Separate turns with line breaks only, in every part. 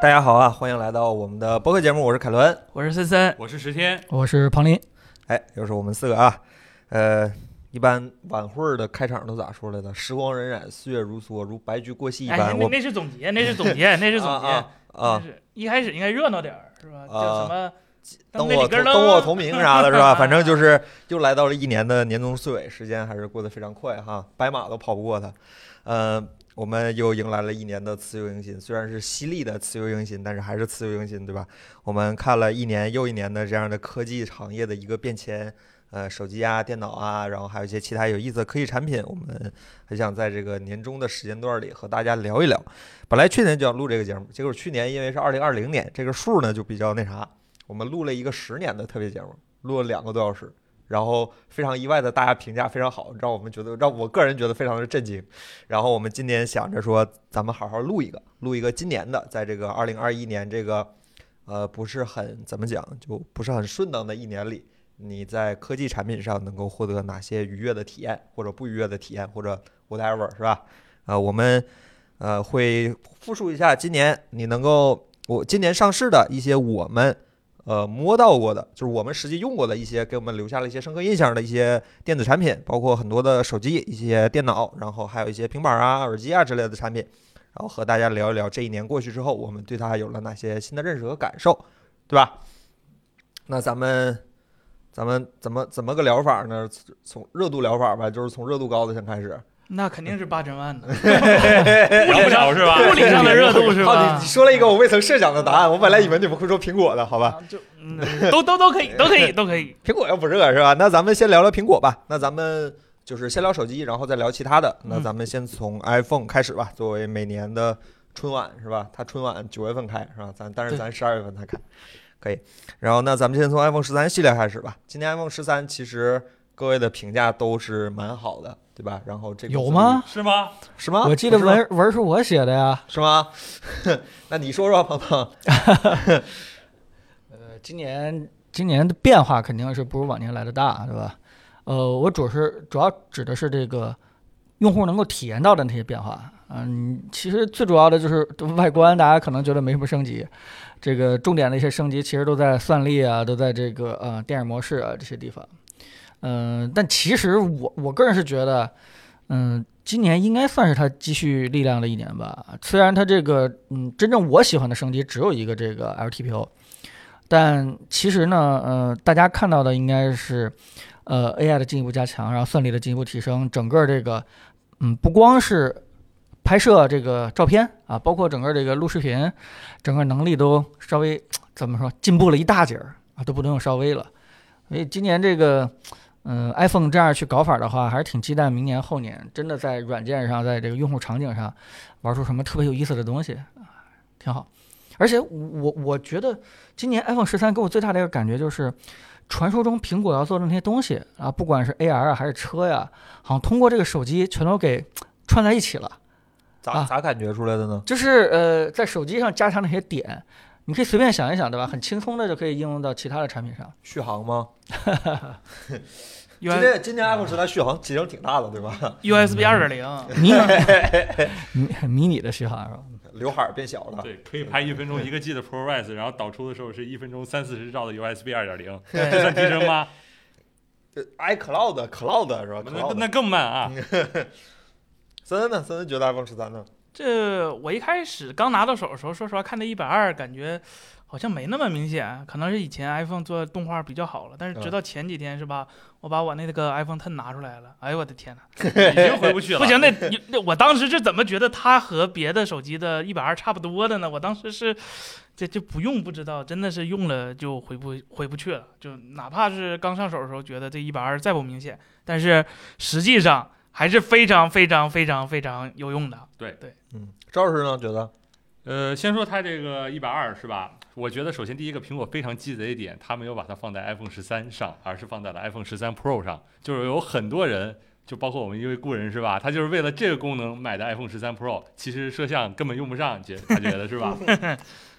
大家好啊，欢迎来到我们的播客节目，我是凯伦。
我是森森，
我是石天，
我是庞林，
哎，又是我们四个啊。呃，一般晚会儿的开场都咋说来着？时光荏苒，岁月如梭，如白驹过隙一般。
哎，那
我
那是总结，那是总结，那是总结，
啊啊
那
啊！
是一开始应该热闹点儿，是吧？叫什么？
等
那里
我
根
同
儿喽
等我同名啥的是 吧？反正就是又来到了一年的年终岁尾，时间还是过得非常快哈，白马都跑不过它。呃，我们又迎来了一年的辞旧迎新，虽然是犀利的辞旧迎新，但是还是辞旧迎新，对吧？我们看了一年又一年的这样的科技行业的一个变迁。呃，手机啊、电脑啊，然后还有一些其他有意思的科技产品，我们很想在这个年终的时间段里和大家聊一聊。本来去年就想录这个节目，结果去年因为是二零二零年，这个数呢就比较那啥，我们录了一个十年的特别节目，录了两个多小时，然后非常意外的，大家评价非常好，让我们觉得让我个人觉得非常的震惊。然后我们今年想着说，咱们好好录一个，录一个今年的，在这个二零二一年这个呃不是很怎么讲，就不是很顺当的一年里。你在科技产品上能够获得哪些愉悦的体验，或者不愉悦的体验，或者 whatever 是吧？啊、我们呃会复述一下今年你能够我今年上市的一些我们呃摸到过的，就是我们实际用过的一些给我们留下了一些深刻印象的一些电子产品，包括很多的手机、一些电脑，然后还有一些平板啊、耳机啊之类的产品，然后和大家聊一聊这一年过去之后，我们对它有了哪些新的认识和感受，对吧？那咱们。咱们怎么怎么个聊法呢？从从热度聊法吧，就是从热度高的先开始。
那肯定是八千 万的，
哎聊不着是吧？
物理上的热 度是
哦，
吧
你？说了一个我未曾设想的答案，我本来以为你们会说苹果的，好吧？
啊就嗯，都都都可以，都可以，都可以。
苹果又不热是吧？那咱们先聊聊苹果吧。那咱们就是先聊手机，然后再聊其他的。那咱们先
嗯
从 iPhone 开始吧，作为每年的春晚是吧？它春晚九月份开是吧？咱但是咱十二月份才开，可以。然后那咱们先从 iPhone 十三系列开始吧。今年 iPhone 十三其实各位的评价都是蛮好的，对吧？然后这个
有
自
吗
律？
是吗？
是吗？
我记得
不是吗
文文是我写的呀。
是吗？ 那你说说，鹏鹏。
呃，今年今年的变化肯定是不如往年来的大，对吧？呃，我主是主要指的是这个用户能够体验到的那些变化。嗯，其实最主要的就是外观，大家可能觉得没什么升级。这个重点的一些升级，其实都在算力啊，都在这个呃电影模式啊这些地方。嗯、但其实我我个人是觉得，嗯、今年应该算是它积蓄力量的一年吧。虽然它这个嗯，真正我喜欢的升级只有一个这个 LTPO，但其实呢，呃，大家看到的应该是，呃，AI 的进一步加强，然后算力的进一步提升，整个这个，嗯，不光是拍摄这个照片啊，包括整个这个录视频，整个能力都稍微怎么说进步了一大截儿啊，都不能用稍微了。所以今年这个，嗯、i p h o n e 这样去搞法的话，还是挺期待明年后年真的在软件上，在这个用户场景上玩出什么特别有意思的东西啊，挺好。而且我我觉得今年 iPhone 十三给我最大的一个感觉就是，传说中苹果要做的那些东西啊，不管是 AR 啊还是车呀、好像通过这个手机全都给串在一起了。
咋
啊
咋感觉出来的呢？
就是呃，在手机上加上那些点，你可以随便想一想，对吧？很轻松的就可以应用到其他的产品上。
续航吗？今
U S
天今天 iPhone 十三续航其实挺大的，对吧？
U S B 二点零，
迷你迷 迷你的啊续航是吧？
刘海儿变小了。
对，啊可以拍一分钟一个 G 的 ProRes，然后导出的时候是一分钟三四十兆的 USB 二点零， 这
对
算提升吗？
对，iCloud Cloud 是吧
那
？Cloud。
那更慢啊！
森森呢？森森觉得 iPhone 十三呢？
这我一开始刚拿到手的时候，说实话看那一百二，感觉好像没那么明显，可能是以前 iPhone 做动画比较好了。但是直到前几天是吧，我把我那个 iPhone Ten 拿出来了，哎呦我的天呐！
已经回不去了。
不行，那你那我当时是怎么觉得它和别的手机的一百二差不多的呢？我当时是这就不用不知道，真的是用了就回不回不去了。就哪怕是刚上手的时候，觉得这一百二再不明显，但是实际上还是非常非常非常非常有用的。
嗯，赵老师呢？觉得
呃，先说它这个一百二是吧？我觉得首先第一个，苹果非常鸡贼一点，它没有把它放在 iPhone 十三上，而是放在了 iPhone 十三 Pro 上。就是有很多人，就包括我们一位故人是吧？他就是为了这个功能买的 iPhone 十三 Pro，其实摄像根本用不上，觉他觉得是吧？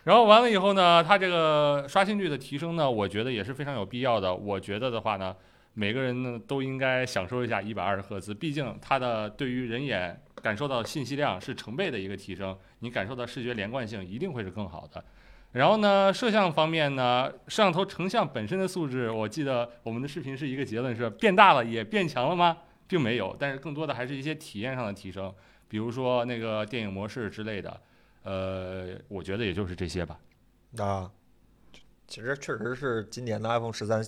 然后完了以后呢，它这个刷新率的提升呢，我觉得也是非常有必要的。我觉得的话呢，每个人呢都应该享受一下一百二十赫兹，毕竟它的对于人眼感受到信息量是成倍的一个提升，你感受到视觉连贯性一定会是更好的。然后呢，摄像方面呢，摄像头成像本身的素质，我记得我们的视频是一个结论是变大了也变强了吗？并没有，但是更多的还是一些体验上的提升，比如说那个电影模式之类的。呃，我觉得也就是这些吧。
啊，其实确实是今年的 iPhone 十三，就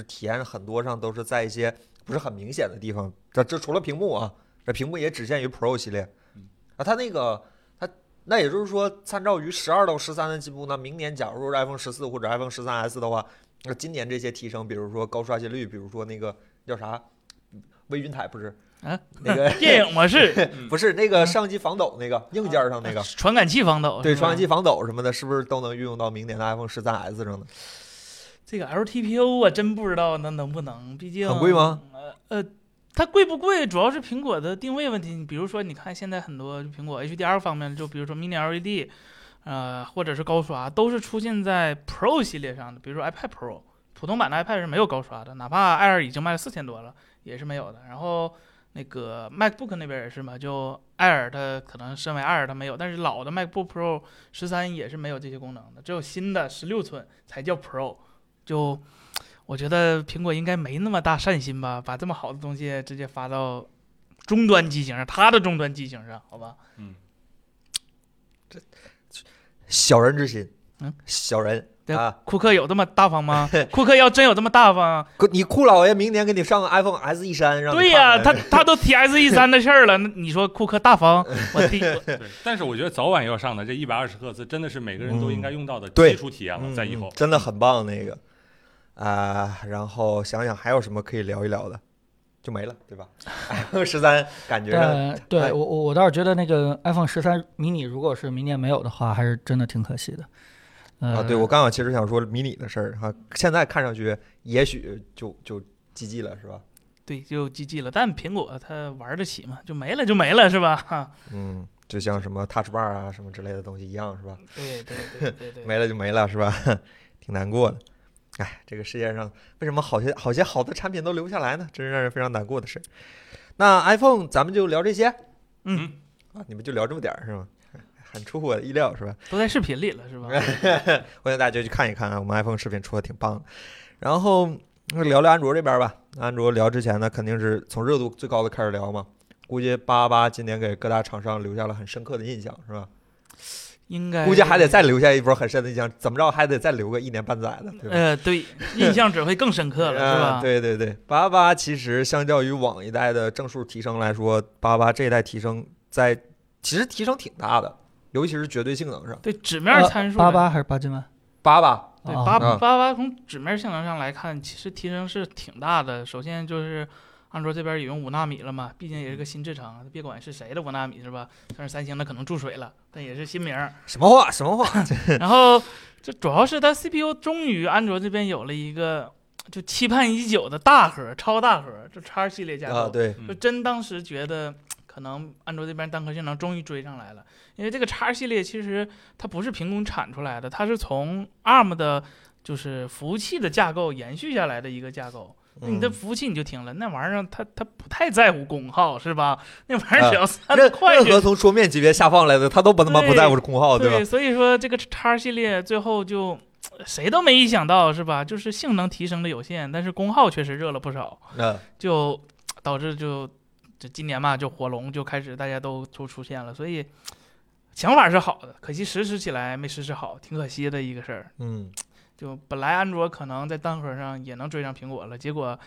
是体验很多上都是在一些不是很明显的地方。这这除了屏幕啊，这屏幕也只限于 Pro 系列
嗯。
啊，它那个它那也就是说，参照于十二到十三的进步，那明年假如 iPhone 十四或者 iPhone 十三 S 的话，那今年这些提升，比如说高刷新率，比如说那个叫啥微云台不是
啊？
那 个
电影模式，
不是那个相机防抖那个硬件上那个。
传感器防抖，
对，
是吧
传感器防抖什么的，是不是都能运用到明年的 iPhone 十三 S 上呢？
这个 LTPO 我啊真不知道那能不能，毕竟
很贵吗？
呃呃，它贵不贵，主要是苹果的定位问题。你比如说，你看现在很多苹果 HDR 方面，就比如说 Mini LED，呃，或者是高刷，都是出现在 Pro 系列上的，比如说 iPad Pro。普通版的 iPad 是没有高刷的，哪怕 Air 已经卖了四千多了，也是没有的。然后那个 MacBook 那边也是嘛，就 Air 它可能身为 Air 它没有，但是老的 MacBook Pro 十三也是没有这些功能的，只有新的十六寸才叫 Pro。就我觉得苹果应该没那么大善心吧，把这么好的东西直接发到终端机型上，它的终端机型上，好吧？
小人之心，
嗯，
小人
对
啊，
库克有这么大 方吗？库克要真有这么大方，
可你库老爷明年给你上个 iPhone S 一三，让你
对呀、
看
他
看
他都 T S E 三的事儿了，那你说库克大方？我第
对，但是我觉得早晚要上的这一百二十赫兹真的是每个人都应该用到的
嗯对
基础体验了，
嗯
在以后
嗯。真的很棒那个啊、然后想想还有什么可以聊一聊的，就没了，对吧 ？iPhone 十三感觉上
但对
哎
我我我倒是觉得那个 iPhone 十三 mini 如果是明年没有的话，还是真的挺可惜的。呃，
啊，对我刚好其实想说迷你的事儿哈、现在看上去也许就就 GG 了是吧？
对就 GG 了，但苹果它玩得起嘛，就没了就没了是吧？哈，
嗯，就像什么 Touch Bar 啊什么之类的东西一样是吧？
对对对对对，
没了就没了，是吧？ 挺难过的。哎，这个世界上为什么好些好些好的产品都留不下来呢？真是让人非常难过的事儿。那 iPhone 咱们就聊这些，
嗯，
啊，你们就聊这么点儿是吗？很出乎我的意料是吧？
都在视频里了 是吧？
欢迎大家去看一看啊，我们 iPhone 视频出的挺棒的。然后那聊聊安卓这边吧，安卓聊之前呢，肯定是从热度最高的开始聊嘛。估计八八今年给各大厂商留下了很深刻的印象，是吧？
应该
估计还得再留下一波很深的印象，怎么着还得再留个一年半载的，对吧？
呃，对，印象只会更深刻了，是
嗯
吧？
对对对，八八其实相较于往一代的正数提升来说，八八这一代提升在其实提升挺大的，尤其是绝对性能上。
对纸面参数来
呃八八还是八千万？
八八
对
啊
八
啊
八八从纸面性能上来看，其实提升是挺大的。首先就是安卓这边也用五纳米了嘛，毕竟也是个新制程，别管是谁的五纳米是吧？虽然三星的可能注水了，但也是新名儿。
什么话什么话？
然后这主要是它 CPU 终于安卓这边有了一个就期盼已久的大核超大核，就叉系列架构。
啊，对，
嗯
就真当时觉得，可能安卓这边单核性能终于追上来了，因为这个叉系列其实它不是凭空产出来的，它是从 ARM 的，就是服务器的架构延续下来的一个架构。那你的
嗯
服务器你就停了，那玩意儿它它不太在乎功耗是吧？那玩意
啊
儿只要三
任
块
任
就
何从桌面级别下放来的，他都不他妈不
对
在乎功耗，对吧？
所以说这个叉系列最后就谁都没意想到是吧？就是性能提升的有限，但是功耗确实热了不少。
嗯，
就导致就这今年嘛，就火龙就开始大家都都出现了，所以想法是好的，可惜实施起来没实施好，挺可惜的一个事儿。
嗯，
就本来安卓可能在单核上也能追上苹果了，结果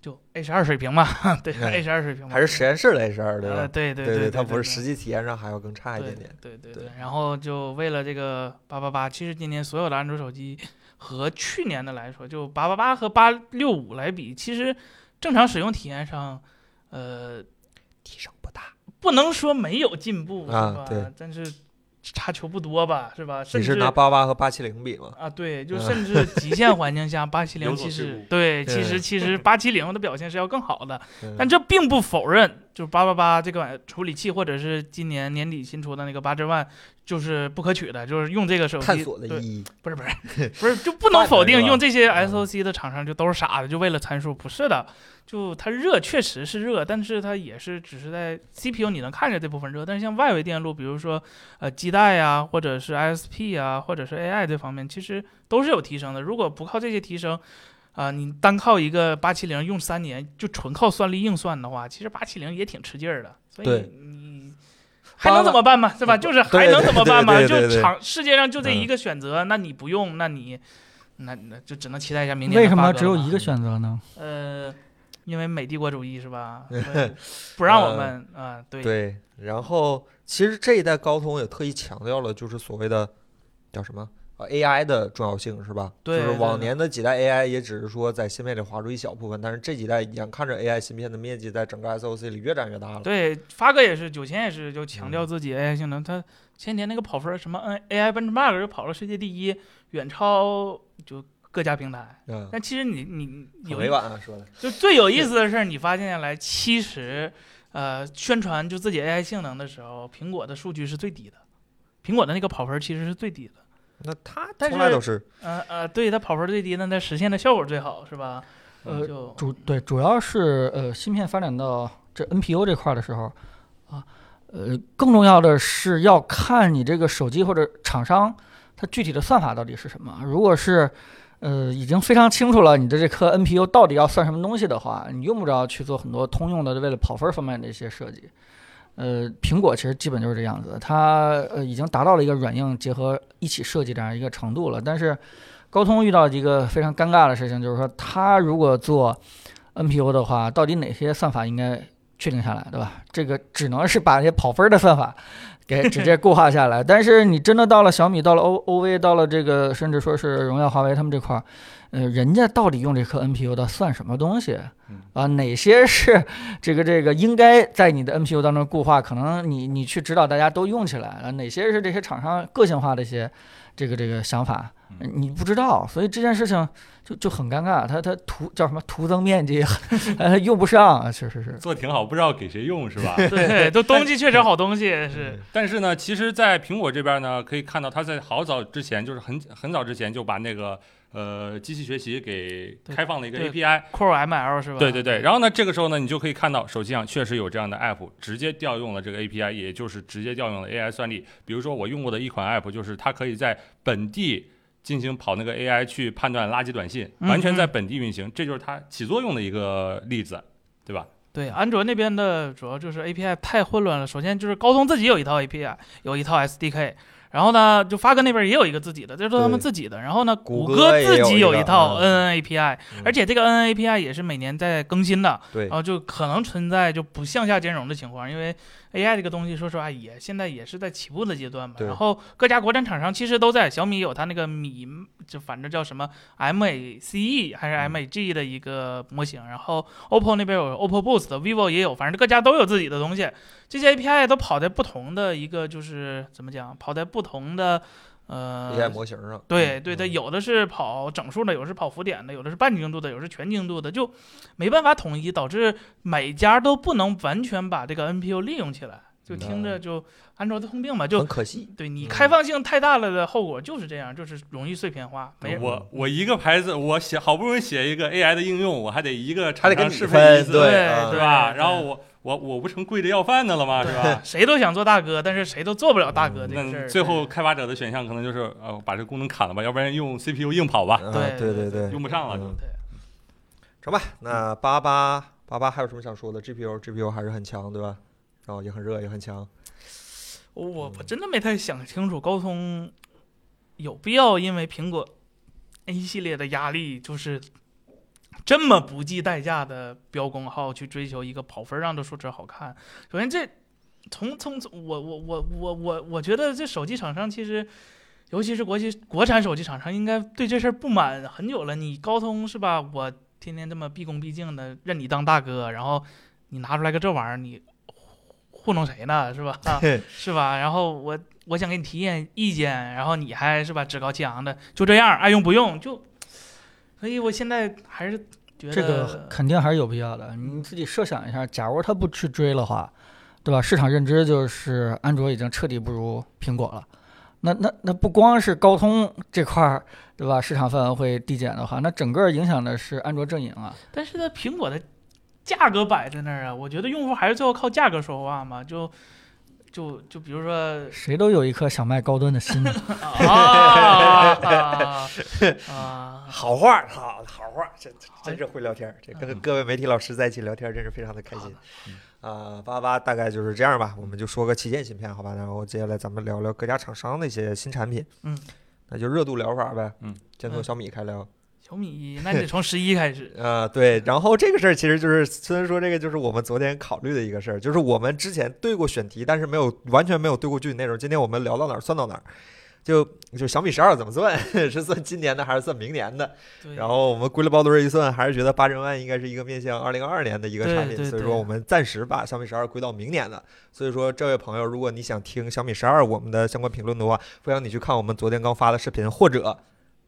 就 H 二水平嘛， 对
嗯
，H 二水平嘛
还是实验室的 H 二，对
呃，
吧？
对对
对
对，
它不是
对
实际体验上还要更差一
对
点点。
对对
对
对，然后就为了这个八八八，其实今年所有的安卓手机和去年的来说，就八八八和八六五来比，其实正常使用体验上，呃，
提升不大，
不能说没有进步，
啊
是吧？
对
但是差球不多吧，是吧？甚
你是
至
拿八八和八七零比吗？
啊，对，就
嗯
甚至极限环境下，八七零
有所
其
进
实
步
对，
对
其实其实八七零的表现是要更好的，
嗯
但这并不否认，就是八八八这个处理器，或者是今年年底新出的那个八千万就是不可取的，就是用这个手机
探索的
对
意义。
不是不 是不是，就不能否
泛
定
滥
用这些
嗯
SOC 的厂商就都是傻子，就为了参数，不是的。就它热确实是热，但是它也是只是在 CPU 你能看见这部分热，但是像外围电路，比如说呃基带呀、或者是 ISP 啊，或者是 AI 这方面，其实都是有提升的。如果不靠这些提升，啊、你单靠一个八七零用三年，就纯靠算力硬算的话，其实八七零也挺吃劲儿的。所以
对
你还能怎么办嘛？是吧？就是还能怎么办嘛？
对对对对对
就厂世界上就这
嗯
一个选择，那你不用，那你那那就只能期待一下明年。
为什么只有一个？选择呢？
呃，因为美帝国主义是 吧？不让我们
嗯
啊、对
对，然后其实这一代高通也特意强调了，就是所谓的叫什么呃 AI 的重要性，是吧？
对
就是
对
往
对
年的几代 AI 也只是说在芯片里划出一小部分，但是这几代眼看着 AI 芯片的面积在整个 SOC 里越占越大了。
对，发哥也是，九千也是，就强调自己 AI 性能。他前几天那个跑分儿什么 N AI benchmark 又跑了世界第一，远超就各家平台。
嗯，
但其实你你
很
有
委
一
婉啊说的。
就最有意思的是，你发现下来，其实，呃，宣传就自己 AI 性能的时候，苹果的数据是最低的，苹果的那个跑分其实是最低的。
那他
但
从来
是
都是
呃呃，对，它跑分最低，那它实现的效果最好，是吧？
呃
就
主对，主要是呃，芯片发展到这 NPU 这块儿的时候啊，呃，更重要的是要看你这个手机或者厂商它具体的算法到底是什么。如果是呃已经非常清楚了你的这颗 NPU 到底要算什么东西的话，你用不着去做很多通用的为了跑分儿方面的一些设计。呃，苹果其实基本就是这样子，它呃已经达到了一个软硬结合一起设计这样一个程度了。但是高通遇到一个非常尴尬的事情，就是说它如果做 NPU 的话，到底哪些算法应该确定下来，对吧？这个只能是把那些跑分儿的算法给直接固化下来。 但是你真的到了小米，到了 O O V，到了这个甚至说是荣耀、华为他们这块儿，呃，人家到底用这颗 NPU 的算什么东西
嗯？
啊，哪些是这个这个应该在你的 NPU 当中固化？可能你你去指导大家都用起来啊，哪些是这些厂商个性化的一些这个这个想法？呃你不知道，所以这件事情就就很尴尬。它它徒叫什么徒增面积， 呃，用不上，啊，确实是。
做挺好，不知道给谁用是 吧？
对，都东西确实好东西，
嗯
是
但是呢，其实，在苹果这边呢，可以看到它在好早之前，就是很很早之前就把那个呃机器学习给
对
开放了一个
对
API。
Core ML 是吧？
对对对，然后呢，这个时候呢，你就可以看到手机上确实有这样的 app，直接调用了这个 API，也就是直接调用了 AI 算力。比如说我用过的一款 app，就是它可以在本地进行跑那个 AI 去判断垃圾短信，
嗯
完全在
嗯
本地运行，这就是它起作用的一个例子，对吧？
对，安卓那边的主要就是 API 太混乱了。首先就是高通自己有一套 API，有一套 SDK，然后呢，就发哥那边也有一个自己的，这都是他们
对
自己的。然后呢，
谷
谷
歌
歌
也
自
有
己
一
有
个
一套
嗯
NN API，
嗯
而且这个 NN API 也是每年在更新的，
对
然后就可能存在就不向下兼容的情况，因为 AI 这个东西，说实话也现在也是在起步的阶段嘛。
对
然后各家国产厂商其实都在，小米有它那个米，就反正叫什么 MACE E 还是
嗯
MAG 的一个模型，然后 OPPO 那边有 OPPO Boost，vivo 也有，反正各家都有自己的东西。这些 API 都跑在不同的一个就是怎么讲，跑在不同的呃
AI 模型上。
对
嗯
对，它
嗯
有的是跑整数的，有的是跑浮点的，有的是半精度的，有的是全精度的，就没办法统一，导致每家都不能完全把这个 NPU 利用起来，就听着就安卓的通病吧，就
很可惜。
对你
嗯
开放性太大了的后果就是这样，就是容易碎片化，没人
我我一个牌子，我写好不容易写一个 AI 的应用，我还得一个厂
还得跟
商
你
试
嗯分
一次，
对
对
啊
是吧？
对
然后我我我不成跪着要饭的了吗？是吧？嗯
谁都想做大哥，但是谁都做不了大哥这个事
那
儿。
最后开发者的选项可能就是呃，把这个功能砍了吧，要不然用 CPU 硬跑吧，
啊
对
对
对
对，
嗯用不上了。
嗯
对
成吧，那八八八八还有什么想说的？GPU GPU 还是很强，对吧？然后也很热，也很强。
我我我真的没太想清楚，高通有必要因为苹果 A 系列的压力，就是这么不计代价的标功耗去追求一个跑分儿让这数值好看。首先这从从从我我我我我我觉得这手机厂商其实。尤其是国际国产手机厂商应该对这事儿不满很久了。你高通是吧？我天天这么毕恭毕敬的认你当大哥，然后你拿出来个这玩意儿，你糊弄谁呢？是吧？ 是吧？然后我我想给你提点意见，然后你还是吧趾高气昂的，就这样，爱用不用就。所以我现在还是觉得
这个肯定还是有必要的。你自己设想一下，假如他不去追的话，对吧？市场认知就是安卓已经彻底不如苹果了。那那那不光是高通这块儿，对吧？市场份额会递减的话，那整个影响的是安卓阵营啊。
但是呢，苹果的价格摆在那儿啊，我觉得用户还是最后靠价格说话嘛，就就就比 如说
谁都有一颗想卖高端的心 嘛。
啊 啊 啊！
好话儿，好好话儿，这这真是会聊天儿。这跟各位媒体老师在一起聊天，真是非常的开心。啊，八八大概就是这样吧，我们就说个旗舰芯片，好吧？然后接下来咱们聊聊各家厂商的一些新产品。
嗯，
那就热度疗法呗。
嗯，
先从小米开聊。
小米，那你得从十一 开始。
啊，对，然后这个事儿其实就是虽然说这个就是我们昨天考虑的一个事儿，就是我们之前对过选题，但是没有完全没有对过具体内容。今天我们聊到哪儿算到哪儿，就就小米十二怎么算， 是算今年的还是算明年的？
对，
然后我们归了包堆儿一算，还是觉得八珍万应该是一个面向二零二二年的一个产
对
品，
对
所以
对
说我们暂时把小米十二归到明年的。所以说，这位朋友，如果你想听小米十二我们的相关评论的话，非常你去看我们昨天刚发的视频，或者。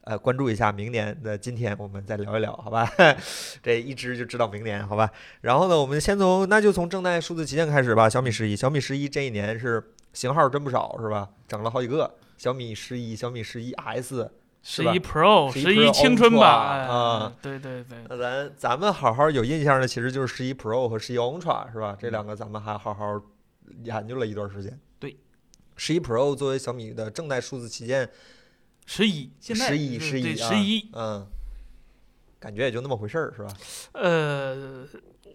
呃，关注一下明年的今天，我们再聊一聊，好吧？ 这一支就知道明年，好吧？然后呢，我们先从那就从正代数字旗舰开始吧。小米十一，小米十一这一年是型号真不少，是吧？整了好几个，小米十一、小米十一 S，
十
吧
一 Pro，
11
十一青春
Ultra，
版
啊，
哎对对对，
那咱咱们好好有印象的，其实就是十一 Pro 和十一 Ultra 是吧？这两个咱们还好好研究了一段时间。
对，
十一 Pro 作为小米的正代数字旗舰，
十一，现在
十一
对
十一
十一，，
啊嗯，感觉也就那么回事儿是吧？
呃，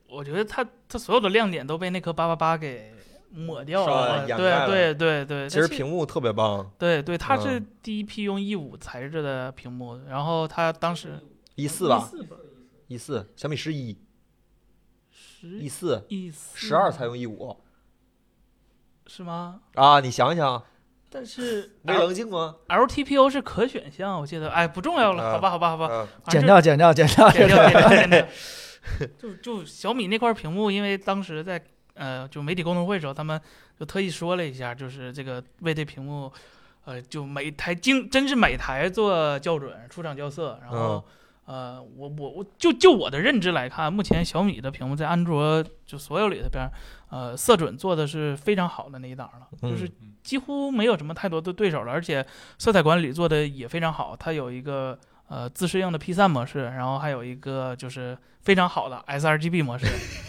我觉得它它所有的亮点都被那颗八八八给抹掉了，
是吧掩盖了
对对对对，
其实
它
屏幕特别棒，
对对，它是
嗯
第一批用 E 五材质的屏幕，然后它当时
一四吧，一四，小米十一，一
十
四，
一四
十二才用一五
是吗？
啊！你想想，
但是
没棱镜吗？
LTPO 是可选项，我记得，哎，不重要了，
啊
好吧好吧好吧，
嗯
反
减
正
掉，减掉，减掉，
剪掉，剪掉，剪掉。就就小米那块屏幕，因为当时在呃就媒体沟通会的时候，他们就特意说了一下，就是这个为这屏幕，呃，就每台精真是每台做校准、出厂校色，然后。呃，我我我就就我的认知来看，目前小米的屏幕在安卓就所有里头边儿，呃，色准做的是非常好的那一档了，就是
嗯
几乎没有什么太多的对手了，而且色彩管理做的也非常好，它有一个呃自适应的 P 3模式，然后还有一个就是非常好的 sRGB 模式，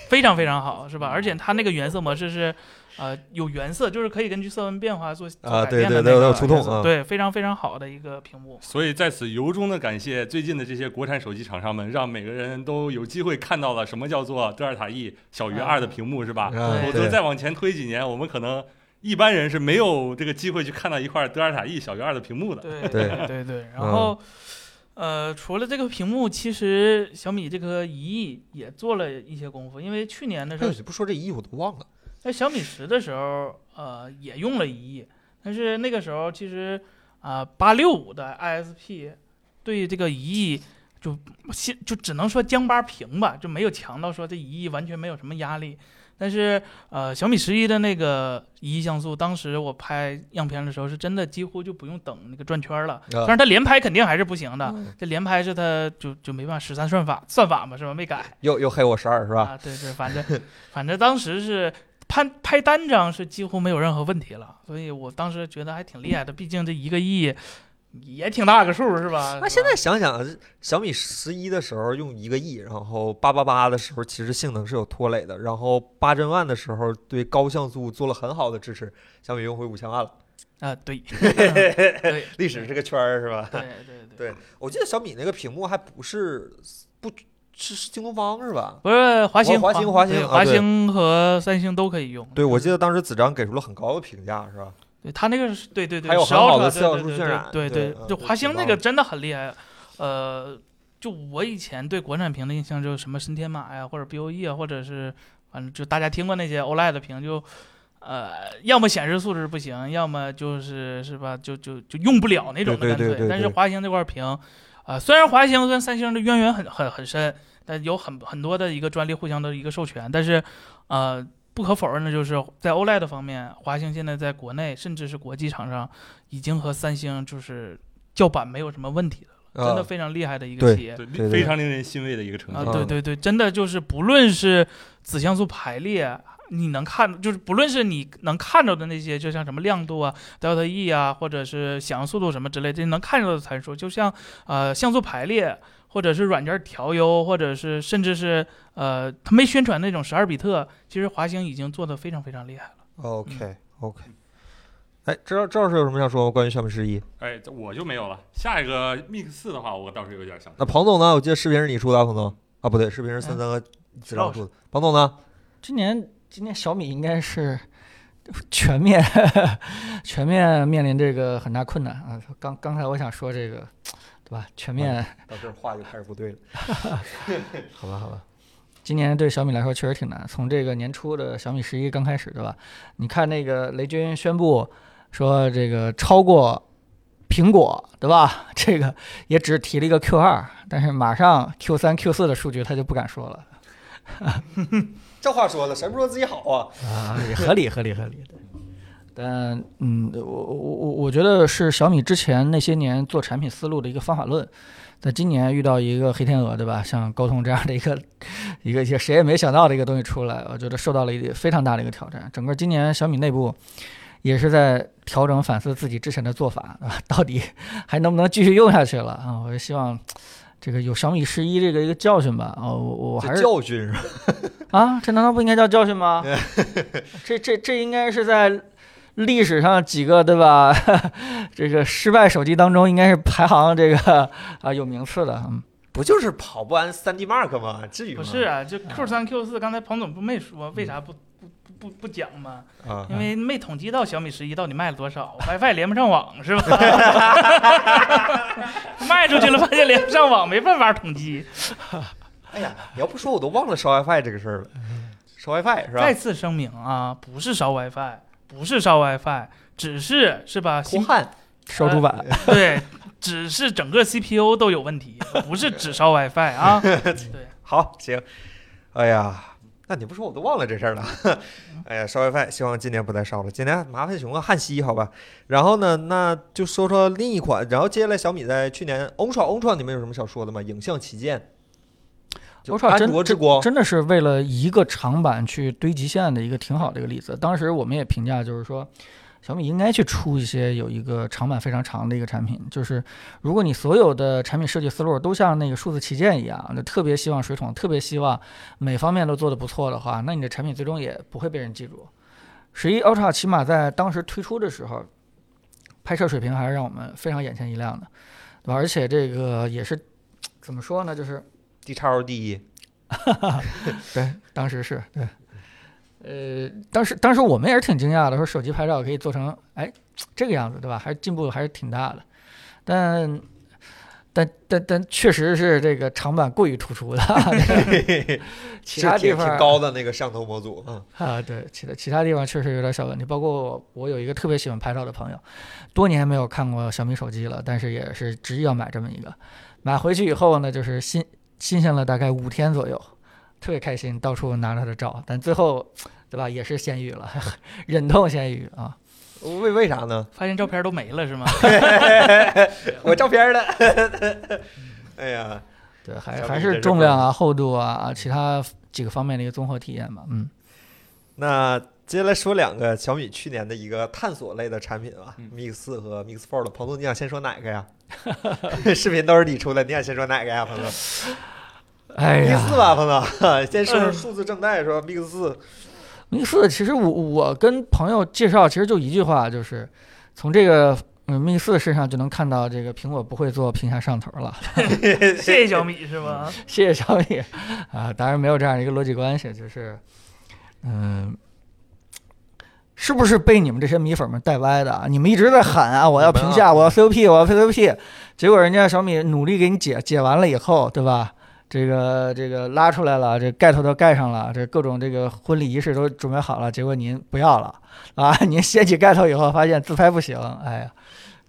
非常非常好，是吧？而且它那个原色模式是呃有原色，就是可以根据色温变化做做
啊
改变
对对
的
对
那
都有
个
触控
原色
啊
对，非常非常好的一个屏幕。
所以在此由衷的感谢最近的这些国产手机厂商们，让每个人都有机会看到了什么叫做德尔塔 E 小于二的屏幕，是吧？
啊
对
否则再往前推几年，我们可能一般人是没有这个机会去看到一块德尔塔 E 小于二的屏幕的。
对
对
对对，
嗯
然后。呃，除了这个屏幕，其实小米这颗一亿也做了一些功夫，因为去年的时
哎
候
呦，你不说这一我都忘了。
在小米十的时候，呃，也用了一亿，但是那个时候其实啊，八六五的 ISP 对这个一亿就先就只能说将八平吧，就没有强到说这一亿完全没有什么压力。但是呃，小米十一的那个一亿像素，当时我拍样片的时候，是真的几乎就不用等那个转圈了。
啊
当然，它连拍肯定还是不行的，
嗯
这连拍是它就就没办法十三算法算法嘛，是吧？没改。
又又黑我十二是吧？
啊，对对，反正反正当时是拍拍单张是几乎没有任何问题了，所以我当时觉得还挺厉害的，毕竟这一个亿也挺大个数是吧？
那现在想想，小米十一的时候用一个亿，然后八八八的时候其实性能是有拖累的，然后八帧万的时候对高像素做了很好的支持，小米用回五千万了，
啊， 对对
历史这个圈儿是吧？
对 对对，
对，我记得小米那个屏幕还不是不是是京东方是吧？
不是华星
华
华
星华
华
星
对
啊
华
对
星和三星都可以用。
对，我
就
记得当时子章给出了很高的评价，是吧？
对他那个是对对对，
还有
十
很好
号
的
出
色
来
素
对
渲染
对
对
对
嗯
就
对
华
挺
星那
棒
个
的
真的很厉害。呃，就我以前对国产屏的印象就是什么深天马呀，或者 BOE 啊，或者是反正就大家听过那些 OLED 的屏，就呃，要么显示素质不行，要么就是是吧，就就就用不了那种的
对
干
对
脆。
对对
但是
对
华星这块屏，呃，虽然华星跟三星的渊源很很很深，但有很很多的一个专利互相的一个授权，但是呃，不可否认的就是，在 OLED 方面，华星现在在国内甚至是国际厂商，已经和三星就是叫板没有什么问题了，
啊
真的非常厉害的一
对
个企业。
对
对对
非常令人欣慰的一个成
啊，
绩。
嗯
对对对，真的就是不论是子像素排列，你能看，就是不论是你能看着的那些，就像什么亮度啊、delta E 啊，或者是响应速度什么之类这些能看着的参数，就像呃像素排列，或者是软件调优，或者是甚至是呃他没宣传那种十二比特，其实华星已经做的非常非常厉害了。嗯
OK OK，哎，这这老师有什么想说吗？关于小米十一？
哎，这我就没有了。下一个 Mix 四的话，我倒是有点想
那彭总呢？我记得视频是你出的啊，彭总啊，不对，视频是森森和子章出的。彭总呢？
今年今年小米应该是全面全面面临这个很大困难啊。刚刚才我想说这个，对吧？全
啊
面
到这话就开始不对了。 好吧，好吧，
今年对小米来说确实挺难。从这个年初的小米十一刚开始，对吧？你看那个雷军宣布说这个超过苹果，对吧？这个也只提了一个 Q 二，但是马上 Q 三、Q 四的数据他就不敢说了
这话说的，谁不说自己好啊？
啊，也合理，合理，合理。对但嗯，我我我我觉得是小米之前那些年做产品思路的一个方法论，在今年遇到一个黑天鹅，对吧？像高通这样的一个一个一个谁也没想到的一个东西出来，我觉得受到了一个非常大的一个挑战。整个今年小米内部也是在调整、反思自己之前的做法，啊，到底 还能不能继续用下去了啊？我就希望这个有小米十一这个一个教训吧。啊，我我还
这
是
教训是吧？
啊，这难道不应该叫教训吗？这这这应该是在历史上几个对吧？ 这个失败手机当中应该是排行这个啊有名次的。嗯，
不就是跑不完三 D Mark 吗？至于吗？
不是啊，就 Q 三、Q 四，刚才彭总不没说为啥不不不不不讲吗？
啊，
因为没统计到小米十一到底卖了多少，WiFi 连不上网 是吧？ 卖出去了，发现连不上网，没办法统计。
哎呀，你要不说我都忘了烧 WiFi 这个事儿了。烧 WiFi 是
再
吧？
次声明啊，不是烧 WiFi，不是烧 WiFi，只是是吧？
哭
芯
汉
烧主板，
对，只是整个 CPU 都有问题，不是只烧 WiFi 啊。对，
好行。哎呀，那你不说我都忘了这事儿了。 哎呀，烧 WiFi，希望今年不再烧了。今年麻烦熊啊，汉西好吧。然后呢，那就说说另一款。然后接下来小米在去年 Ultra Ultra 你们有什么想说的吗？影像旗舰。就
Ultra
安
真
卓之光，
真的是为了一个长板去堆极限的一个挺好的一个例子。当时我们也评价，就是说小米应该去出一些有一个长板非常长的一个产品。就是如果你所有的产品设计思路都像那个数字旗舰一样，就特别希望水桶，特别希望每方面都做得不错的话，那你的产品最终也不会被人记住。十一 Ultra 起码在当时推出的时候，拍摄水平还是让我们非常眼前一亮的，对吧？而且这个也是怎么说呢，就是。
D E X L 第一，
对，当时是对。呃，当时当时我们也是挺惊讶的，说手机拍照可以做成哎这个样子，对吧？还是进步还是挺大的，但但但但确实是这个长板过于突出 了，其
是
他地
挺
方
挺高的那个上头模组，嗯，
啊，对，其他其他地方确实有点小问题，包括我，我有一个特别喜欢拍照的朋友，多年没有看过小米手机了，但是也是执意要买这么一个，买回去以后呢，就是新新鲜了大概五天左右，特别开心，到处拿着它的照，但最后，对吧，也是咸鱼了， 忍痛咸鱼啊，
为为啥 呢？
发现照片都没 了是吗？
我照片儿的， 哎呀，
对，还
小米这
还是
是
重
不
量啊、厚度啊啊其他几个方面的一个综合体验吧，嗯。
那接下来说两个小米去年的一个探索类的产品吧、
嗯
m i x 四和 Mix Fold。彭总，你想先说哪个 呀？视频都是你出的，你想先说哪个呀，彭总
哎呀
？Mix 四吧，彭 总，先说
嗯
说数字正代，说 Mix 四。
Mix 四其实我我跟朋友介绍，其实就一句话，就是从这个嗯 Mix 四身上就能看到这个苹果不会做屏下摄像头了。
谢谢小米是吗？
嗯
谢谢小米啊，当然没有这样一个逻辑关系，就是嗯。是不是被你们这些米粉们带歪的啊？你们一直在喊啊，我要
你们啊
屏下，我要 COP，我要 COP，结果人家小米努力给你解解完了以后，对吧？这个这个拉出来了，这盖头都盖上了，这各种这个婚礼仪式都准备好了，结果您不要了啊！ 您掀起盖头以后，发现自拍不行，哎呀，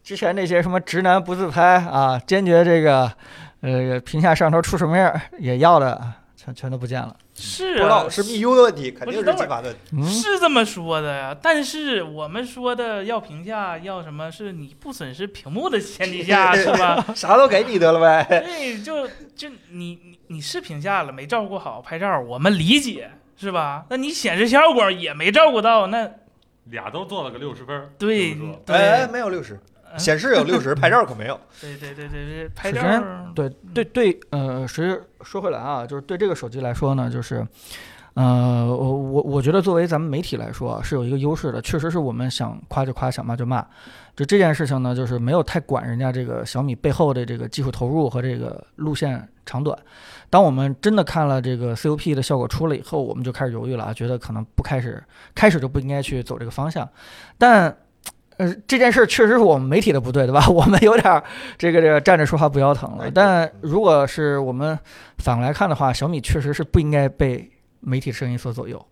之前那些什么直男不自拍啊，坚决这个呃屏下摄像头出什么样儿也要的，全全都不见了。
不
是
知道
啊，
是 MIU 的问题，肯定
不
是
是
金马的。
嗯，
是这么说的呀，但是我们说的要评价要什么是你不损失屏幕的前提下，是吧？
啥都给你得了呗。
对，就就你你你是评价了，没照顾好拍照，我们理解，是吧？那你显示效果也没照顾到，那
俩都做了个六十分儿。
对
这么说
对
哎，没有六十，
嗯
显示有六 十，拍照可没有。
对对对对对，拍
首
照
先
儿
对对对，呃，其实说回来啊，就是对这个手机来说呢，就是，呃，我我我觉得作为咱们媒体来说啊是有一个优势的，确实是我们想夸就夸，想骂就骂。就这件事情呢，就是没有太管人家这个小米背后的这个技术投入和这个路线长短。当我们真的看了这个 COP 的效果出了以后，我们就开始犹豫了啊，觉得可能不开始，开始就不应该去走这个方向。但，呃，这件事儿确实是我们媒体的不对，对吧？我 们有点儿这个这个站着说话不腰疼
哎
了
对。
但如果是我们反过来看的话，小米确实是不应该被媒体声音所左 右。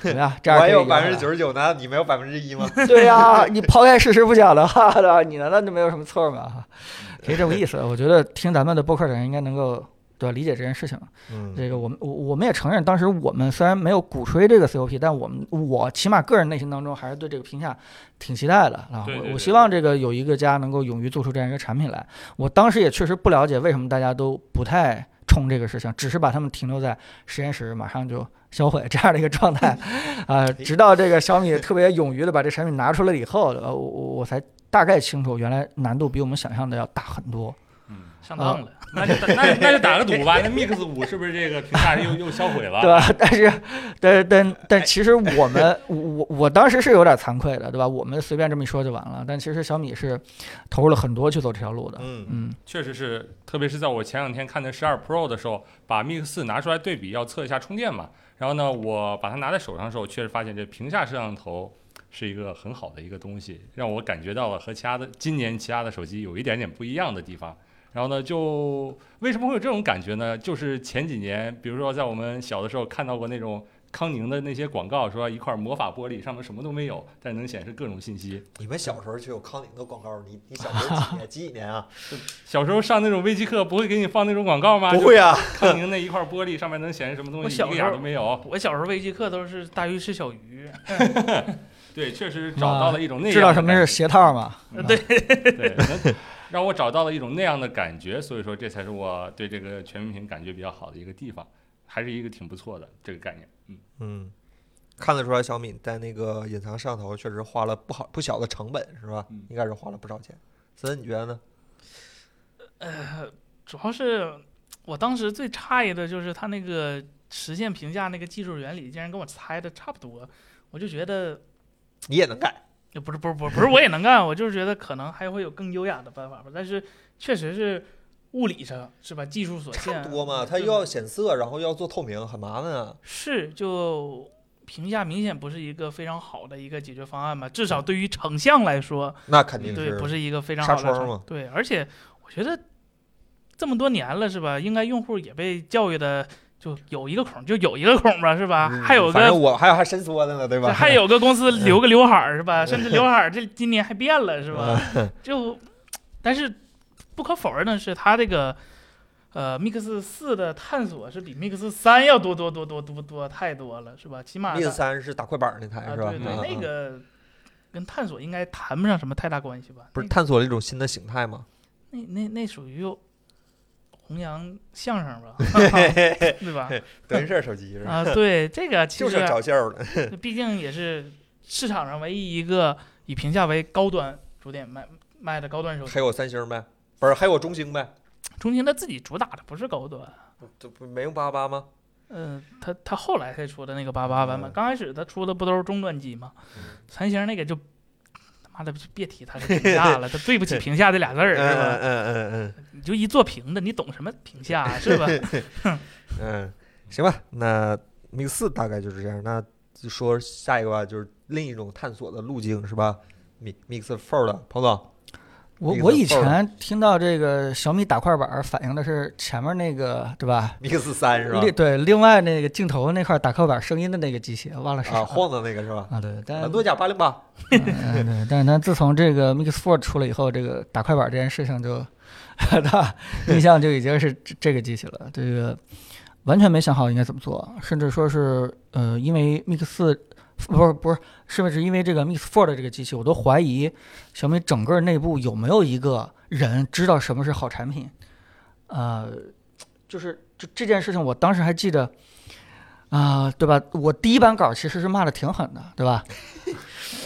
怎么样？这样
我
可
还
以
有
圆
百
回
分
来
之九十九呢，你没有百分之一吗？
对呀、你抛开事实不讲的话，对吧？你难道就没有什么 错吗？可以这么意思。我觉得听咱们的播客的人应该能够对吧理解这件事情。
嗯，
这个我们我我们也承认，当时我们虽然没有鼓吹这个 COP，但我们我起码个人内心当中还是对这个评价挺期待的啊。
对对
我
对
我希望这个有一个家能够勇于做出这样一个产品来。我当时也确实不了解为什么大家都不太冲这个事情，只是把他们停留在实验室马上就销毁这样的一个状 态啊、
哎
直到这个小米特别勇于的把这产品拿出来了以后，呃我我我才大概清楚原来难度比我们想象的要大很多。
嗯，
上当了，
那就那那就打个赌吧。那 Mix 五是不是这个评价又又销毁 了？
对吧？但是，但但但其实我
哎
们，我我我当时是有点惭愧的，对吧？我们随便这么一说就完了，但其实小米是投入了很多去走这条路的。
嗯，
嗯，
确实是，特别是在我前两天看的十二 Pro 的时候，把 Mix 四拿出来对比，要测一下充电嘛。然后呢，我把它拿在手上的时候，确实发现这屏下摄像头是一个很好的一个东西，让我感觉到了和其他的今年其他的手机有一点点不一样的地方。然后呢，就为什么会有这种感觉呢？就是前几年，比如说在我们小的时候看到过那种康宁的那些广告，说一块魔法玻璃上面什么都没有，但能显示各种信息。
你们小时候就有康宁的广告，你你小时候 几年几几年啊？
小时候上那种微机课，不会给你放那种广告吗？
不会啊，
就康宁那一块玻璃上面能显示什么东
我
西，
小
一
时
个
候
眼儿都没有。
我小时候微机课都是大鱼吃小鱼，
对，确实找到了一种那样的
知道什么是
感
鞋套吗？
呃对，
觉对，能 让我找到了一种那样的感觉，所以说这才是我对这个全面屏感觉比较好的一个地方，还是一个挺不错的这个概念。嗯，
嗯，看得出来小米在那个隐藏摄像头确实花了不好不小的成本，是吧
嗯？
应该是花了不少钱。森，你觉得呢？
呃，主要是我当时最诧异的就是它那个实现评价那个技术原理，竟然跟我猜的差不多，我就觉得
你也能改？
呃不是不是不是不是我也能干，我就是觉得可能还会有更优雅的办法吧，但是确实是物理上是吧，技术所
差
限，
不多嘛，它
就
又要显色，然后又要做透明，很麻烦啊。
是就评价明显不是一个非常好的一个解决方案吧，至少对于成像来说，
那肯定
对，
嗯是
不是一个非常
纱
好的
窗
成
嘛
对，而且我觉得这么多年了，是吧？应该用户也被教育的，就有一个孔就有一个孔吧，是吧？
嗯
还有
反正
个
我还有还伸缩的呢，对吧？
还有个公司留个刘海儿是吧？甚至刘海儿这今年还变了是 吧？就但是不可否认的是，它这个呃 Mix 四的探索是比 Mix 三要多多多多多多太多了是吧？起码
Mix
它
三是打快板那台
啊
是吧？
对
嗯
对，
嗯
那
嗯
个跟探索应该谈不上什么太大关系吧？
不是
那
探索了一种新的形态 吗？
那那那属于弘扬相声 吧， 对吧？
德云社手机是吧？
啊，对，这个其
就是啊
实
找笑的，
毕竟也是市场上唯一一个以评价为高端主点卖卖的高端手机
还。有三星呗，不是还有中兴呗？
中兴他自己主打的不是高端，
这不没用八八吗？
嗯，他他后来才出的那个八八版本，
嗯
刚开始他出的不都是终端机吗
嗯？
三星那个就他妈的就别提他是评价 了，他对不起评价这俩字儿是吧？
嗯嗯
你就一做评的，你懂什么评价啊 是吧？
嗯嗯，行吧，那 Mix 四大概就是这样。那就说下一个吧，就是另一种探索的路径是吧？Mi-？Mix Four 的彭总，
我
那个
我以
Fold
前听到这个小米打快板儿反映的是前面那个，对吧？
，Mix 三 是吧？啊
另对，另外那个镜头那块打快板儿声音的那个机器，忘了是啥
啊，晃的那个是 吧？
啊，对，但
兰多甲八零八，
嗯嗯对， 但是咱自从这个 Mix Four 出了以后，这个打快板这件事情就，对吧？印象就已经是这这个机器了，这个完全没想好应该怎么做，甚至说是呃，因为 Mix 四不是不是，是不是因为这个 Mix Four 的这个机器，我都怀疑小米整个内部有没有一个人知道什么是好产品，呃，就是这这件事情，我当时还记得。啊、对吧？我第一版稿其实是骂的挺狠的，对吧？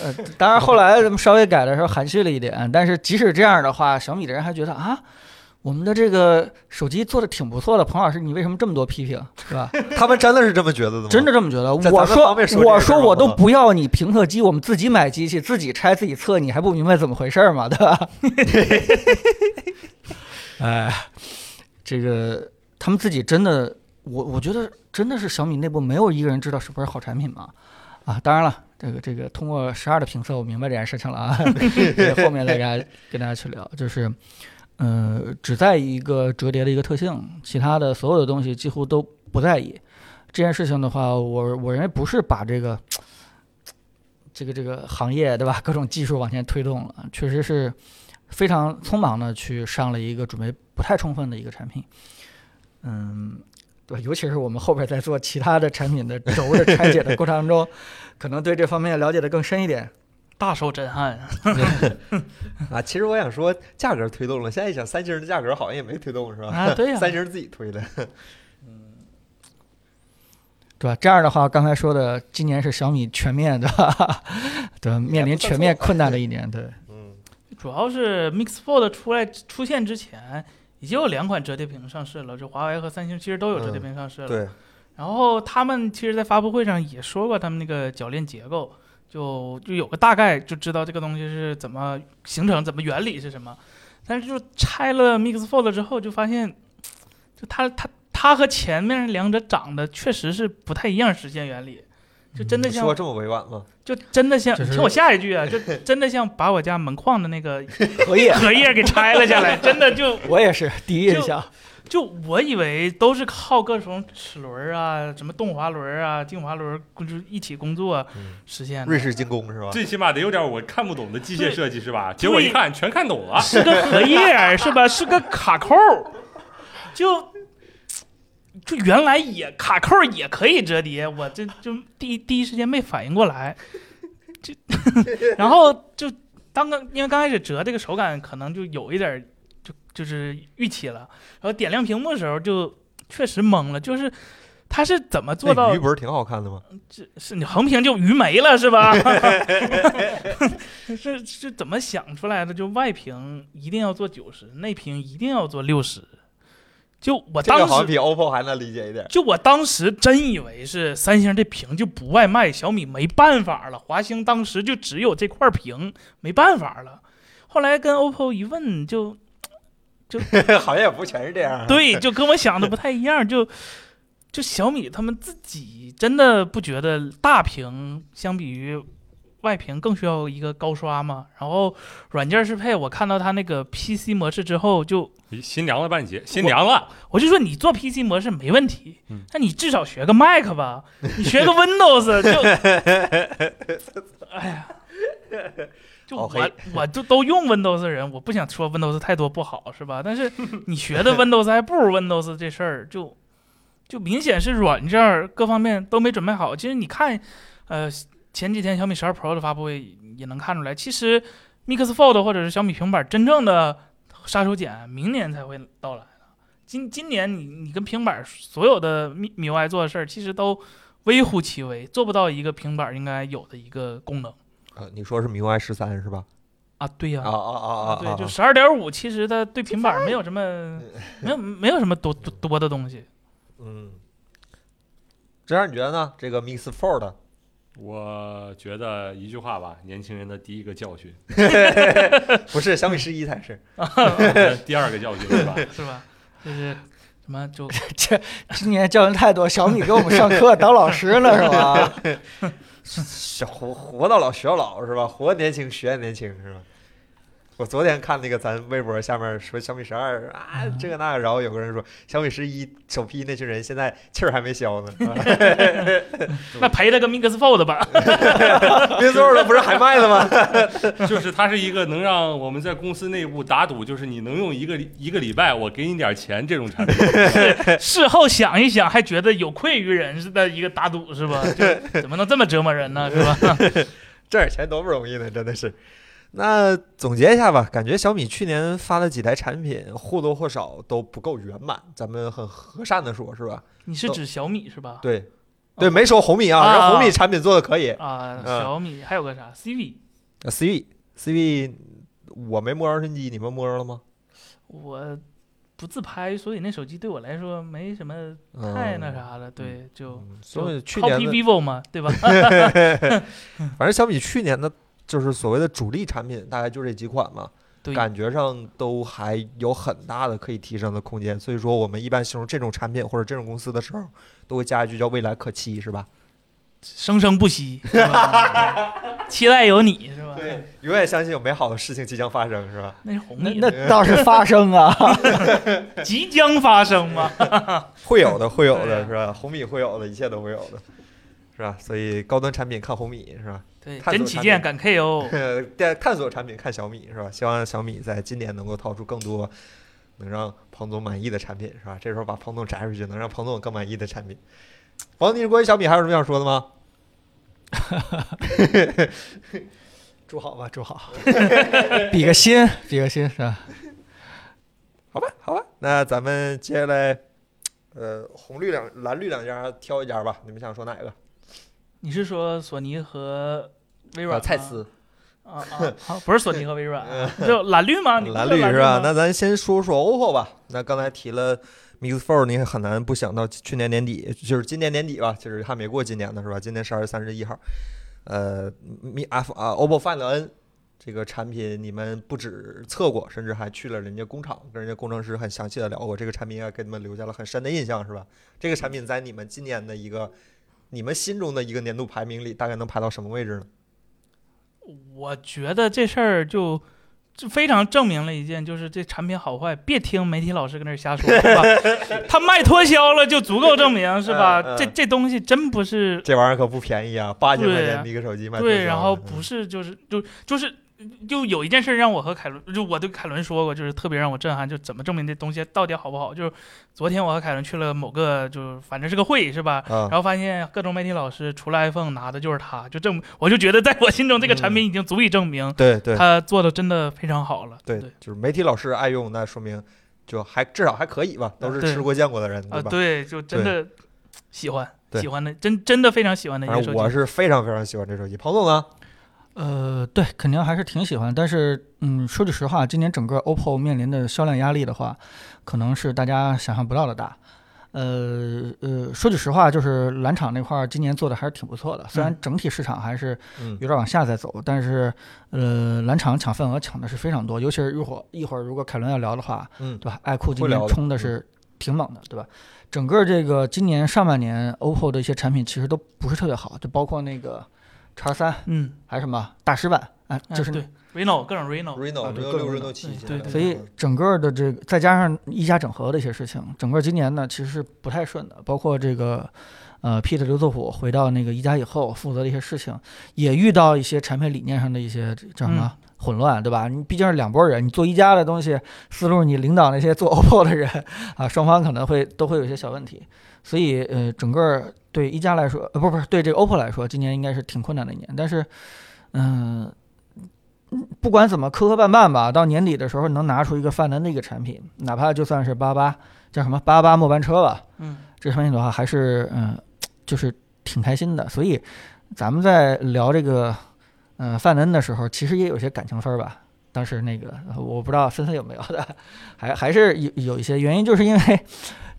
呃，当然后来咱们稍微改的时候含蓄了一点，但是即使这样的话，小米的人还觉得啊，我们的这个手机做的挺不错的，彭老师你为什么这么多批评，是吧？
他们真的是这么觉得的吗？
真的这么觉得？
在咱
我
们方面说这
说
个
我
事儿
说
吗
我都不要你评测机，我们自己买机器，自己拆自己测，你还不明白怎么回事儿吗？对吧？哎，这个他们自己真的，我我觉得真的是小米内部没有一个人知道是不是好产品嘛？啊，当然了。这个这个，通过十二的评测，我明白这件事情 了啊。这个后面再给大家跟大家去聊，就是，呃，只在意一个折叠的一个特性，其他的所有的东西几乎都不在意。这件事情的话，我我认为不是把这个这个这个行业对吧，各种技术往前推动了，确实是非常匆忙的去上了一个准备不太充分的一个产品，嗯。对，尤其是我们后边在做其他的产品的轴的拆解的过程中，可能对这方面了解的更深一点。
大受震撼啊！
啊，其实我想说，价格推动了。现在一想，三星的价格好像也没推动，是吧？
啊对呀
三星自己推的。
对吧？这样的话，刚才说的，今年是小米全面的，对吧？ 面临全面困难的一年，对，
嗯，
主要是 Mix Fold 出来出现之前，已经有两款折叠屏上市了，就华为和三星其实都有折叠屏上市了。
嗯对，
然后他们其实，在发布会上也说过他们那个铰链结构，就就有个大概就知道这个东西是怎么形成、怎么原理是什么。但是就拆了 Mix Fold 之后，就发现，就它它它和前面两者长得确实是不太一样，实现原理，就真的像
嗯
嗯
说这么委婉吗？
就真的像，
这是
听我下一句啊，就真的像把我家门框的那个
荷叶，
荷叶给拆了下来，真的就
我也是第一印象。
就我以为都是靠各种齿轮儿啊、什么动滑轮儿啊、 静滑轮儿，就是一起工作
嗯
实现的
瑞。士进攻是吧？
最起码得有点我看不懂的机械设计是吧？
对
结果一看全看懂 了，
是个荷叶儿是吧？ 是个卡扣儿，就就原来也卡扣儿也可以折叠，我这就第一第一时间没反应过来，就 然后就当刚因为刚开始折这个手感可能就有一点儿就就是预期了，然后点亮屏幕的时候就确实懵了，就是它是怎么做到
哎那鱼不是挺好看的吗？
这是你横屏就鱼没了是吧？ 是是怎么想出来的？就外屏一定要做九十，内屏一定要做六十。就我
啊这个
当
好像
时，
比 OPPO 还能理解一点。
就我当时真以为是三星这屏就不外卖，小米没办法了，华星当时就只有这块屏，没办法了。后来跟 OPPO 一问，就
好像也不全是这 样。，
对，就跟我想的不太一样，就就小米他们自己真的不觉得大屏相比于外屏更需要一个高刷吗？然后软件适配，我看到它那个 PC 模式之后就，
心凉了半截，心凉了。
我就说你做 PC 模式没问题
嗯，
那你至少学个 Mac 吧，你学个 Windows 就，哎呀。就
好
我
黑
我就都用 Windows 的人，我不想说 Windows 太多不好是吧？ 但是你学的 Windows 还不如 Windows 这事儿，就就明显是软件儿各方面都没准备好。其实你看，呃，前几天小米十二 Pro 的发布会也能看出来，其实 Mix Fold 或者是小米平板真正的杀手锏明年才会到来的。今今年你你跟平板所有的 Mi MIUI 做的事儿，其实都微乎其微，做不到一个平板应该有的一个功能
啊，你说是 MIUI 十三是吧？
啊。对呀、
啊啊啊啊！
对，就
啊
十二点五，其实它对平板没有 什么，没有没有什么多多多的东西。
嗯。这样你觉得呢？这个 Mix Fold
我觉得一句话吧，年轻人的第一个教 训，
不是小米十一才是，
呃第二个教训是吧？
是吧？就是什 么就
今年教人太多，小米给我们上课当老师 呢，是吧？
小活活到老学到老是吧？活年轻学年轻是吧？我昨天看那个咱微博下面说小米十二啊这个那个，然后有个人说小米十一首批那群人现在气儿还没消 呢，啊
那赔了个 Mix Fold 吧。
别所有人不是还卖了吗？
就是它是一个能让我们在公司内部打赌，就是你能用一个一个礼拜，我给你点钱这种产品。
事后想一想，还觉得有愧于人似的一个打赌是吧？ 就怎么能这么折磨人呢？是吧？
挣点钱多不容易呢，真的是。那总结一下吧，感觉小米去年发的几台产品或多或少都不够圆满，咱们很和善的说，是吧？
你是指小米是吧？
对，对，没说红米啊，
啊
然后红米产品做的可以。
啊，
嗯
小米还有个啥 CV，
CV CV，我没摸着真机，你们摸着了吗？
我不自拍，所以那手机对我来说没什么
嗯
太那。啥了。对，就
嗯所
就
以去年
copy
的
vivo 嘛，对吧？
反正小米去年的，就是所谓的主力产品，大概就这几款嘛，
对，
感觉上都还有很大的可以提升的空间。所以说，我们一般形容这种产品或者这种公司的时候，都会加一句叫“未来可期”，是吧？
生生不息，是吧期待有你是吧？，，
永远相信有美好的事情即将发生，是吧？
那是红
那
米的，
那倒是发生啊，
即将发 生嘛。
会有的，会有的，
对
是吧？红米会有的，一切都会有的，是吧？所以高端产品看红米，是吧？
对，
探索
真旗
产
舰
品
敢 KO，
呃，探探索产品看小米是吧？希望小米在今年能够掏出更多能让彭总满意的产品是吧？这时候把彭总摘出去，能让彭总更满意的产品。王总，你关于小米还有什么想说的吗？
祝好吧，祝好， 比个心，比个心是吧？
好吧，好吧，那咱们接下来，呃，红绿两蓝绿两家挑一家吧，你们想说哪个？
你是说索尼和微
微
软
呃
吗？
蔡司，嗯
啊啊，好不是索尼和微软啊，就蓝绿吗？你不
蓝
就
绿是吧？
吗
那咱先说说 OPPO 吧。那刚才提了 Mix Four，你很难不想到去年年底，就是今年年底吧，其实还没过今年呢，是吧？今年十二月三十一号，呃，Mi F 啊，OPPO Find N 这个产品，你们不止测过，甚至还去了人家工厂，跟人家工程师很详细的聊过这个产品，应该给你们留下了很深的印象，是吧？这个产品在你们今年的一个。你们心中的一个年度排名里，大概能排到什么位置呢？
我觉得这事儿就就非常证明了一件，就是这产品好坏，别听媒体老师跟那儿瞎说，是吧？ 他卖脱销了就足够证明，是吧？
嗯嗯
这这东西真不是
这玩意儿可不便宜啊，八千块
对
钱的一个手机卖多少
对，然后
嗯
不是就是就就是就有一件事让我和凯伦，就我对凯伦说过，就是特别让我震撼，就怎么证明这东西到底好不好？就是昨天我和凯伦去了某个，就是反正是个会是吧？
啊
然，后发现各种媒体老师除了 iPhone 拿的就是它，就证，我就觉得在我心中这个产品已经足以证明
对对，
他做的真的非常好了。
对，
对
就是媒体老师爱用，那说明就还至少还可以吧，都是
对
吃过见过的人，
啊，
吧？
对，就真的喜欢，
对
喜欢的，真真的非常喜欢的一
反
个
正
手
我
机。
是非常非常喜欢这手机。彭总呢？
呃，对，肯定还是挺喜欢，但是，嗯，说句实话，今年整个 OPPO 面临的销量压力的话，可能是大家想象不到的大。呃呃，说句实话，就是蓝厂那块儿今年做的还是挺不错的，虽然
嗯
整体市场还是
嗯
有点往下在走，但是呃，蓝厂抢份额抢的是非常多，尤其是一会儿一会儿如果凯伦要聊的话，
嗯
对吧？爱酷今
会聊
年
的嗯
冲的是挺猛的，对吧？整个这个今年上半年 OPPO 的一些产品其实都不是特别好，就包括那个叉三
嗯，
还是什么大师版啊，
哎
就是、
对 Reno 各种 Reno，
，Reno
啊对
六
各种
六
各
Reno
种
七，现
对
在
对
所以整个的这个再加上一家整合的一些事情，整个今年呢其实是不太顺的，包括这个。呃，Pete 刘作虎回到那个一加以后，负责的一些事情，也遇到一些产品理念上的一些这叫什么、混乱，对吧？你毕竟是两拨人，你做一加的东西思路，你领导那些做 OPPO 的人啊，双方可能会都会有一些小问题，所以呃，整个对一加来说，呃，不不是对这个 OPPO 来说，今年应该是挺困难的一年，但是，嗯、嗯不管怎么磕磕绊绊吧，到年底的时候能拿出一个泛的那个产品，哪怕就算是八八叫什么八八末班车吧，
嗯，
这方面的话，还是嗯，就是挺开心的。所以咱们在聊这个嗯范恩的时候，其实也有些感情分儿吧。当时那个呃我不知道森森有没有的，还还是有有一些原因，就是因为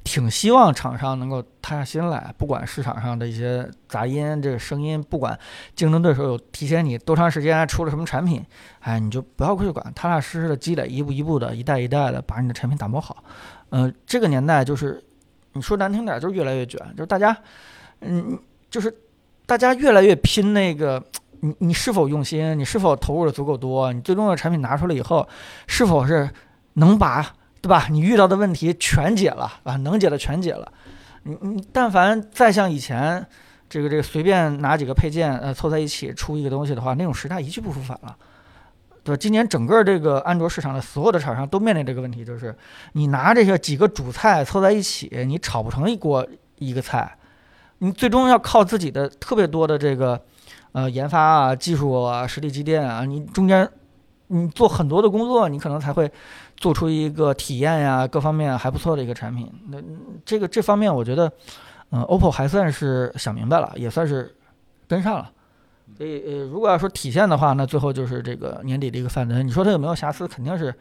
挺希望厂商能够踏下心来，不管市场上的一些杂音、这个声音，不管竞争对手有提前你多长时间啊出了什么产品，哎，你就不要去管，踏踏实实的积累，一步一步的，一代一代的把你的产品打磨好。呃，这个年代就是你说难听点，儿，就是越来越卷，就是大家，嗯，就是大家越来越拼那个，你你是否用心，你是否投入的足够多，你最终的产品拿出来以后，是否是能把对吧？你遇到的问题全解了啊，能解的全解了。你你但凡再像以前这个这个随便拿几个配件呃凑在一起出一个东西的话，那种时代一去不复返了。对吧？今年整个这个安卓市场的所有的厂商都面临这个问题，就是你拿这些几个主菜凑在一起，你炒不成一锅一个菜，你最终要靠自己的特别多的这个呃研发啊、技术啊、实力积淀啊，你中间你做很多的工作，你可能才会做出一个体验呀、各方面还不错的一个产品。那这个这方面，我觉得嗯、o p p o 还算是想明白了，也算是跟上了。所以呃，如果要说体现的话，那最后就是这个年底的一个范德恩，你说它有没有瑕疵，肯定是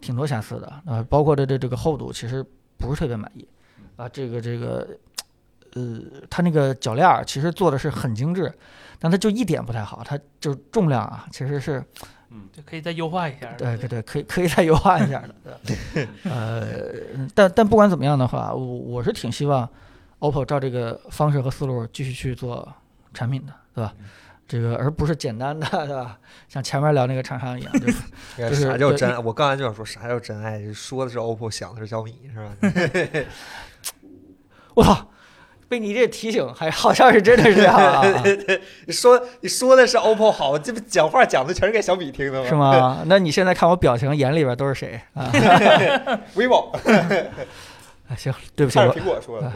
挺多瑕疵的啊、呃包括它的这个厚度，其实不是特别满意啊、这个这个呃，它那个脚链儿其实做的是很精致，但它就一点不太好，它就是重量啊，其实是呃
就可以再优化一下。
对对对，可以可以再优化一下的。对，呃，但但不管怎么样的话，我我是挺希望 OPPO 照这个方式和思路继续去做产品的，对吧？这个而不是简单的，对吧？像前面聊那个厂商一样，就是就是
啥叫
对
真爱？我刚才就想说啥叫真爱，说的是 OPPO，想的是小米，是吧？
我操，被你这提醒，还好像是真的是这样啊，
你 说你说的是 OPPO 好，这不讲话讲的全是给小米听的吗？
是吗？那你现在看我表情，眼里边都是谁啊？
？vivo
哎行，对不起
看着
罗，
苹果说的，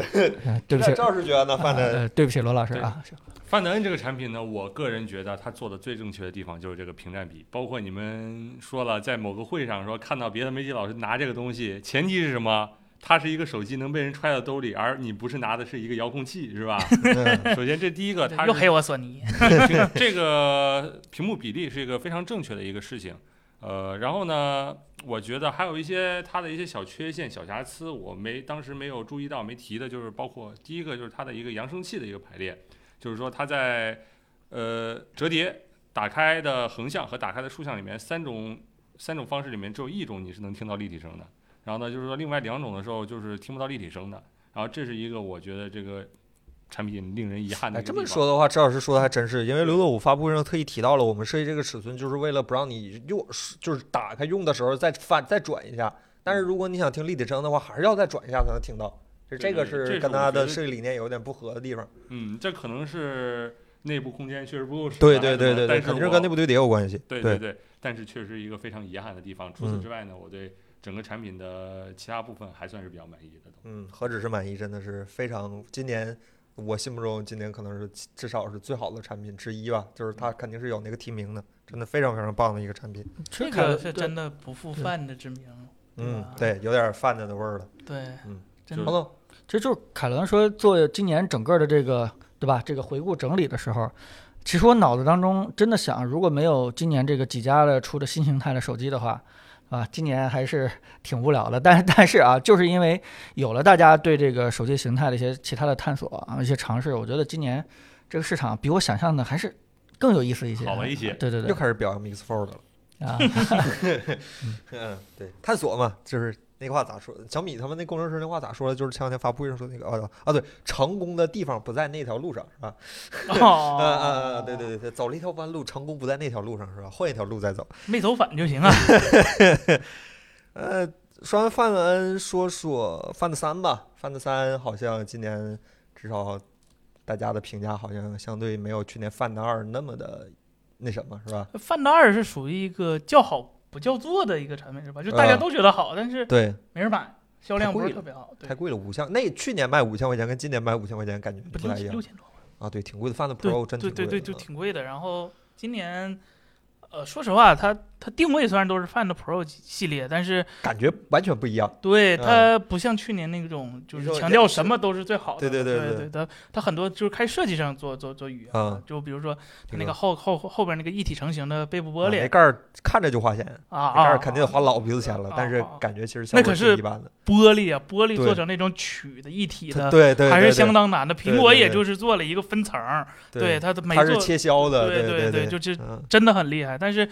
哎对不起，
赵世觉呢？范的
呃，对不起罗老师啊，行
范德恩这个产品呢，我个人觉得它做的最正确的地方就是这个屏占比，包括你们说了，在某个会上说看到别的媒体老师拿这个东西，前提是什么？它是一个手机能被人揣到兜里，而你不是拿的是一个遥控 器，是吧？首先这第一个，它
又
是
黑我 索尼，
屏 这个屏幕比例是一个非常正确的一个事情。呃，然后呢，我觉得还有一些它的一些小缺陷、小瑕疵，我没当时没有注意到、没提的，就是包括第一个就是它的一个扬声器的一个排列，就是说它在呃折叠、打开的横向和打开的竖向里面三种三种方式里面只有一种你是能听到立体声的，然后呢，就是说另外两种的时候就是听不到立体声的，然后这是一个我觉得这个产品令人遗憾的
哎，
一个
这
地
么
方。嗯
说的话，赵老师说的还真是，因为刘德武发布会上特意提到了，我们设计这个尺寸就是为了不让你用，就是打开用的时候再翻再转一下。但是
嗯
如果你想听立体声的话，还是要再转一下才能听到。就这个
对对对
是
这是
跟
我
他
觉
的
得
设计理念有点不合的地方。
嗯，这可能是内部空间确实不够使啊。
对对对
还
对
是
对，
什
肯定
么但是
是
我
跟内部对叠有关系。
对对对，但是确实一个非常遗憾的地方。除此
嗯
之外呢，我对整个产品的其他部分还算是比较满意的都。
嗯，何止是满意，真的是非常。今年我心目中今年可能是至少是最好的产品之一吧，就是它
嗯
肯定是有那个提名的，真的非常非常棒的一个产品。
其
这
实凯
个
文
是
对
真的不负范的之名。
嗯
哇，
对，有点泛的的味儿了。
对
嗯，
真的
王总，
其实就是凯伦说做今年整个的这个对吧？这个回顾整理的时候，其实我脑子当中真的想，如果没有今年这个几家的出的新形态的手机的话，啊，今年还是挺无聊的。但是但是啊，就是因为有了大家对这个手机形态的一些其他的探索啊，一些尝试，我觉得今年这个市场比我想象的还是更有意思一些，啊
好玩一些
对对对
又，开始表扬 Mix Fold 了。
啊，
嗯，对，探索嘛，就是那话咋说？小米他们那工程师那话咋说的？就是前两天发布会上说那个啊啊，对，成功的地方不在那条路上，是吧？
哦，
啊啊啊！对对对对，走了一条弯路，成功不在那条路上，是吧？换一条路再走。
没走反就行啊。
呃，说完范德恩，说说范德三吧。范德三好像今年至少大家的评价好像相对没有去年范德二那么的那什么，是吧？
范达二是属于一个叫好不叫座的一个产品是吧？就大
啊
家都觉得好，但是
对，
没人买，销量不
太贵
是
了
特别好。对
太，贵了，五千。那去年卖五千块钱跟今年卖五千块钱感觉
不
不
六
太一
千六
样
千多吧。
啊，对，挺贵的。范德
对
Pro 真
对
挺贵
对
的。啊
对，就挺贵的。然后今年，呃，说实话，它它定位虽然都是 Find Pro 系列，但是
感觉完全不一样。
对
嗯
它不像去年那种，就
你
是
说
强
这
调
是
什么都是最好的。
对对
对
对对
对，它它很多就是开设计上做做做语言
啊
嘛，就比如说它
这
那
个
个后后后边那个一体成型的背部玻
啊那
璃
盖儿看着就花钱，
啊
那盖
啊，
儿肯定得花老鼻子钱了
啊，
但是
啊啊
感觉其实效
那
果
可
挺
是
一般的。
玻璃啊，玻璃
对
做成那种曲的一体
它
的，
对对，
还
对
是相
对
当难的。
对
苹果
对
也
对
就是做了一个分层儿，
对，
它的每
它
做
是切削的，
对
对对，
对，就是
嗯
真的很厉害。但是，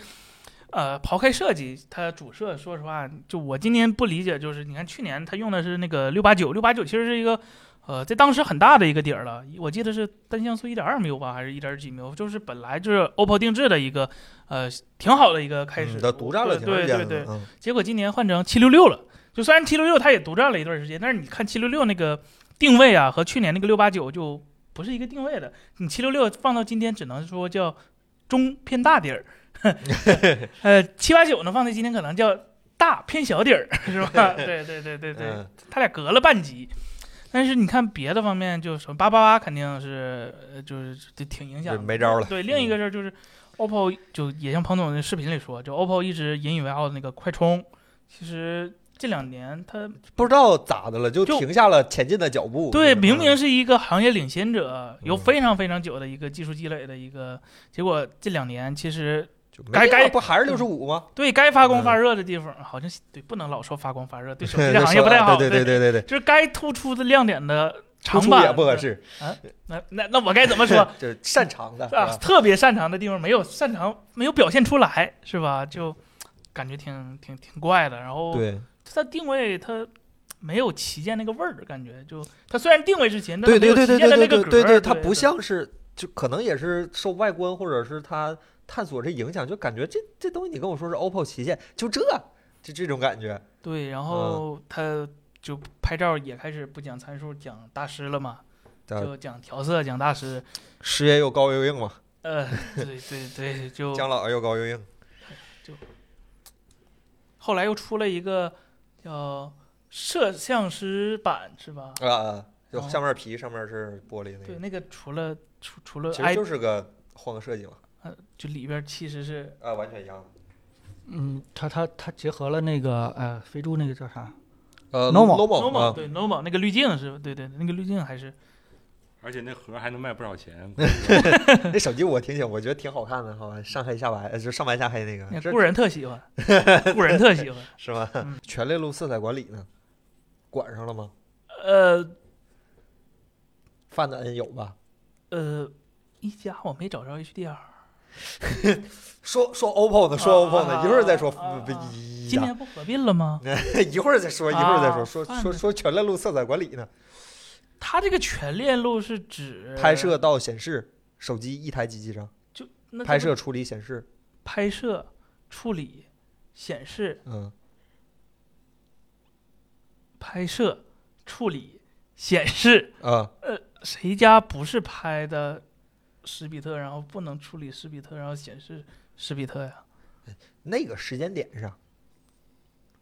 呃，刨开设计，它主摄，说实话，就我今年不理解，就是你看去年它用的是那个六八九，六八九其实是一个。呃，在当时很大的一个底儿了，我记得是单像素一点二缪吧，还是一点几缪，就是本来就是 OPPO 定制的一个，呃，挺好的一个开始，
嗯它独占了挺长时
对
间
对
的，
对，
嗯
结果今年换成七六六了，就虽然七六六它也独占了一段时间，但是你看七六六那个定位啊，和去年那个六八九就不是一个定位的。你七六六放到今天，只能说叫中偏大底儿， 呃，七八九呢放在今天可能叫大偏小底儿， 是吧？对对对对对，
嗯
它俩隔了半级。但是你看别的方面，就什么八八八肯定是，呃就是就挺影响
就
的，
没招了
对，另一个事儿就是，OPPO 就也像彭总的视频里说，就 OPPO 一直引以为傲的那个快充，其实这两年它
不知道咋的了，就
就
停下了前进的脚步。
对，
嗯
明明是一个行业领先者，有
嗯
非常非常久的一个技术积累的一个，结果这两年其实
就没
该
必要
该
不还是六十五吗？
对该发光发
嗯
热的地方，好像是对不能老说发光发热，对 手机
对
这行业不太好，
对对对对对，
就是该突出的亮点的长
突出
板
也不合。适，
那那那我该怎么说？
就是擅长的。
啊，特别擅长的地方没有擅长，没有表现出来，是吧？就感觉挺挺挺怪的。然后
对
它定位它没有旗舰那个味儿，感觉就它虽然定位是旗舰，但
对
它没
对
有
对
旗
对
舰的那
对
个
对
格
对
儿对，
对，它不像是，就可能也是受外观或者是它探索这影响，就感觉这这东西你跟我说是 OPPO 旗舰，就这就这种感觉。
对。然后
嗯
它就拍照也开始不讲参数，讲大师了嘛，
对
就讲调色，讲大师。
师爷又高又硬嘛，
呃，对对对，就
姜老爷又高又硬。
后来又出了一个叫摄像师版，是吧？
啊啊，就
哦
下面皮，上面是玻璃那
对，
个，
那个除了除除了
其
i
实就是个换个设计嘛，
呃，就里边儿其实是
啊，完全一样。
嗯，它它它结合了那个呃飞猪那个叫啥？
呃
Normal
normal
normal
啊，
对 normal 那个滤镜是吧？对对，那个滤镜还是
嗯
而且那盒还能卖不少钱。
那手机我挺喜欢，我觉得挺好看的，好吧，上黑下白，呃就上白下黑那
那
个，
个
这
故人 特喜欢，故人特喜欢。
是吗
嗯？
全链路色彩管理呢，管上了吗？
呃
泛的 N 有吧？
呃，一加我没找着 HDR，
说说 OPPO 呢，说
啊
OPPO 呢，一会儿再说
啊啊啊
不
啊
一
今
样，
年不合并了吗？
一会儿再说，一会儿再说，
啊
说
泛
说
的
说全链路色彩管理呢，
它这个全链路是指
拍摄，到显示，手机一台机器上，
那它
拍
不
摄、处理、显示，
拍摄、处理、显示、
嗯，
拍摄、处理、显示，
啊，
谁家不是拍的十比特，然后不能处理十比特，然后显示十比特呀？
那个时间点上，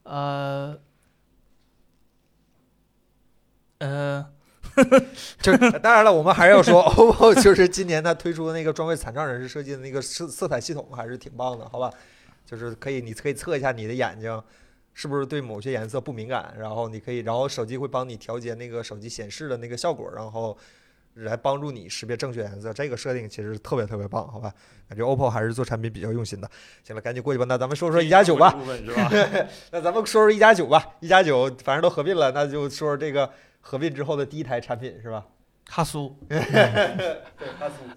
呃呃。
就是当然了，我们还是要说 OPPO 就是今年它推出的那个专为残障人士设计的那个色色彩系统还是挺棒的，好吧？就是可以，你可以测一下你的眼睛是不是对某些颜色不敏感，然后你可以，然后手机会帮你调节那个手机显示的那个效果，然后来帮助你识别正确颜色。这个设定其实特别特别棒，好吧？感觉 OPPO 还是做产品比较用心的。行了，赶紧过去吧。那咱们说说一加九吧。
部分是 吧？
那咱们说说一加九吧，一加九反正都合并了，那就说说这个合并之后的第一台产品是吧？
哈苏，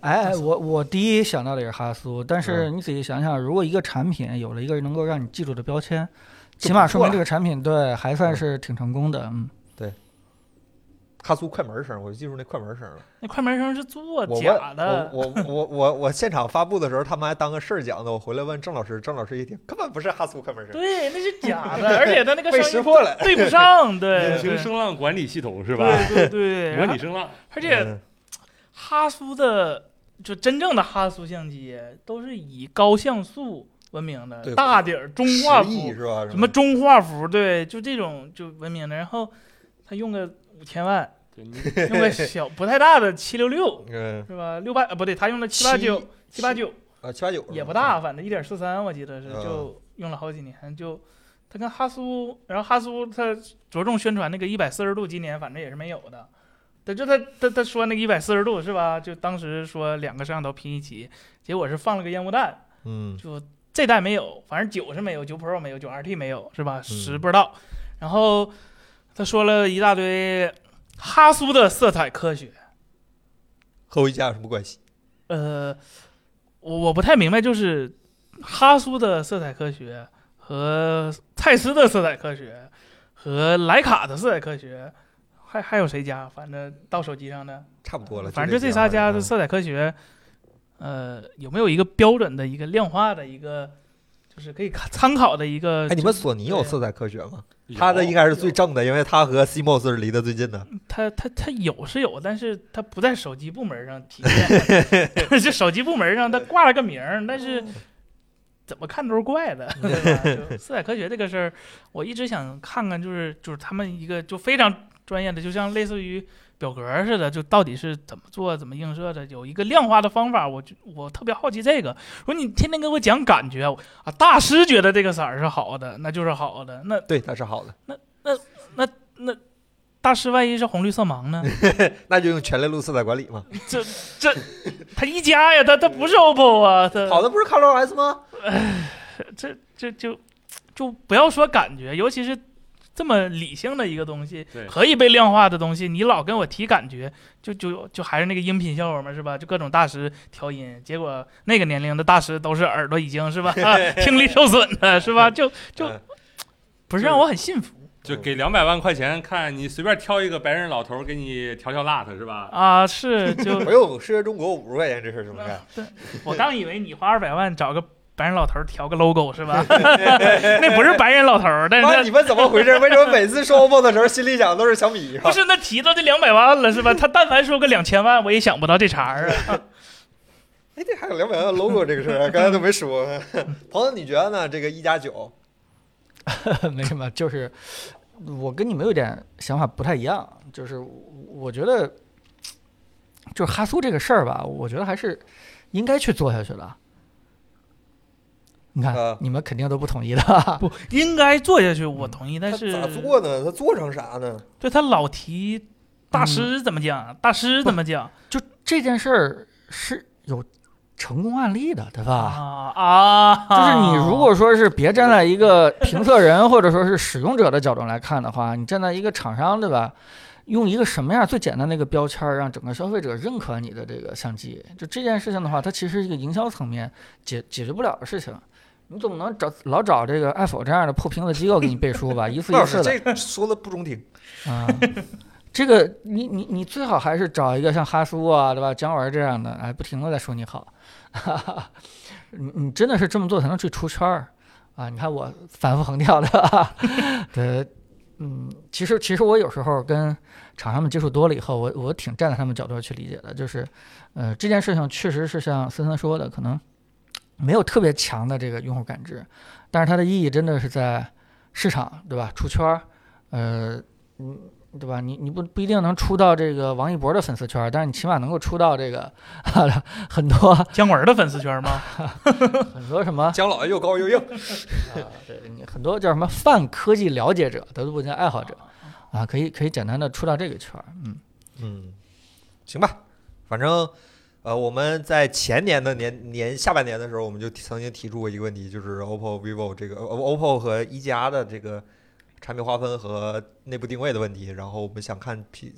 哎，我我第一想到的也是哈苏，但是
嗯
你仔细想想，如果一个产品有了一个能够让你记住的标签，
就
起码
不
说
错
明这个产品对还算
嗯
是挺成功的。嗯，
哈苏快门声，我就记住那快门声了。
那快门声是做
我
呃假
问
的，
我我我我我现场发布的时候，他们还当个事儿讲的。我回来问郑老师，郑老师一听根本不是哈苏快门声，
对，那是假 的，而且它那个
被
声
识
音
破了。
对不上，对，
隐形声浪管理系统是
是
吧？
对对对，
模
然
拟
后
声 浪，
而且
嗯
哈苏的就真正的哈苏相机都是以高像素闻名的，
对
大底儿中画
十亿
幅，
是吧？
什么中画幅，对，就这种就闻名的。然后他用个五 千万，
对你
用个小不太大的七六六
嗯
是吧？六八呃不对，他用了七八九七嗯八九。
啊七八九
也不大，反正一点四三我记得是，
嗯
就用了好几年，就它跟哈苏，然后哈苏它着重宣传那个一百四十度，今年反正也是没有的。对，就他他他说那个一百四十度是吧？就当时说两个摄像头拼一起，结果是放了个烟雾弹，
嗯
就这代没有，反正九是没有，九 Pro 没有，九 RT 没有是吧？十不知道。然后他说了一大堆哈苏的色彩科学，
和我一家有什么关系？
呃，我我不太明白，就是哈苏的色彩科学和蔡司的色彩科学和徕卡的色彩科学，还还有谁家？反正到手机上的，
差不多了，嗯
反正
就
就这仨家的
几
色彩科学，呃，有没有一个标准的一个量化的一个，就是可以看参考的一个
样。哎，你们索尼有
对
色彩科学吗？ 它的应
有
该是最正的，因为它和 CMOS 是离得最近的。
它它它有是有，但是它不在手机部门上体现，这手机部门上它挂了个名儿，但是怎么看都是怪的，对吧？就色彩科学这个事儿，我一直想看看，就是就是他们一个就非常专业的，就像类似于表格似的，就到底是怎么做、怎么映射的，有一个量化的方法。我就我特别好奇这个，我说你天天给我讲感觉我啊，大师觉得这个色儿是好的，那就是好的。那
对，它是好的，
大师万一是红绿色盲呢？
那就用全链路色彩管理
嗯
嘛。
他一加呀，他他不是 OPPO 啊，他
嗯好的不是 ColorOS 吗？
这这就就不要说感觉，尤其是这么理性的一个东西
对，
可以被量化的东西，你老跟我提感觉，就就就还是那个音频效果嘛，是吧？就各种大师调音，结果那个年龄的大师都是耳朵已经 是吧，啊听力受损的是吧？就就
嗯
不是让我很信服
就给两百万块钱，看你随便挑一个白人老头儿给你调调辣他是吧？
啊，是就
哎呦，世界中国五十块钱这事儿怎么看？
我刚以为你花二百万找个白人老头儿调个 logo 是 吧？那不是白人老头儿，但是
妈，
他
你们怎么回事？为什么每次说 OPPO 的时候，心里想都是小米？啊
不是，那提到这两百万了是吧？他但凡说个两千万，我也想不到这茬儿啊。
哎，这还有两百万的 logo 这个事儿，啊刚才都没说。朋友，你觉得呢？这个一加九，
没什么，就是我跟你们有点想法不太一样，就是我我觉得就是哈苏这个事儿吧，我觉得还是应该去做下去的。你看，
呃
你们肯定都不统一的。
不 应该做下去，我同意，但
它
是
咋做呢？它做成啥呢？
对他老提大师
嗯
怎么讲，大师怎么讲
就这件事儿是有成功案例的，对吧？
啊啊！
就是你如果说是别站在一个评测人或者说是使用者的角度来看的话，你站在一个厂商对吧？用一个什么样最简单的一个标签儿，让整个消费者认可你的这个相机，就这件事情的话，它其实是一个营销层面解解决不了的事情。你总不能找老找这个爱否这样的破瓶子机构给你背书吧？一次
孟老
一
师，
次的。
这说的不中听。
啊，这个你你你最好还是找一个像哈叔啊，对吧？姜文这样的，哎，不停的在说你好， 哈哈，你你真的是这么做才能去出圈儿啊！你看我反复横跳的， 啊对，嗯，其实其实我有时候跟厂商们接触多了以后，我我挺站在他们角度去理解的，就是，呃，这件事情确实是像森森说的，可能没有特别强的这个用户感知，但是它的意义真的是在市场，对吧？出圈儿，呃，嗯，对吧？你你不不一定能出到这个王一博的粉丝圈儿，但是你起码能够出到这个 很多
姜文的粉丝圈吗？
很多什么
姜老爷又高又硬，
啊，对你很多叫什么泛科技了解者、德不见爱好者啊，可以可以简单的出到这个圈儿，嗯，
嗯，行吧，反正呃，我们在前年的年年下半年的时候，我们就提曾经提出过一个问题，就是 OPPO、vivo 这个呃 OPPO 和一加的这个产品划分和内部定位的问题。然后我们想看 P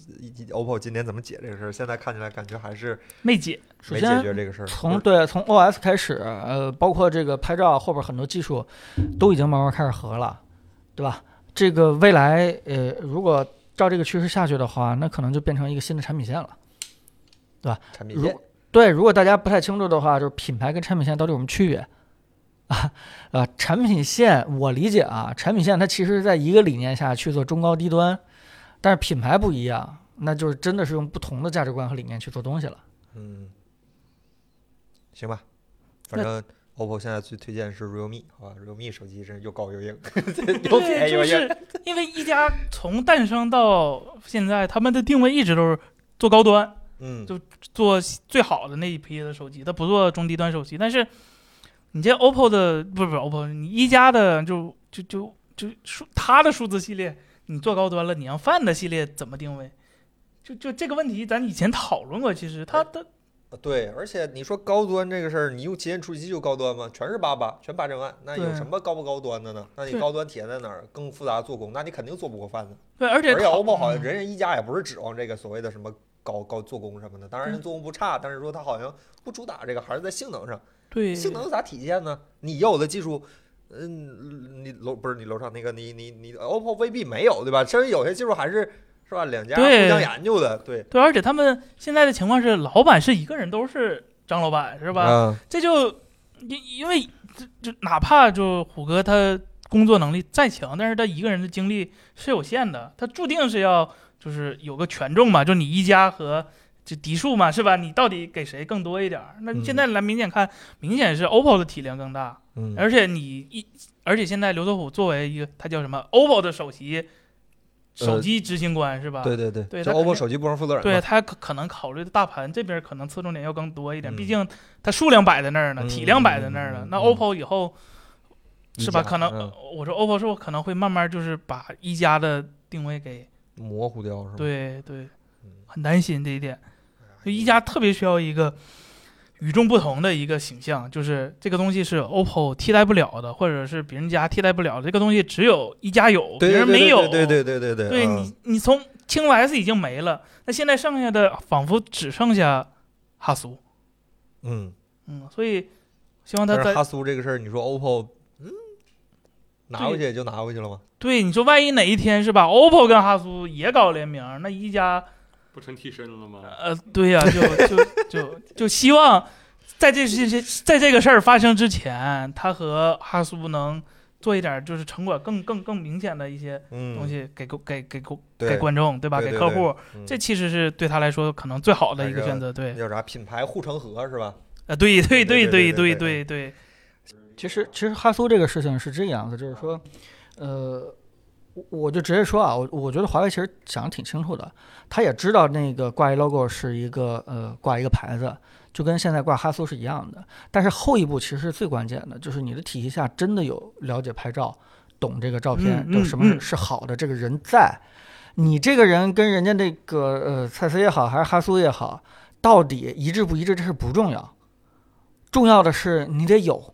OPPO 今年怎么解这个事儿，现在看起来感觉还是
没解，
首
没解
先
决这个事儿。
从对从 OS 开始，呃，包括这个拍照后边很多技术都已经慢慢开始合了，对吧？这个未来呃，如果照这个趋势下去的话，那可能就变成一个新的产品线了。
产品
如
线，
对，如果大家不太清楚的话，就是品牌跟产品线到底有什么区别啊？啊，产品线我理解啊，产品线它其实是在一个理念下去做中高低端，但是品牌不一样，那就是真的是用不同的价值观和理念去做东西了。
嗯，行吧，反正 OPPO 现在最推荐是 Realme，好吧，Realme 手机真是又高又硬， 又便
对，
宜又
就
硬。
是因为一加从诞生到现在，他们的定位一直都是做高端，
嗯，
就做最好的那一批的手机，它不做中低端手机。但是你这 OPPO 的不是不是 OPPO，你一加的就就就就数它的数字系列，你做高端了，你让 Find 的系列怎么定位？就就这个问题，咱以前讨论过，其实它的
呃对，而且你说高端这个事儿，你用旗舰处理器就高端吗？全是八八，全八千万，那有
对
什么高不高端的呢？那你
对
高端体现在哪儿？更复杂的做工，那你肯定做不过贩子。
对，而且
而且
讨
OPPO 好像
嗯
人家一家也不是指望这个所谓的什么高高做工什么的，当然人
对
做工不差，但是说它好像不主打这个，还是在性能上。
对
性能咋体现呢？你有的技术，嗯，你楼不是你楼上那个你你你 OPPO 未必没有对吧？甚至有些技术还是是吧，两家互
对
相研究的，对
对，而且他们现在的情况是，老板是一个人，都是张老板，是
是
吧？这就因因为这就哪怕就虎哥他工作能力再强，但是他一个人的精力是有限的，他注定是要就是有个权重嘛，就你一家和这嫡庶嘛，是吧？你到底给谁更多一点儿？那
嗯
现在来明显看，明显是 OPPO 的体量更大，
嗯
而且你一而且现在刘作虎作为一个他叫什么 OPPO 的首席
呃
手机执行官是吧？
对对对，
啊对
就
它肯
OPPO
定
手机不能负责人
对
嘛，
他可可能考虑的大盘这边可能侧重点要更多一点，
嗯
毕竟它数量摆在那儿呢，
嗯
体量摆在那儿呢。
嗯
那
嗯
OPPO 以后
一
是吧？
加
可能、
嗯
我说 OPPO 是我可能会慢慢就是把一加的定位给
模糊掉是吧？
对对
嗯，
很担心这一点。就一加特别需要一个与众不同的一个形象，就是这个东西是 OPPO 替代不了的，或者是别人家替代不了的。这个东西只有一加有，
对，
别人
对
没有。
对对对对对对
对
嗯
你，你从青 S 已经没了，那现在剩下的仿佛只剩下哈苏，
嗯，
嗯，所以希望他
但是
在
哈苏这个事儿，你说 OPPO，嗯，拿回去也就拿回去了嘛。
对你说，万一哪一天是吧，OPPO 跟哈苏也搞联名，那一加
不成替身了吗？
呃，对呀、就就就就希望在这些些在这个事儿发生之前，他和哈苏能做一点就是成果更更更明显的一些
嗯，
东西给给给给给
对
给观众对吧？
对
给
对
客
对
户，
嗯
这其实是对他来说可能最好的
还
一个
是
选择，对。
叫啥品牌护城河是吧？
啊，对对
对
对
对对
对对
对
对对，
其实其实哈苏这个事情是这样子，就是说，呃，我我就直接说啊，我我觉得华为其实想的挺清楚的，他也知道那个挂一 logo 是一个呃挂一个牌子，就跟现在挂哈苏是一样的。但是后一步其实是最关键的，就是你的体系下真的有了解拍照、懂这个照片，
嗯
就
嗯
什么是
嗯
是好的这个人在，你这个人跟人家那个呃蔡司也好，还是哈苏也好，到底一致不一致，这是不重要。重要的是你得有，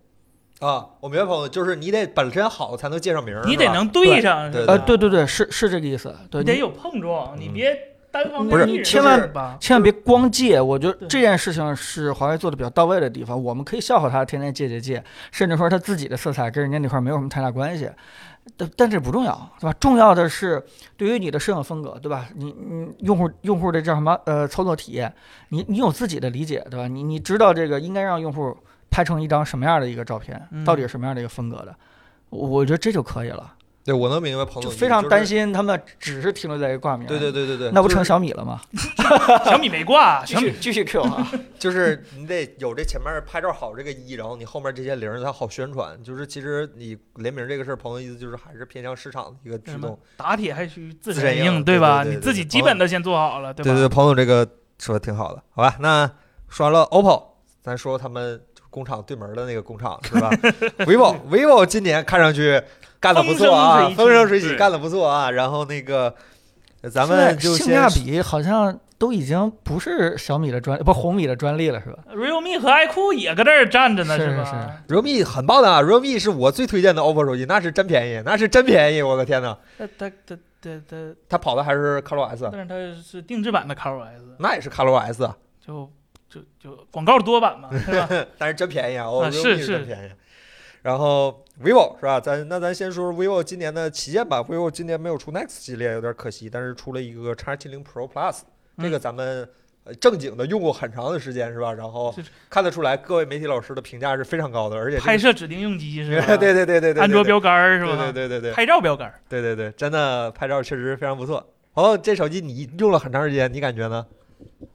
啊，我明白，朋友，就是你得本身好才能介绍名儿，
你
是
得
吧
能对上，
对
是吧
呃，对，对对，是是这个意思，对，
你得
你
有碰撞，你
嗯
别单方面
不是
逆着
千万
走吧，
千万别光借。我觉得
对
这件事情是华为做的比较到位的地方，我们可以笑话他天天借借借，甚至说他自己的色彩跟人家那块儿没有什么太大关系，但但这不重要，对吧？重要的是对于你的摄影风格，对吧？你你用户用户的叫什么呃操作体验，你你有自己的理解，对吧？你你知道这个应该让用户拍成一张什么样的一个照片，
嗯
到底是什么样的一个风格的，我我觉得这就可以了，
对，我能明白，朋
就
友
非常
哦
担。
你
心他们只是停留在一个挂名，
就是对对对对对，
那不
就
成
是
小米了吗？
小米没挂，
继
小米
续继续 Q 啊！
就是你得有这前面拍照好这个一，然后你后面这些零儿才好宣传。就是其实你联名这个事儿，朋友意思就是还是偏向市场的一个
那
驱
什么
动。
打铁还需自
自
身
身硬
硬，
对
吧？
对对
你
对
自己
对哦
基本的先做好了，对
对对，
吧？
朋友这个说的挺好的，好吧？那说完了 OPPO，咱说他们工厂对门的那个工厂是吧？vivo vivo 今年看上去干的不错啊，
风
风
生
生
水
水
起
起，干的不错啊。然后那个呃咱
现在
们就
性
先
价比好像都已经不是小米的专，不是红米的专利了，是吧？
realme 和爱酷也搁这儿站着呢，
是
吧？
是
realme 很棒的啊，realme 是我最推荐的 OPPO 手机，那是真便宜，那是真便宜，我的天哪！
它它它它它，
它跑的还是 Color S，
但是它是定制版的 ColorOS，
那也是 Color S 啊。
就就就广告多版嘛，是吧？
但是真便宜啊，哦，
啊
realme
是
是
是
真便宜。然后 vivo 是吧？咱那咱先说说 vivo 今年的旗舰吧。vivo 今年没有出 Next 系列，有点可惜，但是出了一个 X 7 0 Pro Plus，这
嗯
个咱们呃正经的用过很长的时间是吧？然后
是是
看得出来，各位媒体老师的评价是非常高的，而且这个
拍摄指定用机是吧？
对对对对对对，
安卓标杆儿是吧？
对对对对对
拍照标杆儿，
对对对，真的拍照确实非常不错。哦，这手机你用了很长时间，你感觉呢？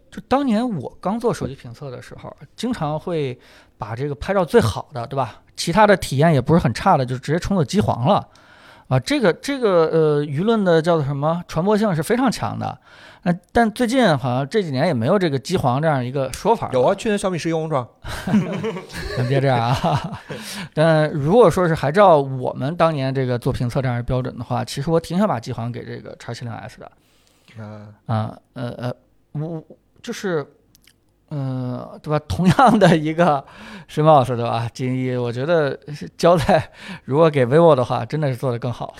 就当年我刚做手机评测的时候，经常会把这个拍照最好的，对吧？其他的体验也不是很差的，就直接冲到机皇了。啊，这个这个呃，舆论的叫做什么传播性是非常强的，那、但最近好像这几年也没有这个机皇这样一个说法了。
有啊，去年小米十一红装，
咱别这样啊！但如果说是还照我们当年这个做评测这样的标准的话，其实我挺想把机皇给这个 X 7 0 S 的
啊，
啊，呃呃，我就是，呃，对吧？同样的一个 Smos 对吧？金一，我觉得是交代如果给 vivo 的话，真的是做得更好，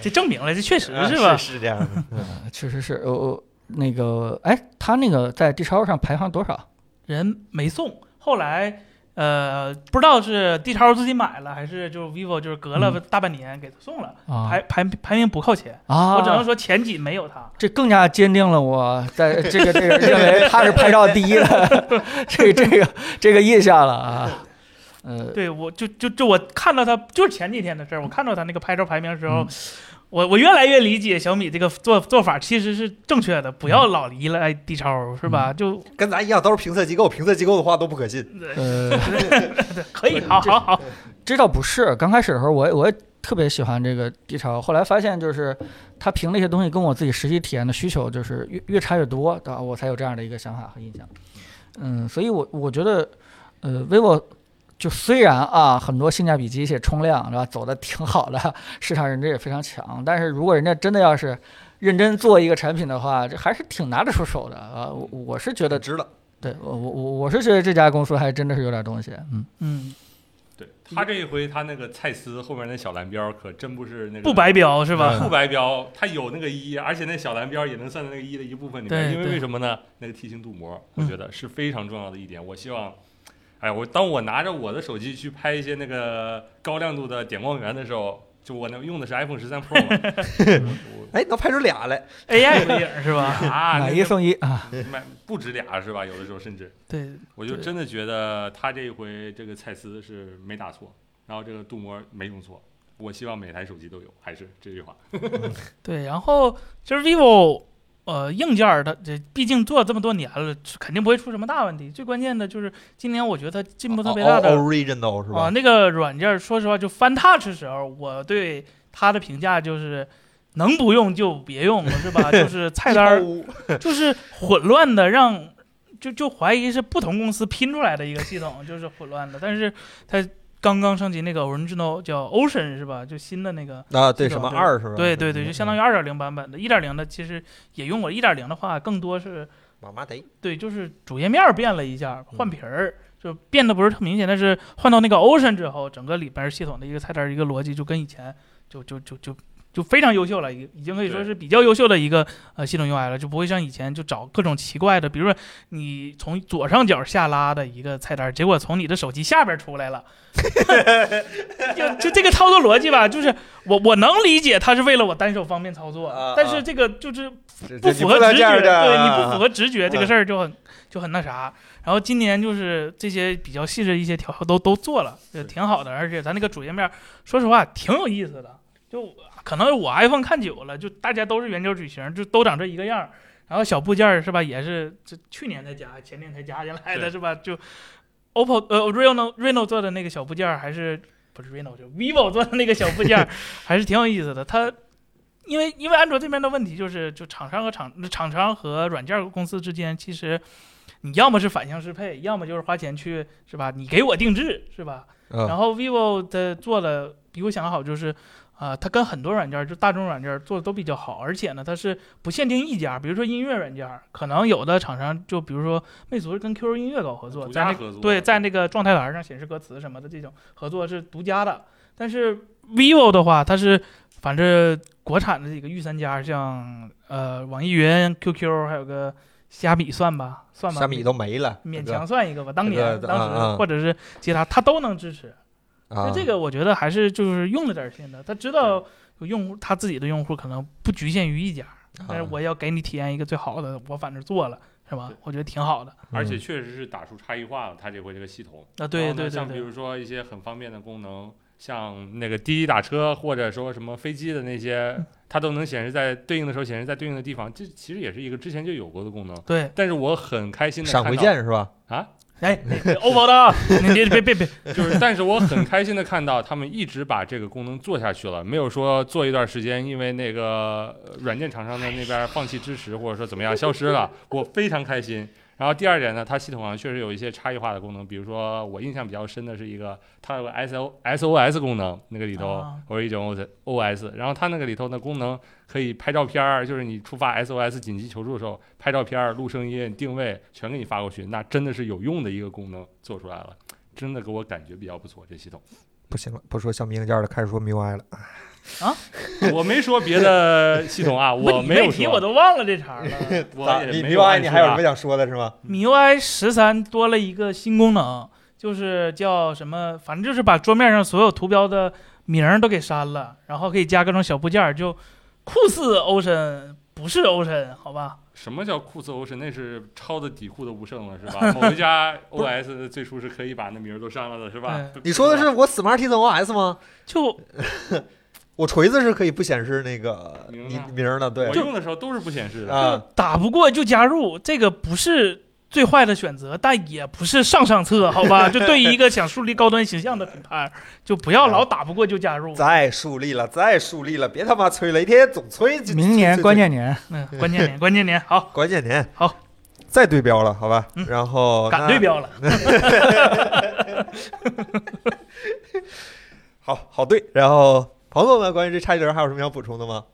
这证明了这确实
是
吧？
是这样的。
呃确实是。我、我那个，哎，他那个在 D 超上排行多少？
人没送，后来呃不知道是 D 超自己买了还是就是 vivo 就是隔了大半年给他送了，
啊
排排排名不靠前，
啊，
我只能说前几没有他。
这更加坚定了我在 这个这个认为他是拍照第一的 这这个这个印象了啊。呃，
对我就就就我看到他就是前几天的事儿，我看到他那个拍照排名的时候，我我越来越理解小米这个做做法其实是正确的，不要老依赖 D 超是吧？就
跟咱一样都是评测机构，评测机构的话都不可
嗯
信。
呃，
可以，好好好，
这倒不是。刚开始的时候我也，我也特别喜欢这个低潮，后来发现就是它凭那些东西跟我自己实际体验的需求就是越越差越多，对吧？我才有这样的一个想法和印象。嗯，所以我我觉得，呃，vivo 就虽然啊很多性价比机器冲量是吧，走的挺好的，市场认知也非常强，但是如果人家真的要是认真做一个产品的话，这还是挺拿得出手的啊。我我是觉得，
值了。
对我我我我是觉得这家公司还真的是有点东西，嗯，
嗯，
对他这一回，他那个蔡司后面那小蓝标可真不是那个
不白标是吧？
不 白标，它有那个一，而且那小蓝标也能算在那个一的一部分里面。
对
因为
对
为什么呢？那个梯形镀膜，我
嗯
觉得是非常重要的一点。我希望，哎，我当我拿着我的手机去拍一些那个高亮度的点光源的时候，就我能用的是 iPhone 十三 Pro 嘛 我
哎，能拍出俩来，
AI 的影是吧？
我啊，
买
那
一
个
送一啊。
买不止俩是吧？有的时候甚至，
对，
我就
对
真的觉得他这一回这个蔡司是没打错，然后这个镀膜没用错。我希望每台手机都有，还是这句话。
对，然后就是 vivo，呃，硬件儿它这毕竟做这么多年了，肯定不会出什么大问题。最关键的就是今年我觉得它
哦
进步特别大的
original 哦是
啊、
吧？
那个软件儿，说实话，就翻 touch 时候，我对它的评价就是。能不用就别用了，是 吧？就是菜单
哦
儿就是混乱的让，就就怀疑是不同公司拼出来的一个系统，就是混乱的。但是它刚刚升级那个 Original 叫 Ocean 是吧？就新的那个，
啊，对，
是
什么
吧
二是吧？
对对对，就相当
于
于二点零版本的。一点零的其实也用过，一点零的话更多是
马麻得
对，就是主页面儿变了一下，
嗯
换皮儿。就变得不是特明显，但是换到那个 Ocean 之后，整个里边儿系统的一个菜单儿一个逻辑就跟以前就就就就就非常优秀了，已已经可以说
对
是比较优秀的一个呃系统 UI 了，就不会像以前就找各种奇怪的，比如说你从左上角下拉的一个菜单儿，结果从你的手机下边儿出 来了，就就这个操作逻辑吧，就是我我能理解它是为了我单手方便操作，
啊
但是
啊
这个就是
这
不
这
符
你
合
能
直
这样
觉，
的啊，
对你不符合直觉
嗯
这个事儿就很就很那啥。然后今年就是这些比较细致的一些调都都做了，也
是
挺好的。而且咱那个主页面，说实话挺有意思的。就可能我 iPhone 看久了，就大家都是圆角矩形，就都长这一个样儿。然后小部件儿是吧，也是这去年才加，前年才加进来的
对
是吧？就 OPPO 呃 Reno Reno 做的那个小部件儿还是不是 Reno 就 vivo 做的那个小 部件儿还是挺有意思的。它因为因为安卓这边的问题就是，就厂商和厂厂商和软件公司之间，其实你要么是反向适配，要么就是花钱去是吧？你给我定制是吧？
嗯
然后 vivo 的做的比我想的好，就是啊、它跟很多软件儿就大众软件儿做的都比较好，而且呢，它是不限定一家，比如说音乐软件儿，可能有的厂商就比如说魅族是跟 QQ 音乐搞合作，
独
在
家
那
合作
对，在那个状态栏上显示歌词什么的这种合作是独家的，但是 vivo 的话，它是反正国产的这个御三家，像呃网易云、QQ，还有个虾米算吧，算吧，
虾米都没了，
勉
这个
强算一个吧。当
这
年、
个
当时、
啊啊
或者是其他，它都能支持。
啊，
就这个，我觉得还是就是用了点心的。他知道有用户他自己的用户可能不局限于一家，但是
啊
我要给你体验一个最好的，我反正做了，是吧
对？
我觉得挺好的。
而且确实是打出差异化了，它这回这个系统。
啊，
然
对
后呢
对对
像比
对，
如说一些很方便的功能，像那个滴滴打车或者说什么飞机的那些
嗯，
它都能显示在对应的时候显示在对应的地方，这其实也是一个之前就有过的功能。
对，
但是我很开心的
闪回键是吧？
哎，哎 OPPO 的啊，你别别别别，
就是，但是我很开心的看到他们一直把这个功能做下去了，没有说做一段时间，因为那个呃软件厂商的那边放弃支持或者说怎么样消失了，我非常开心。然后第二点呢，它系统上确实有一些差异化的功能，比如说我印象比较深的是一个它有个 S O S O S 功能，那个里头
啊
我有一种 O S，然后它那个里头的功能可以拍照片儿，就是你触发 S O S 紧急求助的时候拍照片儿、录声音、定位全给你发过去，那真的是有用的一个功能做出来了。真的给我感觉比较不错，这系统。
不行了，不说小米硬件了，开始说 MIUI 了。
我没说别的系统啊， 我
你
没有
没提
说，
我都忘了这茬 儿了。
我也
你
没有啊按
MIUI 你还有什
说
么想说的是吗？
MIUI 十三多了一个新功能，就是叫什么，反正就是把桌面上所有图标的名儿都给删了，然后可以加各种小部件儿，就酷似 Ocean，不是 Ocean，好吧？
什么叫酷似欧神？那是抄的底裤都无剩了，是吧？某一家 OS 最初是可以把那名儿都删了的，是吧
哎？
你说的是我 Smart OS 吗？
就
我锤子是可以不显示那个
名儿啊
你
的
名儿的，对
我用的时候都是不显示的。
啊，
打不过就加入，这个不是最坏的选择，但也不是上上策，好吧？就对于一个想树立高端形象的品牌，就不要老打不过就加入。
再树立了，再树立了，别他妈催了，一天总催。就
明年关键年，
嗯，关键点，关键点，好，
关键年
好，
再对标了，好吧？
嗯
然后
敢对
那
标了。
好好对。然后朋友们，关于这差异流还有什么要补充的吗？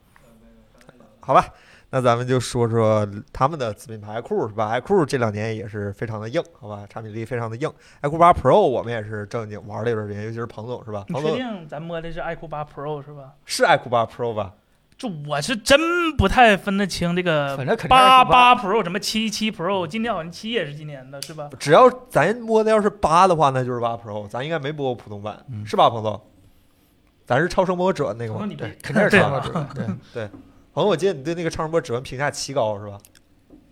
好吧，那咱们就说说他们的子品牌 iQOO 是吧？iQOO 这两年也是非常的硬，好吧，产品力非常的硬。iQOO 八 Pro 我们也是正经玩了一段时间，尤其是彭总是吧？
你
彭
确
总
定咱摸的是 iQOO 八 Pro 是吧？
是 iQOO 八 Pro 吧？
就我是真不太分得清这个
反正肯定
八
是
八 Pro 什么七七 Pro，今年好像七也是今年的 是吧？
只要咱摸的要是八的话，那就是八 Pro，咱应该没摸过普通版，
嗯
是吧，彭总？咱是超声波指纹那个
然后
吗？
你别
肯定是
对
超过指纹。对
彭总，我记得你对那个超声波指纹评价奇高是吧？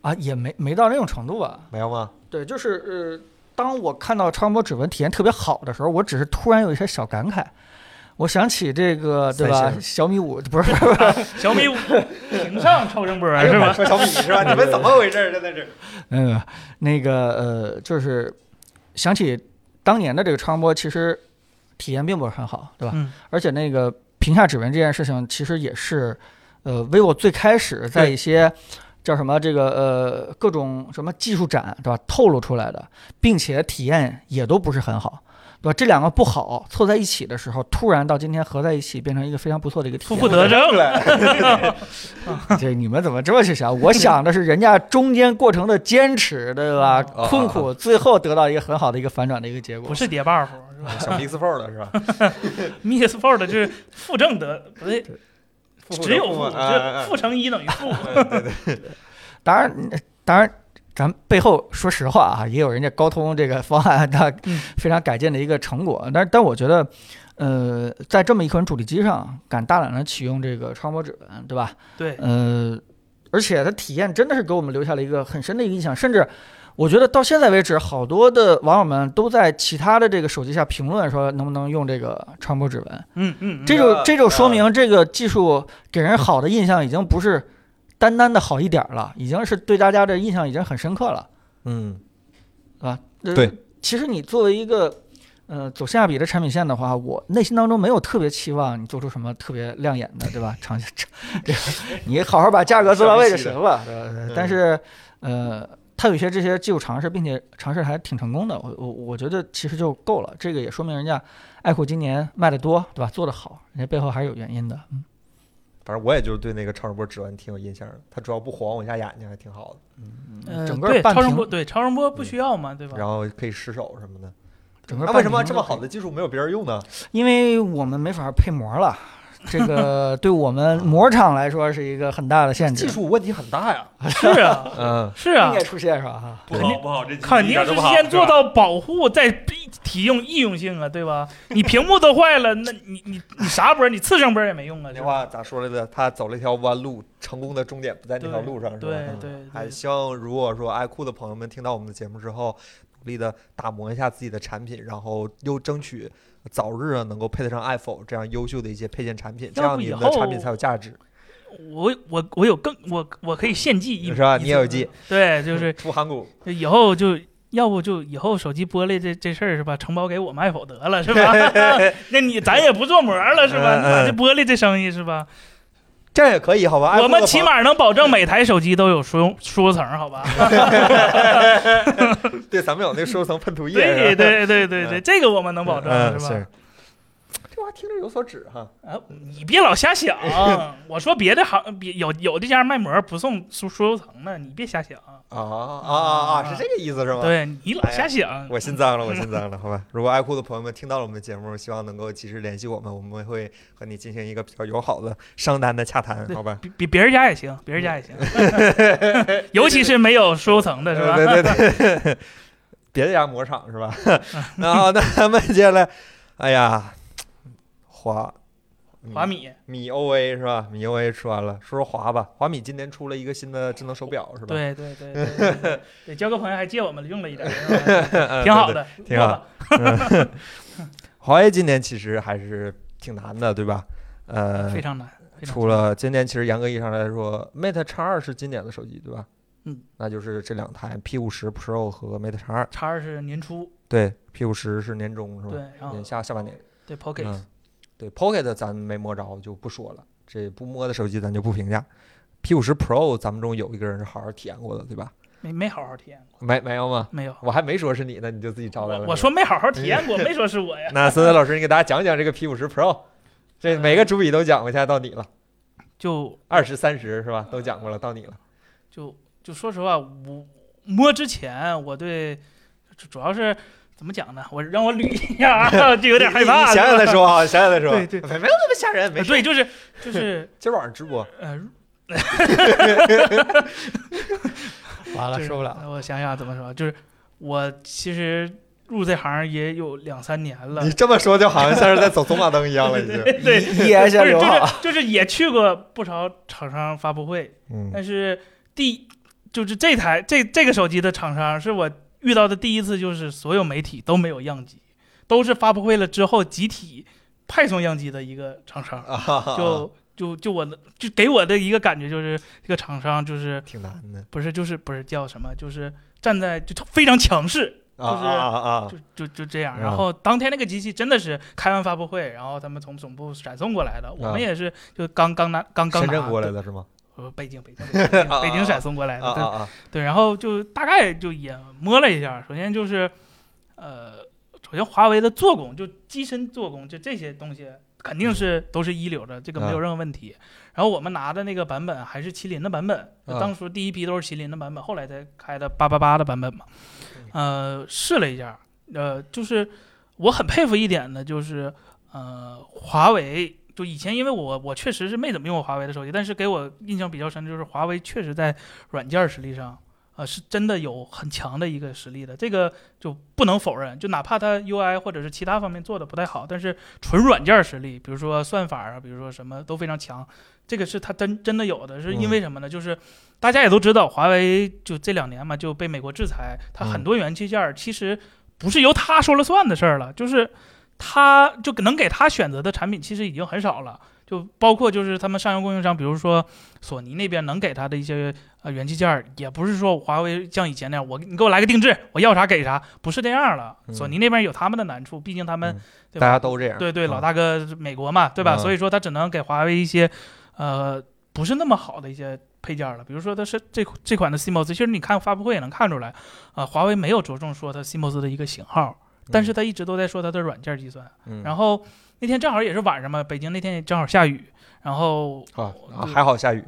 啊，也没没到那种程度吧。
没有吗？
对，就是呃，当我看到超声波指纹体验特别好的时候，我只是突然有一些小感慨。我想起这个，对吧
三？星
小米五不是
小米五屏上超声波
哎
是
呦，
吧？
说小米是吧？你们怎么回事儿？真的是。
嗯，那个呃，就是想起当年的这个超声波，其实体验并不是很好，对吧？
嗯
而且那个屏下指纹这件事情，其实也是呃，vivo 最开始在
对
一些叫什么这个呃各种什么技术展，对吧？透露出来的，并且体验也都不是很好。对吧？这两个不好凑在一起的时候，突然到今天合在一起，变成一个非常不错的一个体
负
验。
负得正了，
了。
这你们怎么这么去想？我想的是人家中间过程的坚持，对吧？
哦
困苦，最后得到一个很好的一个反转的一个结果。
不是叠 buff 是吧
小 Mix Four 了是 吧？
？Mix Fold 就是负正得不对，只有负，
啊啊
只
啊
负乘一等于负。
对对对，
当然，当然，咱背后说实话啊，也有人家高通这个方案 它
嗯
非常改进的一个成果。但但我觉得，呃，在这么一款主力机上，敢大胆的启用这个超薄指纹，对吧？
对，
呃，而且它体验真的是给我们留下了一个很深的一个印象，甚至我觉得到现在为止，好多的网友们都在其他的这个手机下评论说能不能用这个超薄指纹，
嗯嗯，嗯
嗯
这就这就说
嗯
明这个技术给人好的印象已经不是单单的好一点儿了，已经是对大家的印象已经很深刻了。
嗯，
啊，呃
对，
其实你作为一个呃走性价比的产品线的话，我内心当中没有特别期望你做出什么特别亮眼的，对吧？ 长长，这个你好好把价格做到位就行了，对吧？
嗯
呃但是呃，它有一些这些技术尝试，并且尝试还挺成功的，我我我觉得其实就够了。这个也说明人家爱酷今年卖的多，对吧？做的好，人家背后还是有原因的。嗯，
反正我也就是对那个超声波指纹挺有印象的，它主要不晃我一下眼睛，还挺好的。
呃
整个
对
半
超声
屏
波对超声波不需要嘛，对吧？
然后可以失手什么的。
整个
那
半
为什么
屏
这
都
么
可以
好的技术没有别人用呢？
因为我们没法配膜了，这个对我们膜厂来说是一个很大的限制，
技术问题很大呀。
是啊，
嗯，
是啊
也，出现是吧？哈，
不好不好，这
肯定是先做到保护，再提用易用性啊，对吧？你屏幕都坏了，那你你你啥波儿，你次声波儿也没用啊，是
那
吧？
话咋说来着？他走了一条弯路，成功的终点不在那条路上，是吧？
对
嗯
对对
哎，希望如果说爱酷的朋友们听到我们的节目之后，努力的打磨一下自己的产品，然后又争取早日啊能够配得上 iPhone 这样优秀的一些配件产品，这
要
样
不
你
以
们的产
后
品才有价值，
我我我有更我我可以献祭一
是吧？
一
你
次
也有记，
对，就是
出含股，
就以后就要不就以后手机玻璃这这事儿是吧？承包给我们爱否得了是 吧？那你咱也不做膜了是吧？
嗯
你把
嗯
这玻璃这生意是吧？
这样也可以，好吧？
我
iQOO 的
们起
朋
码能保证每台手机都有输入输入层，好 吧？
友对，咱们有那收层喷 涂液，
对
是吧，
对对对对，这个我们能保证
嗯
是吧？。
这话听着有所指哈，
啊，你别老瞎 想，我说别的行，别有有的家卖膜不送输输入层的，你别瞎想。
啊啊啊啊，是这个意思是吗？
对你老
哎
瞎 想，
我心脏了，我心脏了，好吧。 如果爱酷的朋友们听到了我们的节目，希望能够及时联系我们，我们会和你进行一个比较友好的商单的洽谈，
对
好吧？
别别别人家也行，别人家也行， 尤其是没有输入层的是吧？
嗯对对对对， 别的家磨厂是吧？ 然后那咱们接下来，哎呀，华
华米
米 OA 是吧？米 OA 吃完了，说说华吧。华米今年出了一个新的智能手表是吧？
对对对对对 对，对交个朋友还借我们用了一点儿，是吧
嗯，
挺好
对
的，
挺
用
好
吧。
华为今年其实还是挺难的，对吧？呃，
非常难，非常
除了今年，其实严格意义上来说，Mate X 二是今年的手机，对吧？
嗯，
那就是这两台 P 五十 Pro 和 Mate 叉二。
叉二是年初，
对，P 五十是年中是
对
吧？，
然后
年下下半年。
对 Pocket，
嗯，对 Pocket 咱没摸着就不说了，这不摸的手机咱就不评价。P 五十 Pro 咱们中有一个人是好好体验过的，对吧？
没没好好体验过，
没没有吗？
没有。
我还没说是你呢，你就自己招来 了。
我我
是吧
说没好好体验过， 没说是我呀。
那森森老师，你给大家讲讲这个 P 五十 Pro，这每个主笔都讲过，现在到你了，
就
二十三十是吧？都讲过了，到你了。
就就说实话，我摸之前我对主主要是怎么讲呢？我让我捋一下啊， 就有点害怕。
你想想再 说啊，想想再说。
对对
没没有那么吓人，没
呃
事。
对， 就是就是
今儿晚上直播，
呃，
完了
就是
受不了了。
我想想怎么说，就是我其实入这行也有两三年了
你，这么说就好像像是在走走马灯一样了，已经。
对，
一言
就
先
是
流
就
好。
是就是也去过不少厂商发布会，
嗯
但是第就是这台这这个手机的厂商是我遇到的第一次，就是所有媒体都没有样机，都是发布会了之后集体派送样机的一个厂商，
啊，
就就就我的就给我的一个感觉就是这个厂商就是
挺难的
不是就是不是叫什么，就是站在就非常强势，
啊
就是
啊啊啊！
就就就这样。
嗯
然后当天那个机器真的是开完发布会，然后他们从总部闪送过来的。我
啊
们也是就刚刚拿刚刚
深
拿
圳过来
的，
的是吗？
呃北京北京北京北京闪送过来
啊
的。
啊
对
啊！
对，然后就大概就也摸了一下。首先就是，呃，首先华为的做工，就机身做工，就这些东西肯定是都是一流的，这个没
嗯
有
啊
任何问题。然后我们拿的那个版本还是麒麟的版本，
啊
就当初第一批都是麒麟的版本，后来才开的八八八的版本嘛。
嗯
呃，试了一下，呃，就是我很佩服一点呢，就是呃，华为就以前因为我我确实是没怎么用过华为的手机，但是给我印象比较深的就是华为确实在软件实力上。呃，是真的有很强的一个实力的，这个就不能否认。就哪怕它 UI 或者是其他方面做的不太好，但是纯软件实力，比如说算法啊，比如说什么都非常强，这个是它真真的有的。是因为什么呢？就是大家也都知道，华为就这两年嘛就被美国制裁，它
嗯
很多元器件儿其实不是由他说了算的事儿了，就是他就能给他选择的产品其实已经很少了。就包括就是他们上游供应商，比如说索尼那边能给他的一些呃元器件儿，也不是说华为像以前那样，我你给我来个定制，我要啥给啥，不是这样了。
嗯
索尼那边有他们的难处，毕竟他们
嗯
对吧
大家都这样。
对对，老
啊
大哥是美国嘛，对吧？
嗯
所以说他只能给华为一些，呃，不是那么好的一些配件了。比如说，它是这这款的 CMOS，其实你看发布会也能看出来，啊、华为没有着重说它 CMOS 的一个型号，但是他一直都在说他的软件计算。
嗯
然后那天正好也是晚上嘛，北京那天也正好下雨，然后
啊啊，
对
还好 下雨。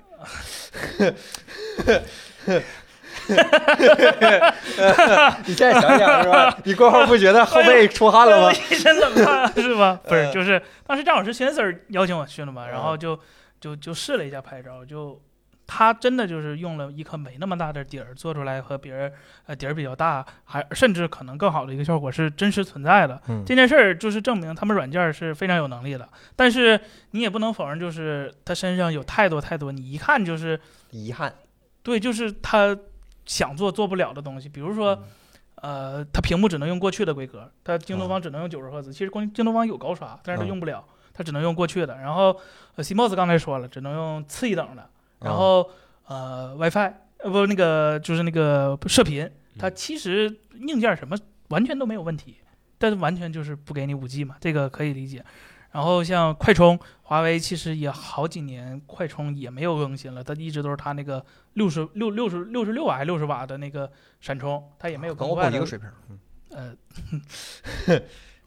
你现在想想是吧？你过后不觉得后背出汗 了吗？
一身冷汗是吧？不是，
嗯
就是当时正好是轩 Sir 邀请我去了嘛，
嗯
然后就就就试了一下拍照，就他真的就是用了一颗没那么大的底儿做出来，和别人呃底儿比较大，还甚至可能更好的一个效果是真实存在的。
嗯
这件事儿就是证明他们软件儿是非常有能力的，但是你也不能否认，就是他身上有太多太多，你一看就是
遗憾。
对，就是他想做做不了的东西，比如说。
嗯
呃，它屏幕只能用过去的规格，它京东方只能用九十赫兹。其实光京东方有高刷，但是它
嗯
用不了，它只能用过去的。然后呃，CMOS 刚才说了，只能用次一等的。然
嗯
后呃，WiFi 呃不那个就是那个射频，
嗯
它其实硬件什么完全都没有问题，但是完全就是不给你五 G 嘛，这个可以理解。然后像快充，华为其实也好几年快充也没有更新了，它一直都是它那个六十六六十六十六瓦还六十瓦的那个闪充，它也没有
啊跟
更
我
换
跟
的
一个水平。嗯
呃，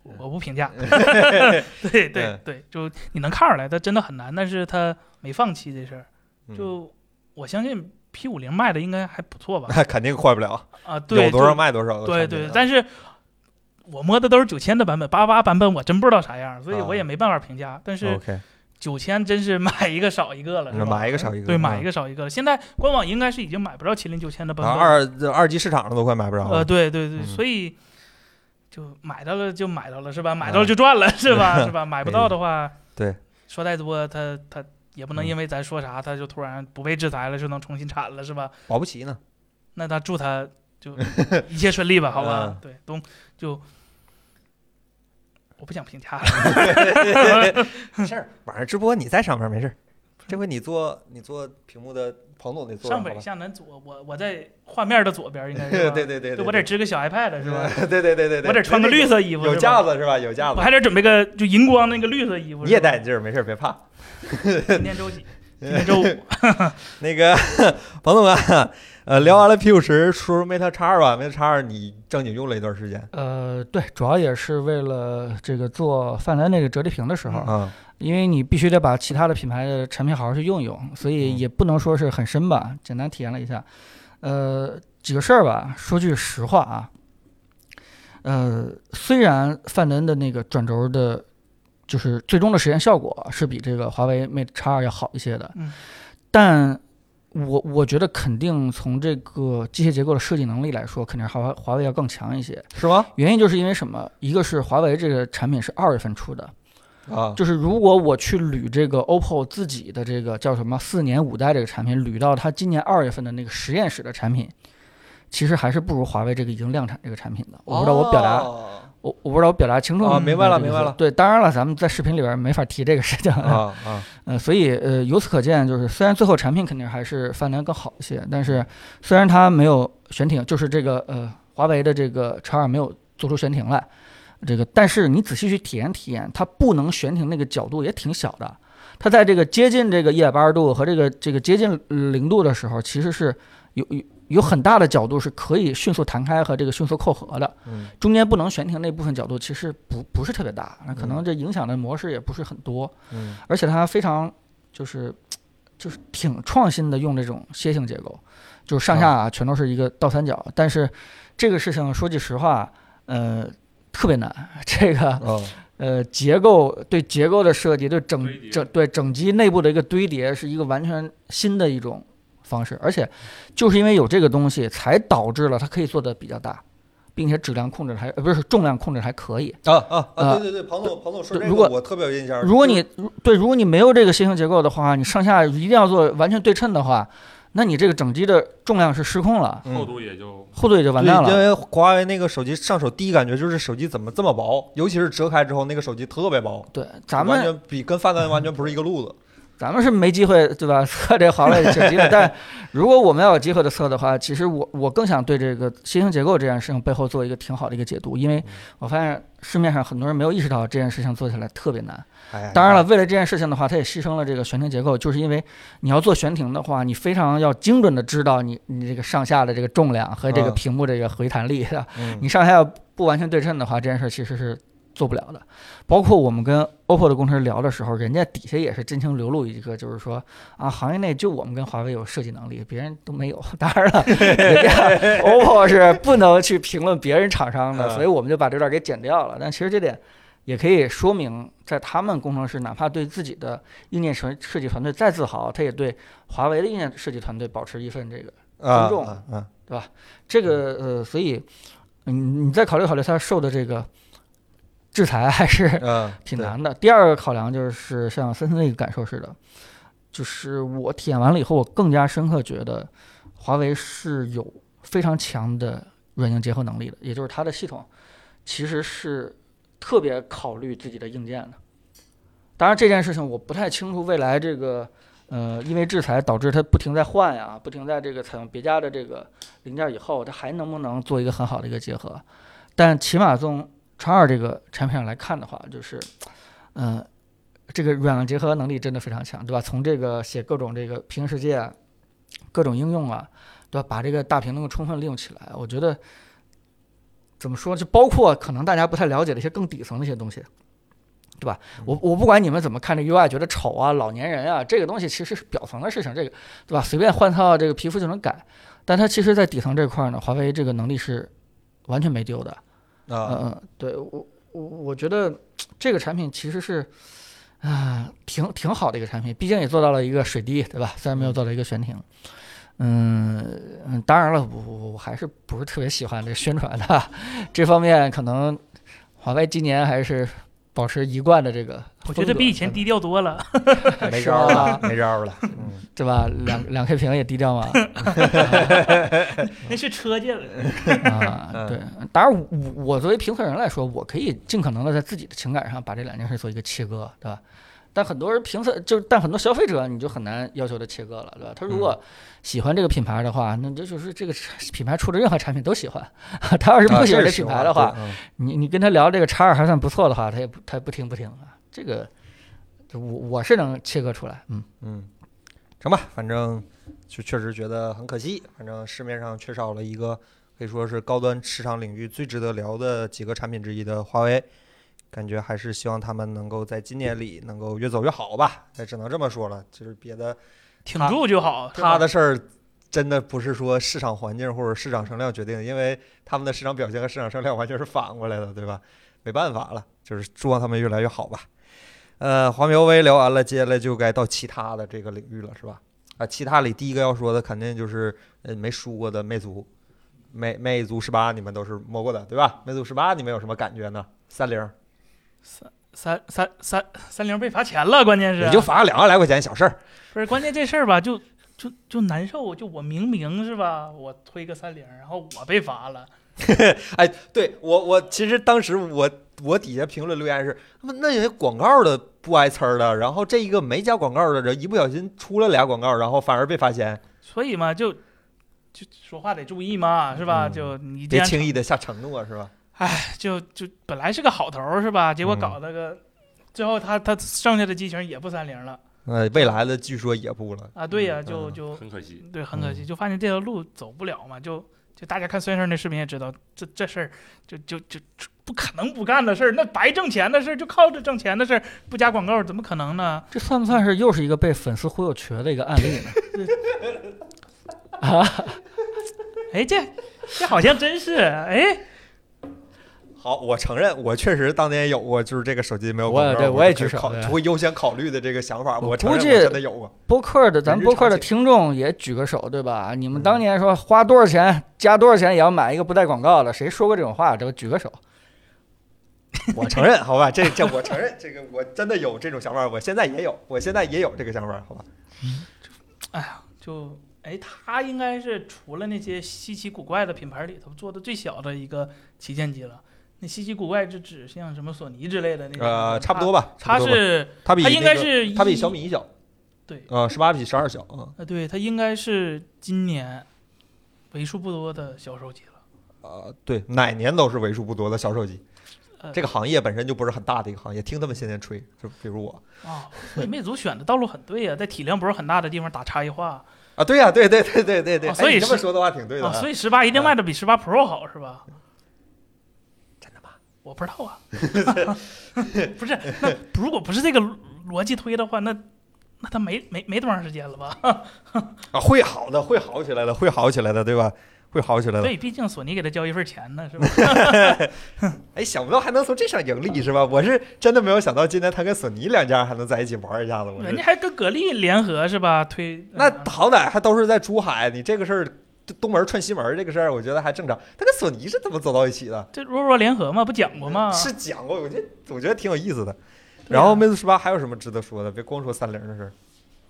我我不评价。 对对
嗯
对，就你能看出来，他真的很难，但是他没放弃这事儿。
嗯
就我相信 P 五零卖的应该还不错 吧？
那嗯肯定坏不了，
啊，对，
有多少
就
卖多少的
对
产品啊。
对，但是。我摸的都是九千的版本，八八版本我真不知道啥样，所以我也
啊
没办法评价。但是
OK，
九千真是买一个少一个了，是吧？
买一个少一个
对，
嗯
买一个少一个了。现在官网应该是已经买不着麒麟九千的版
啊
本了，
二二级市场上都快买不着
呃，
了。
对对对，
嗯
所以就买到了就买到了是吧？买到了就赚了、是吧？是吧？买不到的话，
对，
说再多他他也不能
嗯
因为咱说啥，他就突然不被制裁了，就能重新产了是吧？
保不齐呢。
那他祝他就一切顺 利吧，好吧
嗯？
对，东就我不想评价了，
没事儿，晚上直播你在上面没事儿。这回你做你做屏幕的彭总得 做
上
好
北
吧
下南左，我我在画面的左边应该是
对
吧
对对对
对，我得支个小 iPad 是吧？
对 对对对对对，
我得穿个绿色衣服，
有
是吧
架子是吧？有架子
我，还得准备个就荧光那个绿色衣服。
你也
是吧
戴眼镜儿，没事儿别怕。
今天周 几？今天周五。
那个 彭总啊，呃，聊完了 P 五十，说说 Mate 叉二吧。Mate 叉二你正经用了一段时间
呃，对，主要也是为了这个做泛蓝那个折叠屏的时候，
啊，
因为你必须得把其他的品牌的产品好好去用一用，所以
嗯
也不能说是很深吧，简单体验了一下。呃，几个事儿吧，说句实话啊，呃，虽然范德恩的那个转轴的，就是最终的实验效果是比这个华为 Mate X2 要好一些的，
嗯
但我我觉得肯定从这个机械结构的设计能力来说，肯定是华为华为要更强一些。
是吗？
原因就是因为什么？一个是华为这个产品是二月份出的，
啊，
就是如果我去捋这个 OPPO 自己的这个叫什么四年五代这个产品，捋到它今年二月份的那个实验室的产品，其实还是不如华为这个已经量产这个产品的。我不知道我表达，
达
我我不知道我表达清楚
啊
了
哦明白了
这个意思
明白了
对，当然了，咱们在视频里边没法提这个事情。
啊啊，
呃，所以呃，由此可见，就是虽然最后产品肯定还是泛蓝更好一些，但是虽然它没有悬停，就是这个呃，华为的这个 X 二没有做出悬停来，这个但是你仔细去体验体验，它不能悬停那个角度也挺小的，它在这个接近这个一百八十度和这个这个接近零度的时候，其实是有有有很大的角度是可以迅速弹开和这个迅速扣合的，
嗯
中间不能悬停那部分角度其实不不是特别大，那可能这影响的模式也不是很多。
嗯
而且它非常就是就是挺创新的，用这种楔形结构，就是上下啊全都是一个倒三角。但是这个事情说句实话，呃，特别难。这个
哦
呃结构对结构的设计，对整
堆叠
整对整机内部的一个堆叠，是一个完全新的一种方式。而且就是因为有这个东西，才导致了它可以做的比较大。并且质量控制得还呃不是重量控制得还可以，
啊啊啊！
呃
对对对，彭总彭总说
对
这个
如果
我特别有印象。
如果
就
你如对，如果你没有这个楔形结构的话，你上下一定要做完全对称的话，那你这个整机的重量是失控了，
嗯
厚度也就
后座也就完
对
蛋
因
了。
为华为那个手机上手第一感觉就是手机怎么这么薄，尤其是折开之后那个手机特别薄，
对，咱
完
们
全比跟范丹完全不是一个路子。
咱们是没机会，对吧？测这华为的手机的， 但如果我们要有机会的测的话，其实我我更想对这个楔形结构这件事情背后做一个挺好的一个解读，因为
嗯
我发现市面上很多人没有意识到这件事情做起来特别难。
哎，
当然了，，为了这件事情的话，它也牺牲了这个悬停结构，就是因为你要做悬停的话，你非常要精准的知道你你这个上下的这个重量和这个
嗯
屏幕这个回弹力的，
嗯
你上下要不完全对称的话，这件事其实是做不了的。包括我们跟 OPPO 的工程师聊的时候，人家底下也是真情流露一个，就是说啊，行业内就我们跟华为有设计能力，别人都没有。 当然了， 人家 OPPO 是不能去评论别人厂商的，
嗯
所以我们就把这段给剪掉了。但其实这点。也可以说明，在他们工程师哪怕对自己的硬件设设计团队再自豪，他也对华为的硬件设计团队保持一份这个
啊
尊重
啊啊
这个呃，所以嗯，你再考虑考虑他受的这个制裁还是
啊，
挺
对。
难的。第二个考量就是像森森那个感受似的，就是我体验完了以后，我更加深刻觉得华为是有非常强的软硬结合能力的，也就是它的系统其实是特别考虑自己的硬件的。当然这件事情我不太清楚未来这个。呃，因为制裁导致它不停在换呀，不停在这个采用别家的这个零件以后，它还能不能做一个很好的一个结合？但起码从叉二这个产品上来看的话，就是，嗯，这个软硬结合能力真的非常强，对吧？从这个写各种这个平行世界啊、各种应用啊，对吧？把这个大屏能够充分利用起来，我觉得怎么说，就包括可能大家不太了解的一些更底层的一些东西，对吧？我我不管你们怎么看这 UI，觉得丑啊、老年人啊，这个东西其实是表层的事情，这个对吧？随便换套这个皮肤就能改，但它其实在底层这块儿呢，华为这个能力是完全没丢的。
啊，
嗯，嗯，对我我我觉得这个产品其实是啊、挺挺好的一个产品，毕竟也做到了一个水滴，对吧？虽然没有做到一个悬停。嗯嗯，当然了，我我我还是不是特别喜欢这个宣传的这方面，可能华为今年还是保持一贯的这个风
我
格，
觉得比以
嗯
前低调多 了。
没
呃是
招了
吧，
没招了。嗯
对吧？两两 K 屏也低调嘛，
那是车界了。
啊，对，当然我我作为评测人来说，我可以尽可能的在自己的情感上把这两件事做一个切割，对吧？但很多人评测就是，但很多消费者你就很难要求他切割了，对吧？他如果喜欢这个品牌的话，那这就是这个品牌出的任何产品都喜欢。 他啊要是不喜欢这品牌的话，
啊，这是实
你你跟他聊这个叉二还算不错的话，他也不他也不听不听啊。这个我我是能切割出来，嗯，
对嗯，嗯成吧，反正就确实觉得很可惜，反正市面上缺少了一个可以说是高端市场领域最值得聊的几个产品之一的华为。感觉还是希望他们能够在今年里能够越走越好吧，那只能这么说了。就是别的
挺住就好。是吧
他的事儿真的不是说市场环境或者市场声量决定的，因为他们的市场表现和市场声量完全是反过来的，对吧？没办法了，就是祝望他们越来越好吧。呃，华苗微聊完了，接下来就该到其他的这个领域了，是吧？啊，其他里第一个要说的肯定就是呃没输过的魅族，魅魅族十八你们都是摸过的，对吧？魅族十八你们有什么感觉呢？三菱
三三三三菱被罚钱了，关键是啊
也就罚个两万来块钱小事儿，
不是关键这事儿吧？就就就难受，就我明明是吧，我推个三菱，然后我被罚了，
哎，对我我其实当时我我底下评论留言是，那么那些广告的不挨呲儿的，然后这一个没加广告的人一不小心出了俩广告，然后反而被发现，
所以嘛，就就说话得注意嘛，是吧？
嗯
就你既
别
然
轻易的下承诺是吧？
就就本来是个好头儿是吧？结果
嗯
搞那个，最后他他剩下的机型也不三菱了
呃，未来的据说也不了
啊！对呀、
嗯
就
嗯
就
很可惜。
对，很可惜，就发现这条路走不了嘛，就就大家看孙先生那视频也知道，这这事儿就就就就不可能不干的事儿，那白挣钱的事儿，就靠着挣钱的事儿，不加广告怎么可能呢？
这算不算是又是一个被粉丝忽悠瘸的一个案例呢？
哎，这这好像真是哎，
好，我承认，我确实当年有过，就是这个手机没有
我也
广告，
对
我
我也
就
举手
考
对
会优先考虑的这个想法，
我
我承认
估计
我真的有过。
播客的，咱们播客的听众也举个手，对吧？你们当年说花多少钱加多少钱也要买一个不带广告的，谁说过这种话？这个举个手。
我承认，好吧，这这我承认，这个我真的有这种想法，我现在也有，我现在也有这个想法，好吧？
哎呀，就哎，他应该是除了那些稀奇古怪的品牌里头做的最小的一个旗舰机了。那稀奇古怪就指像什么索尼之类的那种，
呃，差不多
吧。
吧，差
他
不多吧
是
它比
他应该
那个
是
它比
一
小米小，
对
呃，十八比十二小，嗯。
啊，对，它应该是今年为数不多的小手机了。
呃，对，哪年都是为数不多的小手机。
呃
这个行业本身就不是很大的一个行业，听他们天天吹，就比如我
啊，所以魅族选的道路很对啊呀、在体量不是很大的地方打差异化
啊，对呀、对对对对对对，
哦所以
哎、你这么
是
说的话挺对的
啊，
啊、
所以十八一定卖的比十八 Pro 好是吧？
真的吗？
我不知道啊， 不是，那如果不是这个逻辑推的话，那那它没没没多长时间了吧？
啊，会好的，会好起来的，会好起来的，对吧？会好起来的。
对，毕竟索尼给他交一份钱呢，是吧？
哎，想不到还能从这上盈利是吧？我是真的没有想到，今天他跟索尼两家还能在一起玩一下子。我
人家
是
还跟格力联合是吧？推
那
嗯
好歹还都是在珠海，你这个事儿，这东门串西门这个事儿，我觉得还正常。他跟索尼是怎么走到一起的？
这弱弱联合嘛，不讲过吗？
是讲过，我觉得我觉得挺有意思的。
对啊
然后魅族十八还有什么值得说的？别光说三菱的事儿。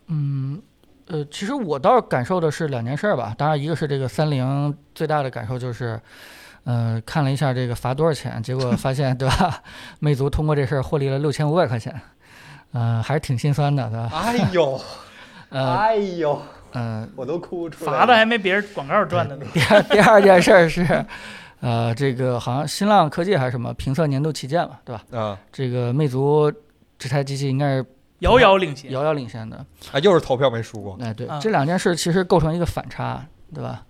嗯，呃，其实我倒是感受的是两件事儿吧。当然，一个是这个三菱最大的感受就是，呃，看了一下这个罚多少钱，结果发现对 吧，魅族通过这事儿获利了六千五百块钱，呃，还是挺心酸的，对吧？
哎 呦，
呃，
哎呦，
嗯、
我都哭出来了。
罚的还没别人广告赚的呢。
哎
第二第二件事儿是，呃，这个好像新浪科技还是什么评测年度旗舰嘛，对吧？
啊
这个魅族这台机器应该是
遥遥领先。
遥遥领先的。
啊，又是投票没输过。
哎，对
啊，
这两件事其实构成一个反差，对吧？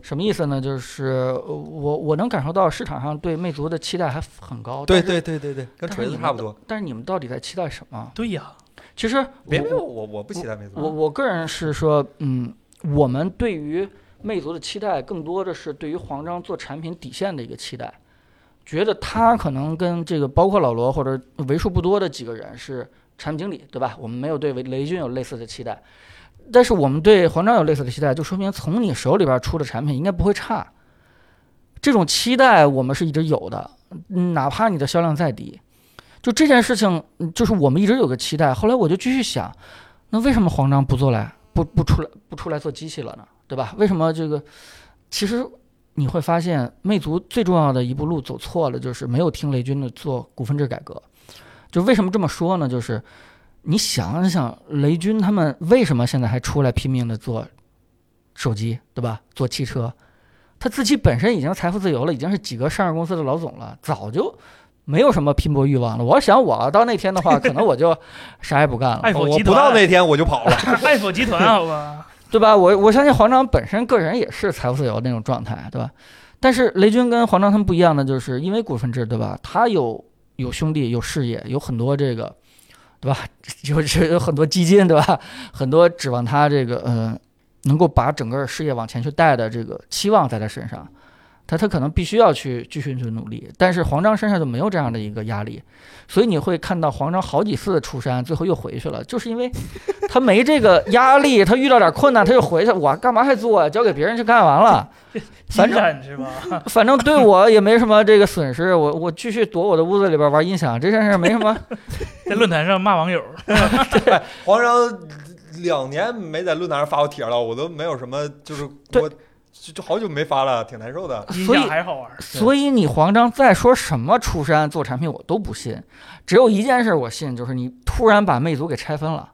什么意思呢？就是呃我我能感受到市场上对魅族的期待还很高，
对
但
对
是，
对对对，跟
但
锤
是
子
你
差
们
不多。
但是你们到底在期待什么？
对呀，
其实
别别，
我
我我不期待魅族。
我我个人是说，嗯，我们对于魅族的期待更多的是对于黄章做产品底线的一个期待，觉得他可能跟这个包括老罗或者为数不多的几个人是产品经理，对吧？我们没有对雷雷军有类似的期待，但是我们对黄章有类似的期待，就说明从你手里边出的产品应该不会差。这种期待我们是一直有的，嗯哪怕你的销量再低，就这件事情，嗯就是我们一直有个期待。后来我就继续想，那为什么黄章不做来不不出来不出来做机器了呢？对吧？为什么这个？其实你会发现，魅族最重要的一步路走错了，就是没有听雷军的做股份制改革。就为什么这么说呢？就是你想想，雷军他们为什么现在还出来拼命的做手机，对吧？做汽车，他自己本身已经财富自由了，已经是几个上市公司的老总了，早就没有什么拼搏欲望了。我想，我要到那天的话，可能我就啥也 不干了。
爱否
啊我
集
不到
团，
那天我就 跑了。
爱否集团，好 吧？
对吧？我我相信黄章本身个人也是财务自由那种状态，对吧？但是雷军跟黄章他们不一样的，就是因为股份制，对吧？他有有兄弟，有事业，有很多这个，对吧？ 就是有很多基金，对吧？很多指望他这个，嗯、能够把整个事业往前去带的这个期望在他身上，他他可能必须要去继续去努力。但是黄章身上就没有这样的一个压力，所以你会看到黄章好几次的出山，最后又回去了，就是因为 他没这个压力，他遇到点困难他就回去，我干嘛还做呀？交给别人去干完了，
积
反正
攒是吧？
反正对我也没什么这个损失，我我继续躲我的屋子里边玩音响，这件事儿没什么。
在论坛上骂网友，
黄章两年没在论坛上发过帖了，我都没有什么，就是
对
我就就好久没发了，挺难受的。
音
所以
响还是好玩儿。
所以你黄章再说什么出山做产品，我都不信。只有一件事我信，就是你突然把魅族给拆分了，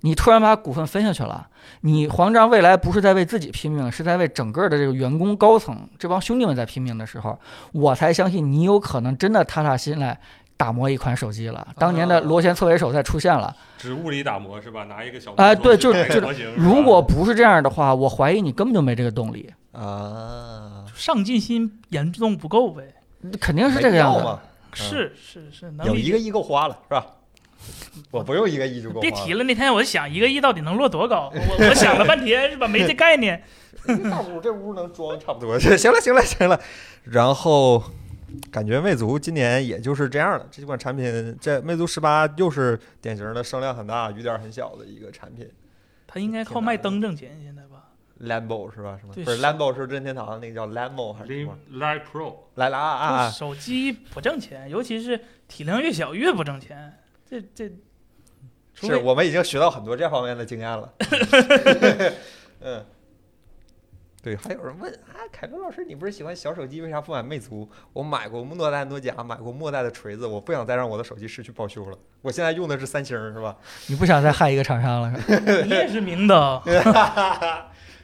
你突然把股份分下去了。你黄章未来不是在为自己拼命，是在为整个的这个员工高层这帮兄弟们在拼命的时候，我才相信你有可能真的踏下心来打磨一款手机了。当年的螺旋侧尾手再出现了。
只物理打磨是吧？拿一个小
哎
木头
对
去
就是
打一
就
个
是
模型是吧
如果不是这样的话，我怀疑你根本就没这个动力，
啊，
上进心严重不够呗？
肯定是这个样
没
子
必要。嘛，
是是是，能
嗯有
理
一
解。
个亿够花了是吧？我不用一个亿就够。
别提了，那天我想一个亿到底能落多高，我我想了半天是吧？没这概 念。
大屋这屋能装差不多。 行了，行了，行了。然后感觉魅族今年也就是这样了。这款产品，这魅族十八又是典型的声量很大、语点很小的一个产品。
他应该靠卖灯挣钱现在吧？
Lambo 是吧？什么？
对
不是
是
Lambo 是任天堂那个叫 Lambo 还是什
Lim
么？
Live Pro
来了啊啊
说
啊！
手机不挣钱，尤其是体量越小越不挣钱。这 这，除
是
非
我们已经学到很多这方面的经验 了。嗯，对，还有人问啊，凯哥老师，你不是喜欢小手机，为啥不买魅族？我买过诺代诺甲，买过莫代的锤子，我不想再让我的手机失去报修了。我现在用的是三星儿，是吧？
你不想再害一个厂商了，是吧？
你也是明 灯，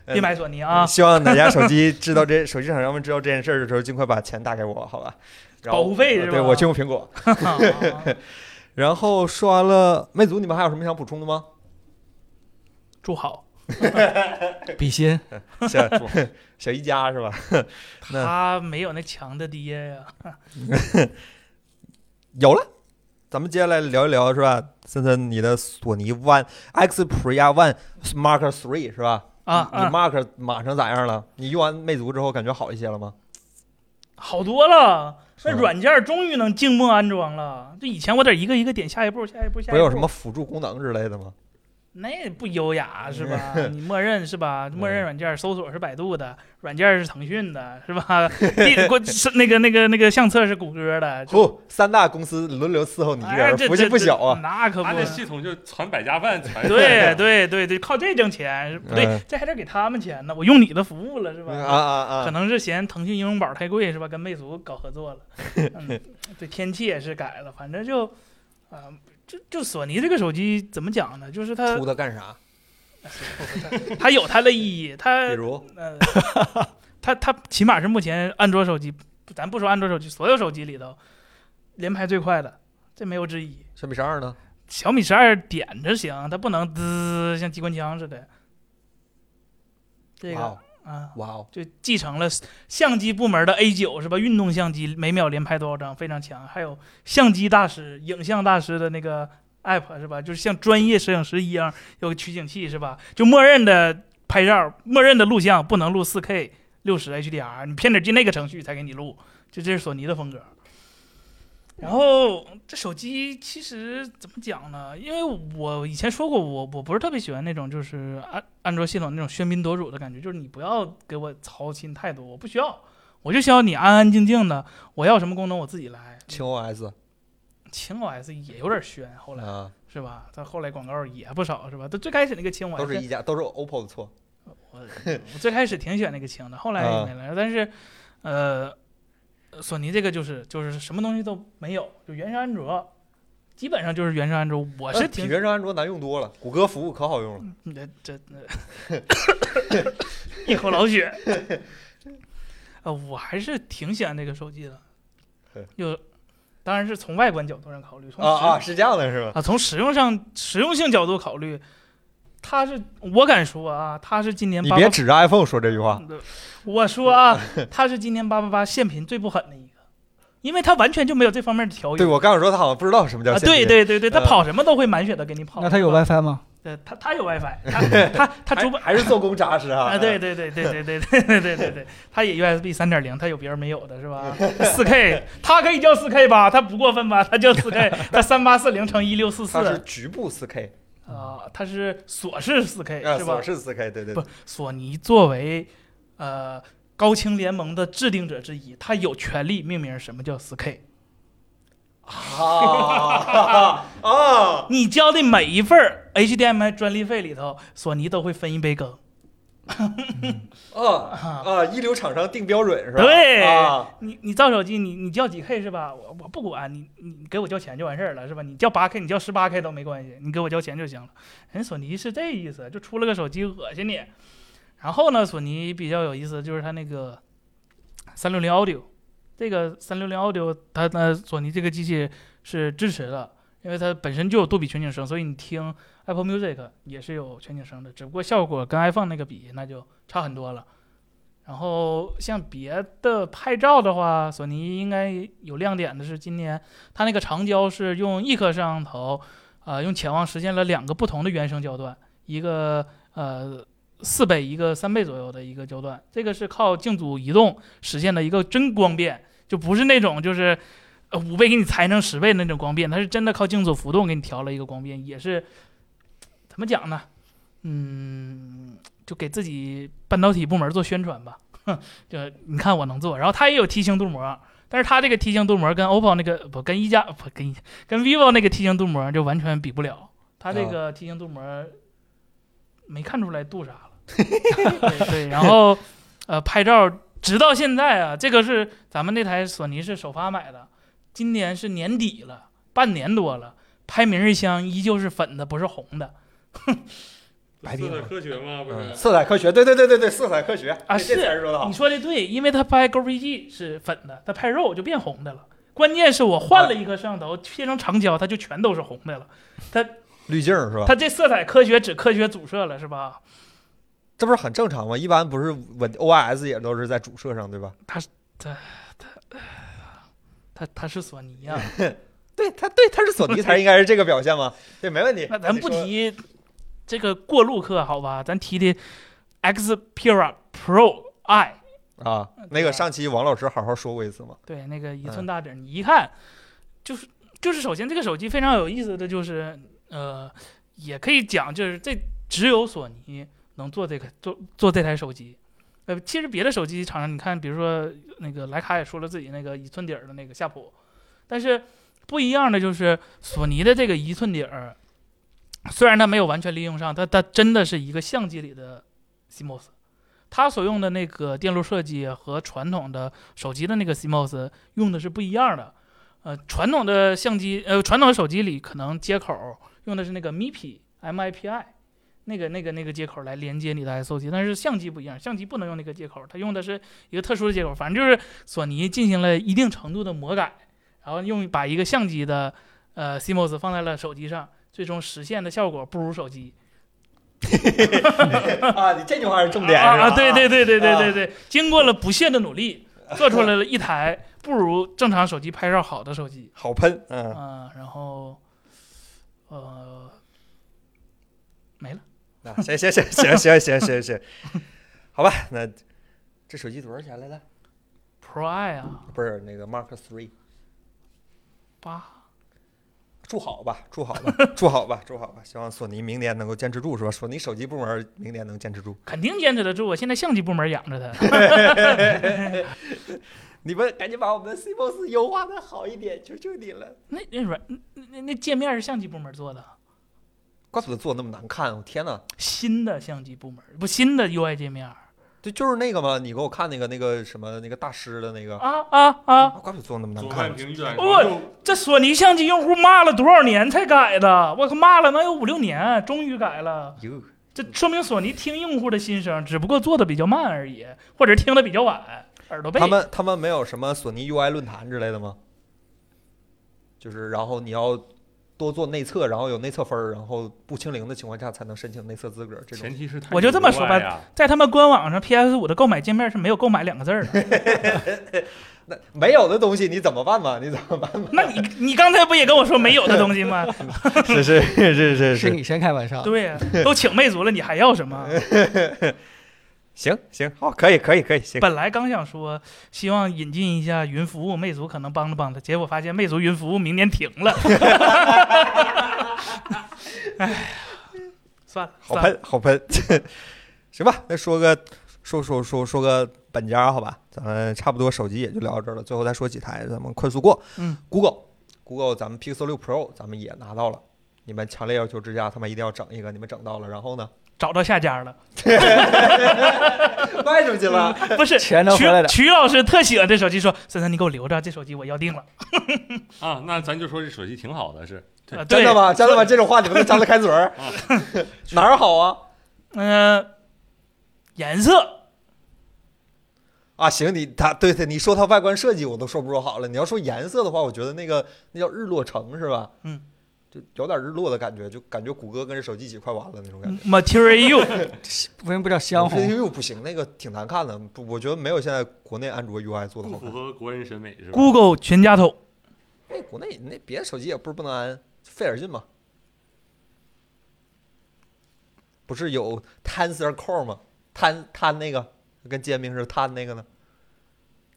别买索尼啊，
希望哪家手机知道这手机厂商们知道这件事儿的时候，尽快把钱打给我，好吧？然后
保护费是吧
对我去用苹果。嗯 然后说完了魅族，你们还有什么想补充的 吗？
住好。
比心，
小小一加是吧？那
他没有那强的爹呀，
有了，咱们接下来聊一聊是吧？森森，你的索尼 One Xperia One Mark Three 是吧？
啊
你
啊
Mark 马上咋样了？你用完魅族之后感觉好一些了吗？
好多了。
是
那
吧
软件终于能静默安装了。这以前我得一个一个点下一步，下一步，下一步。
不是有什么辅助功能之类的吗？
那也不优雅
嗯
是吧？你默认是吧？默认软件搜索是百度的，软件是腾讯的，是吧？地国是那个那个那个相册是谷歌的，就
呼，哦三大公司轮流伺候你一个
哎
人，
这
福气
这
不小啊！
这那可
他这
不。
系统就传百家饭传出来
对
的，
对对对，靠这挣钱不对
嗯，
这还得给他们钱呢。我用你的服务了是
啊
吧？
啊
可
啊！
能是嫌腾讯应用宝太贵是吧？跟魅族搞 合作了。嗯，对，天气也是改了，反正就，啊，就就索尼这个手机怎么讲呢？就是它
出它干啥？
它有它的意义，它
比如
呃， 它它起码是目前安卓手机，不咱不说安卓手机，所有手机里头连拍最快的，这没有之一。
小米十二呢？
小米十二点着行，它不能滋像机关枪似的。这
哇
个
哦
啊，
哇哦！
就继承了相机部门的 A 9是吧？运动相机每秒连拍多少张，非常强。还有相机大师、影像大师的那个 app 是吧？就是像专业摄影师一样有个取景器是吧？就默认的拍照、默认的录像不能录 4K、60 HDR，你偏得进那个程序才给你录，就这是索尼的风格。然后这手机其实怎么讲呢？因为我以前说过，我我不是特别喜欢那种就是安安卓系统那种喧宾夺主的感觉，就是你不要给我操心太多，我不需要，我就需要你安安静静的，我要什么功能我自己来。
轻 OS
轻 OS 也有点炫，后来
啊，
是吧？它后来广告也不少是吧？它最开始那个轻 OS
都是一家，都是 OPPO 的错。
我我最开始挺喜欢那个轻的，后来
嗯
也没了。但是，呃，索尼这个就是就是什么东西都没有，就原生安卓，基本上就是原生安卓。我嗯
哎
是
比
挺
原生安卓难用多了，谷歌服务可好用了。
这这，一口老血。呃，我还是挺喜欢这个手机的
嘿，
就当然是从外观角度上考虑，
嗯
从
啊
实
啊，是这样的，是吧？
啊，从实用上实用性角度考虑，它是我敢说啊，它是今年
你
八
别
八，
指着 iPhone 说这句话。
我说啊，它是今年八八八限频最不狠的一个，因为它完全就没有这方面的调
对，
研。
我刚想说他好像不知道什么叫
啊，
限
对
频。
对对对，它
呃
跑什么都会满血的给你跑。
那它有
是吧
WiFi 吗？
对，它它有 WiFi，它它它主板
还还是做工扎实 啊。
啊，对对对对对对对对对对对，它也 USB 三点零，它有别人没有的是吧？四 K，它可以叫四 K 吧？它不过分吧？它叫四 K，它三八四零乘一六四四
它是局部 4K，
啊，它是索式四 K
啊，
是吧
索？是 4K，对对
不
对，，
索尼作为呃高清联盟的制定者之一，它有权利命名什么叫四 K。
啊 啊，
你交的每一份儿 HDMI 专利费里头，索尼都会分一杯羹。
啊啊！一流厂商定标准是吧？
对
啊，
你你造手机，你你叫几 K 是吧？我我不管你，你你给我交钱就完事儿了是吧？你叫八 K，你叫十八 K 都没关系，你给我交钱就行了。人索尼是这意思，就出了个手机恶心你。然后呢，索尼比较有意思就是它那个三六零 Audio，这个三六零 Audio 它呢，索尼这个机器是支持的，因为它本身就有杜比全景声，所以你听 Apple Music 也是有全景声的，只不过效果跟 iPhone 那个比那就差很多了。然后像别的拍照的话，索尼应该有亮点的是，今年它那个长焦是用一颗摄像头，呃，用潜望实现了两个不同的原生焦段，一个呃四倍，一个三倍左右的一个焦段。这个是靠镜组移动实现的一个真光变，就不是那种就是呃五倍给你裁成十倍的那种光变，它是真的靠镜组浮动给你调了一个光变，也是怎么讲呢？嗯，就给自己半导体部门做宣传吧。就你看我能做，然后它也有梯形镀膜，但是它这个梯形镀膜跟 OPPO 那个不跟一加不跟一跟 vivo 那个梯形镀膜就完全比不了，它这
啊
个梯形镀膜没看出来镀啥了。 对对，然后呃拍照直到现在啊，这个是咱们那台索尼是首发买的，今年是年底了，半年多了，拍明日香依旧是粉的，不是红的。
白冰
色彩科学嘛，不
嗯
是？
色彩科学，对对对对对，色彩科学
啊
这这
是
词儿说的好
你。说的对，因为他拍 GoPG 是粉的，他拍肉就变红的了。关键是我换了一个摄像头，切成长焦，它就全都是红的了。
滤镜是吧？
它这色彩科学只科学主摄了，是吧？
这不是很正常吗？一般不是稳 OIS 也都是在主摄上对吧？
它它是索尼啊呀、
对，它对它是索尼才应该是这个表现吗？对，没问题。
那咱不
你说
提这个过路客好吧，咱提的 Xperia Pro I，
啊，那个上期王老师好好说过一 次嘛。
对，那个一寸大底儿，你一看就是就是，首先这个手机非常有意思的就是，呃，也可以讲就是这只有索尼能做这个做做这台手机。呃，其实别的手机厂商，你看，比如说那个徕卡也出了自己那个一寸底儿的那个夏普，但是不一样的就是索尼的这个一寸底儿，虽然它没有完全利用上，它它真的是一个相机里的 CMOS，它所用的那个电路设计和传统的手机的那个 CMOS 用的是不一样的。呃，传统的相机，呃，传统的手机里可能接口用的是那个 MIPI MIPI 那个那个那个接口来连接你的 SoC，但是相机不一样，相机不能用那个接口，它用的是一个特殊的接口。反正就是索尼进行了一定程度的魔改，然后用把一个相机的呃 CMOS 放在了手机上，最终实现的效果不如手机。
啊，你这句话是 重点是吧
啊，对对对对对对对，经过了不懈的努力，做出来了一台不如正常手机拍照好的手机。
好喷，嗯，
啊，然后，呃，没了。
那啊行行行行行行行行，好吧，那这手机多少钱来着？
Pro I 啊，
不是那个 Mark Three，
八，
祝好吧，祝好吧，祝好吧，祝好吧，希望索尼明年能够坚持住，是吧？索尼手机部门明年能坚持住。
肯定坚持得住。我啊现在相机部门养 着它。
你们赶紧把我们的 CMOS 优化的好一点，求求你了！
那那软那那那界面是相机部门做的，
怪不得做那么难看，我天哪！
新的相机部门不新的 UI 界面。
对，就是那个嘛，你给我看那个那个什么那个大师的那个，
啊啊啊！
怪不得做那么难
左
看
半。屏远
我
光
这索尼相机用户骂了多少年才改的？我靠，骂了能有五六年，终于改了。
哟，
这说明索尼听用户的心声，只不过做的比较慢而已，或者听的比较晚，耳朵背
他。们他们没有什么索尼 UI 论坛之类的吗？就是然后你要多做内测，然后有内测分儿，然后不清零的情况下才能申请内测资格。这种
前提是它
我就这么说吧
有国外啊
在他们官网上，PS 五的购买界面是没有“购买”两个字儿的。
那没有的东西你怎么办嘛？你怎么办？
那你你刚才不也跟我说没有的东西吗？
是是是是
是。你先开玩笑，
对呀、都请魅族了，你还要什么？
行行好，可以可以可以行。
本来刚想说希望引进一下云服务，魅族可能帮着帮着，结果发现魅族云服务明年停了。 哎，算了，
好
算了，
喷好喷， 行吧，那说个说说说说个本家好吧，咱们差不多手机也就聊到这儿了，最后再说几台，咱们快速过。
嗯
，Google Google 咱们 Pixel 6 Pro 咱们也拿到了，你们强烈要求之下，他们一定要整一个，你们整到了，然后呢，
找到下家了。
卖出去了，
不是，
钱能回来的
曲曲老师特喜欢这手机，说森森你给我留着，这手机我要定了。
啊，那咱就说这手机挺好的，是
啊、
真
对
的？吗？真的吗？这种话你们都张得开嘴 儿
啊，
哪儿好啊？
嗯、颜色
啊，行，你他对对，你说它外观设计我都说不出好了。你要说颜色的话，我觉得那个那叫日落橙是吧？
嗯，
就有点日落的感觉，就感觉谷歌跟这手机一起快完了那种感
嗯
觉。
Material U，
为什么不叫香
我觉得
红？
又不行，那个挺难看的，不，我觉得没有现在国内安卓 UI 做的
不
好
符
看。
合国人审美是吧？
Google 全家桶，
那哎国内那别的手机也不是不能安，费点劲嘛。不是有 Tensor Core 吗？摊摊那个跟煎饼似的摊那个呢，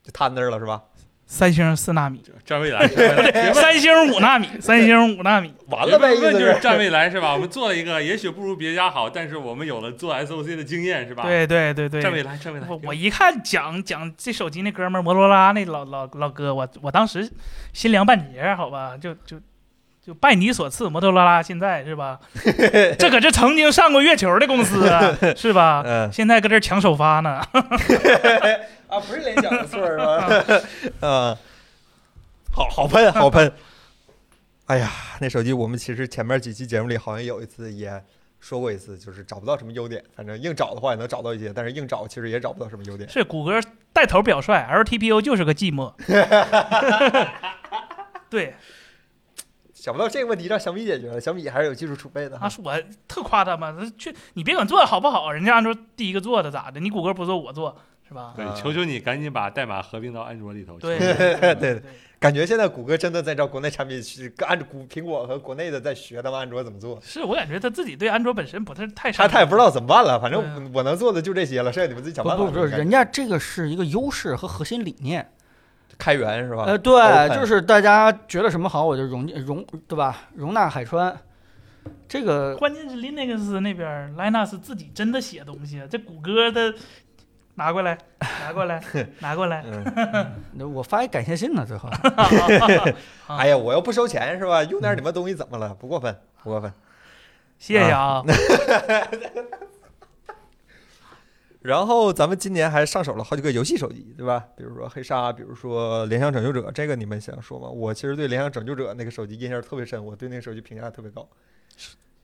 就摊那儿了是吧？
三星四纳米，
站未 来，站未
哎
来
三星五纳米，三星五纳米。
完了呗，意
问
思
就是站未来是吧？我们做了一个，也许不如别家好，但是我们有了做 SOC 的经验是吧？，
对对对对，
站未来，站未来
我，我一看讲讲这手机那哥们儿摩托罗拉那老老老哥，我我当时心凉半截儿，好吧，就就就拜你所赐，摩托罗拉现在是 吧？这可是曾经上过月球的公司啊，是吧？
嗯
现在搁这儿抢首发呢。
啊，不是联想的错儿吧？ 嗯，好好喷，好喷。 哎呀，那手机我们其实前面几期节目里好像有一次也说过一次，就是找不到什么优点，反正硬找的话也能找到一些，但是硬找其实也找不到什么优点。
是谷歌带头表率，LTPO 就是个 寂寞。对，
想不到这个问题让小米解决了，小米还是有技术储备的哈
啊，。是我特夸他嘛，去你别管做的好不好，人家安卓第一个做的咋的？你谷歌不做我做是吧？
对，求求你赶紧把代码合并到安卓里头。
对
求求你
对，感觉现在谷歌真的在照国内产品去按着谷苹果和国内的在学他们安卓怎么做，
是我感觉他自己对安卓本身不是太
他
上
他也不知道怎么办了。反
对
正我能做的就这些了，剩下你们自己想
不
办法。
啊不不是，人家这个是一个优势和核心理念。
开源是吧？
呃，对，
啊 open
就是大家觉得什么好，我就容容，对吧？容纳海川，这个
关键是 Linux 那边 Linux 自己真的写东西，这谷歌的拿过 来，拿过来，拿过来。
嗯。
我发一感谢信呢，最后。
啊
哎呀，我要不收钱是吧？用点你们东西怎么了？不过分，不过分。
谢谢啊，
然后咱们今年还上手了好几个游戏手机，对吧？比如说黑鲨，比如说联想拯救者，这个你们想说吗？我其实对联想拯救者那个手机印象特别深，我对那个手机评价特别高。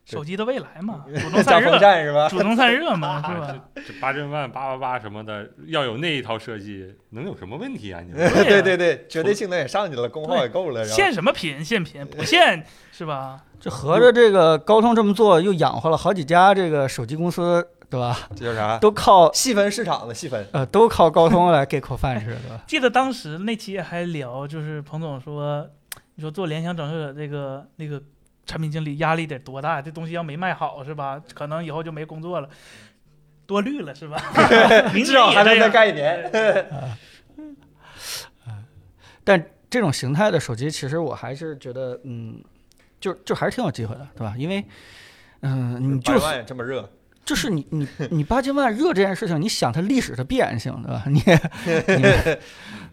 手机的未来嘛，主
加
动散
风
热，
扇是吧？
主动散热嘛，是吧
啊？这这八针万八八八什么的，要有那一套设计，能有什么问题啊？你们
对呀
对对对，绝对性能也上去了，功耗也够了，然后
限什么频？限频不限是吧？
这合着这个高通这么做，又养活了好几家这个手机公司，对吧？
这叫啥？
都靠
细分市场的细分。
呃都靠高通来给口饭吃，对吧？
记得当时那期还聊，就是彭总说，你说做联想拯救者这个那个产品经理压力得多大？这东西要没卖好是吧？可能以后就没工作了，多虑了是吧？ 明
至少
年也
还能
这
再
样。
干一年。
但这种形态的手机，其实我还是觉得，嗯，就就还是挺有机会的，对吧？因为，嗯、你就
百
是
万也这么热，
就是你你你八千万热这件事情，你想它历史的必然性，对吧？你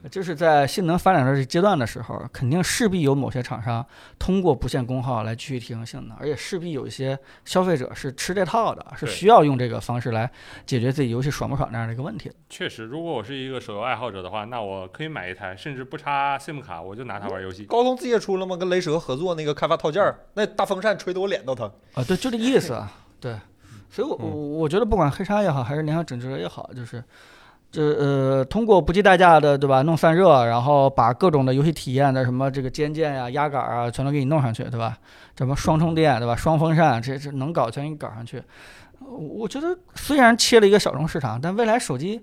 你就是在性能发展到这阶段的时候，肯定势必有某些厂商通过不限功耗来继续提升性能，而且势必有一些消费者是吃这套的，是
对
需要用这个方式来解决自己游戏爽不爽这样的一个问题的。
确实，如果我是一个手游爱好者的话，那我可以买一台，甚至不插 SIM 卡，我就拿它玩游戏。
高通自己也出了吗？跟雷蛇合作那个开发套件儿，那大风扇吹得我脸都疼。
啊，对，就这意思啊，对。所以我，我
嗯
我觉得，不管黑鲨也好，还是联合整治也好，就是这呃，通过不计代价的，对吧？弄散热，然后把各种的游戏体验的什么这个肩键呀、压杆啊，全都给你弄上去，对吧？什么双充电，对吧？双风扇，这这能搞全给你搞上去。我我觉得，虽然切了一个小众市场，但未来手机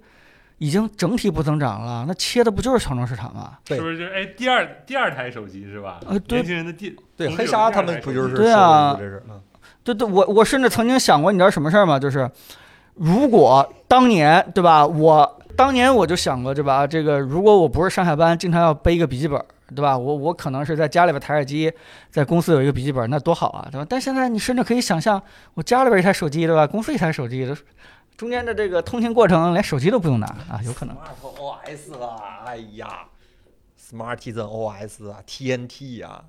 已经整体不增长了，那切的不就是小众市场吗？
对
是不是就是哎第二第二台手机是吧？
呃对
年轻人的第
对，
红
黑
酒
鲨
第
他
二
们
台
不
手
就是
机
受
对啊
益于这是？嗯
对对，我我甚至曾经想过，你知道什么事儿吗？就是如果当年对吧，我当年我就想过对吧，这个如果我不是上下班经常要背一个笔记本儿，对吧？我我可能是在家里边台式机，在公司有一个笔记本儿，那多好啊，对吧？但现在你甚至可以想象，我家里边一台手机对吧，公司一台手机，中间的这个通勤过程连手机都不用拿啊，有可能。
Smartphone OS 啊，哎呀，Smartisan OS 啊，TNT 呀、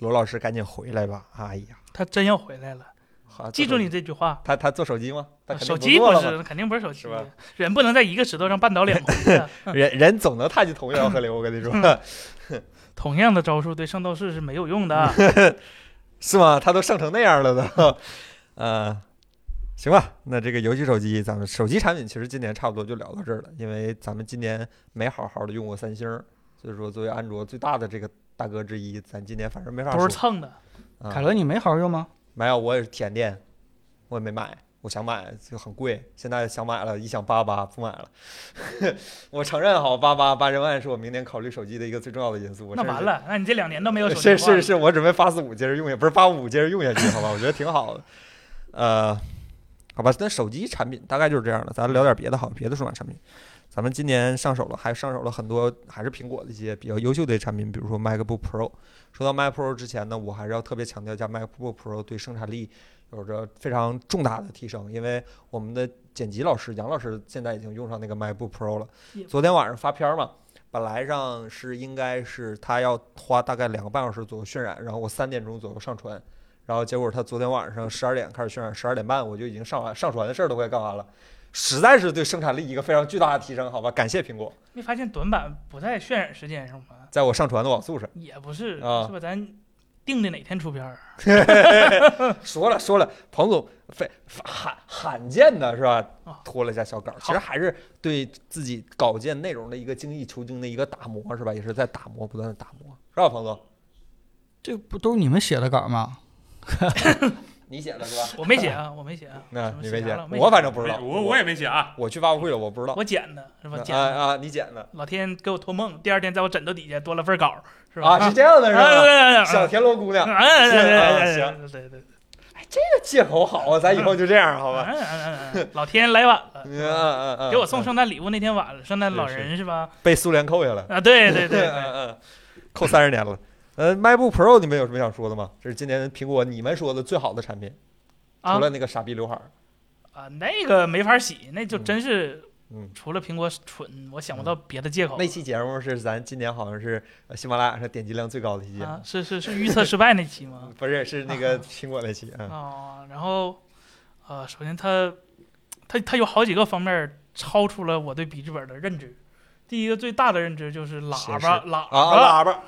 罗老师赶紧回来吧！哎呀，
他真要回来了，
好
记住你这句话。
他他做手机吗？他肯定
手机
做
不
了
是，肯定不是手机
是吧，
人不能在一个石头上绊倒两 回啊。
嘛人人总能踏进同一条河流，我跟你
嗯
说，
同样的招数对圣斗士是没有用的。
是吗？他都剩成那样了都，呃，行吧，那这个游戏手机，咱们手机产品其实今年差不多就聊到这儿了，因为咱们今年没好好的用过三星儿，所以说作为安卓最大的这个大哥之一，咱今年反正没法
都是
说
蹭的，
啊
凯伦，你没好好用吗？
没有，我也是体验店，我也没买，我想买就很贵，现在想买了，一想八八不买了。 我承认好，八八八十万是我明年考虑手机的一个最重要的因素。我
那
甚
完
至。
了，那你这两年都没有手机
是
的话
是是，我准备八四五接着用也不是八五接着用下去，好吧？我觉得挺好的。呃，好吧，那手机产品大概就是这样了。咱聊点别的好，别的数码产品。咱们今年上手了，还上手了很多，还是苹果的一些比较优秀的产品，比如说 MacBook Pro。说到 MacBook Pro 之前呢，我还是要特别强调一下 MacBook Pro 对生产力有着非常重大的提升，因为我们的剪辑老师杨老师现在已经用上那个 MacBook Pro 了
也。
昨天晚上发片儿嘛，本来上是应该是他要花大概两个半小时左右渲染，然后我三点钟左右上传，然后结果他昨天晚上十二点开始渲染，十二点半我就已经上完上传的事儿都快干完了，实在是对生产力一个非常巨大的提升，好吧，感谢苹果，
没发现短板不在渲染时间上吗？
在我上传的网速上
也不是，
啊
是吧？咱定的哪天出片儿？
说了说了，彭总非罕罕见的是吧
啊？
拖了一下小稿，其实还是对自己稿件内容的一个精益求精的一个打磨是吧？也是在打磨，不断的打磨，是吧，彭总？
这不都是你们写的稿
嗯
吗？
你写的是吧？
我没写啊，我没写啊。
那
什么
你没
写
写
啥了，
我反正不
不
知
是
道，
我我也没写啊，
我去发布会了，我不知道。
我剪的是吧？
啊
剪
啊
的，
啊！你剪的
老天给我托梦，第二天在我枕头底下多了份稿，是吧？
啊？是这样的，
啊
是
对
吧？
对对
小田螺姑 娘，
哎哎哎哎
是啊
哎，对对，
这借口好啊，咱以后就这样，好
嗯
吧？
嗯嗯嗯，老天来晚 了
嗯
是吧，
嗯嗯，
给我送圣诞礼物那天晚了，圣诞老
是
人是吧？
被苏联扣下来，
啊，对对 对对，
嗯嗯，扣三十年了。呃，MacBook Pro 你们有什么想说的吗？这是今年苹果你们说的最好的产品，
啊
除了那个傻逼刘海儿，
啊，那个没法洗，那就真是
嗯
除了苹果蠢，我想不到别的借口了。
那期节目是咱今年好像是呃喜马拉雅上点击量最高的一期节目，
啊，是是是预测失败那期吗？
不是是那个苹果那期啊。
哦，然后，呃，首先它，它它有好几个方面儿超出了我对笔记本的认知。第一个最大的认知就是喇
显示
叭，喇叭，
啊，喇叭，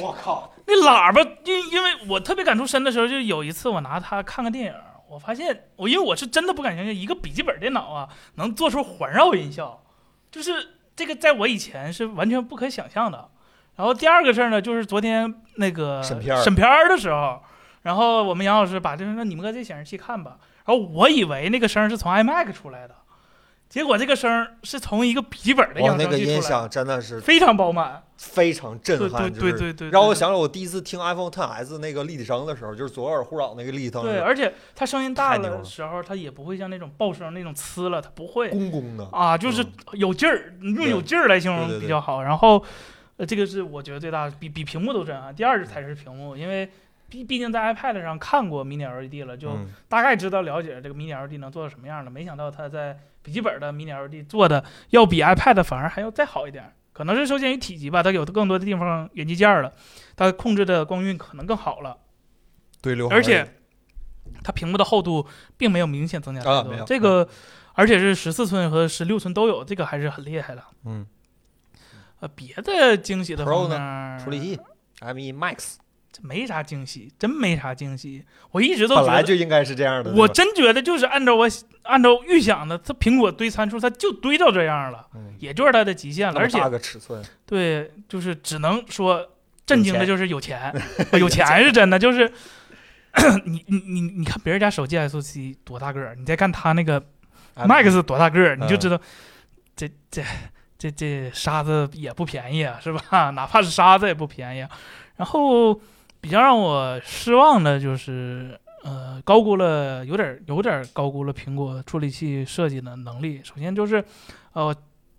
我靠，
那喇叭，因因为我特别感触深的时候，就有一次我拿它看个电影儿，我发现我因为我是真的不敢相信一个笔记本电脑啊能做出环绕音效，就是这个在我以前是完全不可想象的。然后第二个事儿呢，就是昨天那个
审片儿
审片儿的时候，然后我们杨老师把这个说你们搁这显示器看吧，然后我以为那个声儿是从 iMac 出来的，结果这个声儿是从一个笔记本的
哇，
扬
那
声
个
器出来
音
的，
响真的是
非常饱满，
非常震
对对
撼，就
对
是
对对，
让我
对
想起我第一次听 iPhone Ten S 那个立体声的时候，就是左耳护扰那个立体声的
对，
时候，
而且它声音大
太牛
了
了
的时候，它也不会像那种爆声那种呲了，它不会
公公的。
啊，就是
嗯
有劲儿，你用
对
有劲儿来形
对对
容
对
比较好。然后，呃，这个是我觉得最大的，比比屏幕都震撼。第二
嗯
才是屏幕，因为毕毕竟在 iPad 上看过 Mini LED E 了，就
嗯
大概知道了解这个 Mini LED E 能做到什 E 么样了。没想到它在笔记本的 Mini LED 做的要比 iPad 反而还要再好一点儿，可能是受限于体积吧，它有更多的地方元器件儿了，它控制的光晕可能更好了，
对流行
而
而已，
且它屏幕的厚度并没有明显增加太
啊
多
没有
这个而且是十四寸和十六寸都有，这个还是很厉害了。
嗯
呃，别的惊喜的
Pro
方
呢
面，
处理器 M1 Max
这没啥惊喜，真没啥惊喜。我一直都觉
本
得
来就应该是这样的，
我
对吧
真觉得就是按照我按照预想的，它苹果堆参数它就堆到这样了，
嗯
也就是它的极限了。
那么
而且
大个尺寸，
对，就是只能说震惊的就是有钱，啊有钱是真的，就是 你你你你看别人家手机 SOC 多大个儿，你再看他那个
啊
Max 多大个儿，你就知道这这这这沙子也不便宜啊，是吧？ 哪怕是沙子也不便宜啊、然后比较让我失望的就是。呃，高估了，有点有点高估了苹果处理器设计的能力。首先就是，呃，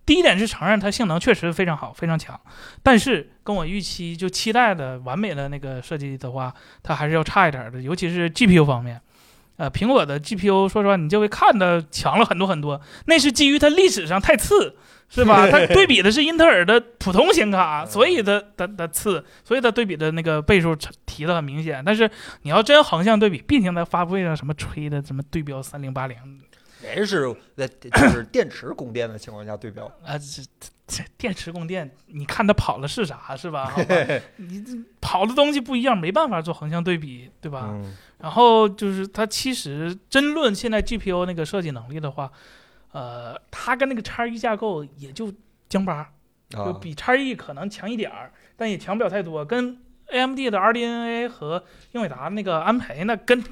第一点是承认它性能确实非常好，非常强，但是跟我预期就期待的完美的那个设计的话，它还是要差一点儿的，尤其是 GPU 方面。呃，苹果的 GPU，说实话，你就会看的强了很多很多，那是基于它历史上太次，是吧？它对比的是英特尔的普通显卡，
嗯
所以它它它次，所以它对比的那个倍数提的很明显。但是你要真横向对比，毕竟它发布会上什么吹的什么对标三零八零，
人是在就是电池供电的情况下对标，
啊，这这这电池供电，你看它跑了是啥是 吧？好吧你这跑的东西不一样，没办法做横向对比，对吧？
嗯，
然后就是它其实真论现在 GPU 那个设计能力的话，呃，它跟那个叉一架构也就将八，就
啊
比叉一可能强一点儿，但也强不了太多。跟 AMD 的 RDNA 和英伟达那个安培那跟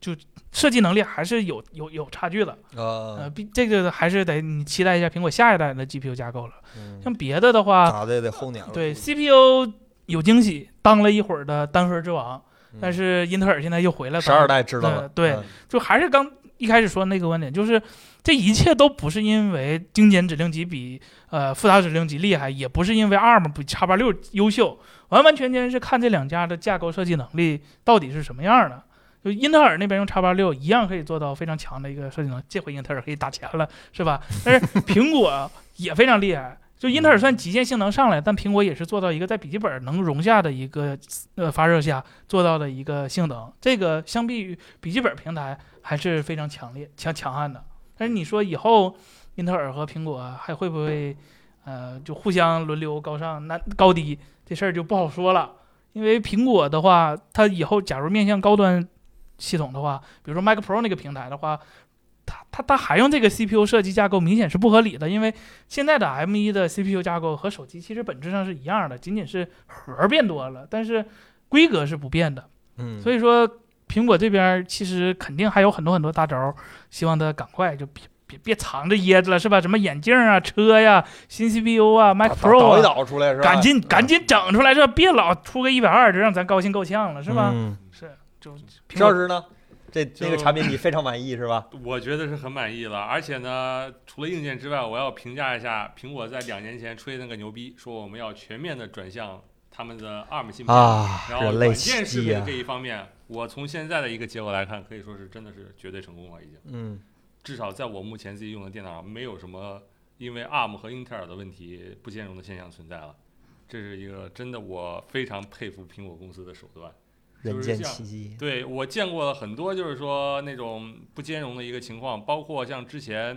就设计能力还是有有有差距的。呃，
啊，
毕这个还是得你期待一下苹果下一代的 GPU 架构了。
嗯
像别的的话，
咋的也得后年了，
对 CPU 有惊喜，当了一会儿的单核之王，
嗯
但是英特尔现在又回来了，
十二代知道了，
呃对
嗯，
就还是刚一开始说的那个观点，就是这一切都不是因为精简指令集比呃复杂指令集厉害，也不是因为 ARM 比叉八六优秀，完完全全是看这两家的架构设计能力到底是什么样的。就英特尔那边用叉八六一样可以做到非常强的一个设计能力，这回英特尔可以打钱了，是吧？但是苹果也非常厉害。啊就英特尔算极限性能上来，但苹果也是做到一个在笔记本能容下的一个呃发热下做到的一个性能，这个相比于笔记本平台还是非常强烈、强强悍的。但是你说以后英特尔和苹果啊还会不会，呃，就互相轮流高上那高低这事儿就不好说了。因为苹果的话，它以后假如面向高端系统的话，比如说 Mac Pro 那个平台的话，它它它还用这个 CPU 设计架构，明显是不合理的。因为现在的 M1 的 CPU 架构和手机其实本质上是一样的，仅仅是核儿变多了，但是规格是不变的。
嗯，
所以说，苹果这边儿其实肯定还有很多很多大招儿，希望他赶快就别别别藏着掖着了，是吧？什么眼镜啊、车呀、新 CPU 啊、Mac
打
Pro
倒一
啊，
倒出来是吧？嗯
赶紧赶紧整出来，这别老出个一百二，就让咱高兴够呛了，是吧？
嗯
是，就苹
赵
果
老师呢？这这个产品你非常满意是吧？
我觉得是很满意了，而且呢，除了硬件之外，我要评价一下苹果在两年前吹那个牛逼，说我们要全面的转向他们的 ARM 芯片，
啊
然后
人类
软
奇
件视
迹
频
呀
这，一方面，我从现在的一个结果来看，可以说是真的是绝对成功了，已经。
嗯，
至少在我目前自己用的电脑上，没有什么因为 ARM 和英特尔的问题不兼容的现象存在了。这是一个真的，我非常佩服苹果公司的手段。
人
就是
间
这样
奇迹，
对我见过了很多，就是说那种不兼容的一个情况，包括像之前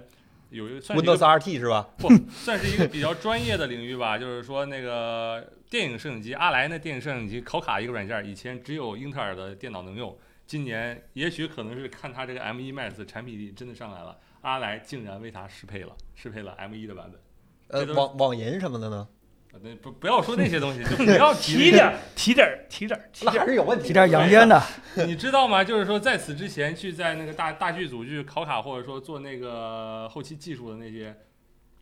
有一算是一
Windows
个
RT 是吧？
不算是一个比较专业的领域吧，就是说那个电影摄影机，阿莱那电影摄影机考卡一个软件，以前只有英特尔的电脑能用，今年也许可能是看它这个 M1 Max 产品力真的上来了，阿莱竟然为它适配了，适配了 M1 的版本。
呃
这，都是
网网银什么的呢？
呃那不不要说那些东西，就不要提
提点
那 些
儿提点儿提点儿提
那
点
还
儿，
是有问题
提
的。
点阳间的，
你知道吗？就是说，在此之前去在那个大大剧组去考卡，或者说做那个后期技术的那些，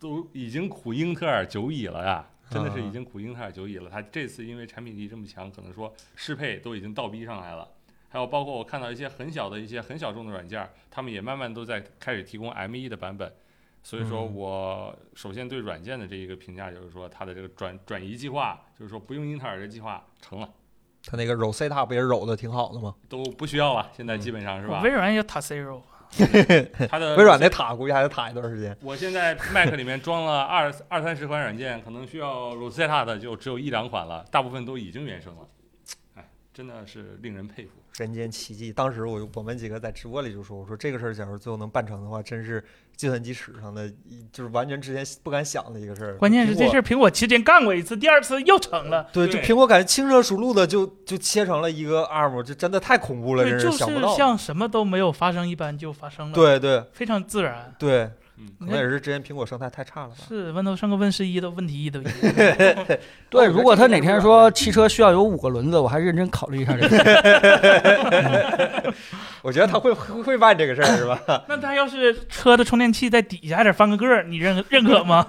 都已经苦英特尔久矣了呀！真的是已经苦英特尔久矣了。他这次因为产品力这么强，可能说适配都已经倒逼上来了。还有包括我看到一些很小的一些很小众的软件儿，他们也慢慢都在开始提供 M1 的版本。所以说
嗯
我首先对软件的这一个评价就是说，它的这个转转移计划，就是说不用英特尔这计划成了，
他那个 Rosetta 不也揉的挺好的吗？
都不需要了。现在基本上是吧？
微软也塔 zero，
它的
微软那塔估计还得塔一段时间。
我现在 Mac 里面装了二二三十款软件，可能需要 Rosetta 的就只有一两款了，大部分都已经原生了。哎，真的是令人佩服。
人间奇迹！当时我就我们几个在直播里就说：“我说这个事儿，假如最后能办成的话，真是计算机史上的一，就是完全之前不敢想的一个事儿。”
关键是这事
儿，
儿苹果期间干过一次，第二次又成了。
对，就
对
苹果感觉轻车熟路的就就切成了一个 ARM，这真的太恐怖了，
对，
真
就是
想不到
是。像什么都没有发生一般就发生了，，
对对
非常自然。
对，
嗯，
可能也是之前苹果生态太差了吧。
是 Windows 上个 Win 十一的问题一都一样。
对，
我觉得
如果
这
他
个
哪
是
天
软
说汽车需要有五个轮子，我还认真考虑一下这个。
我觉得他会会会办这个事儿是吧？
那它要是车的充电器在底下还得翻个个儿，你认认可吗？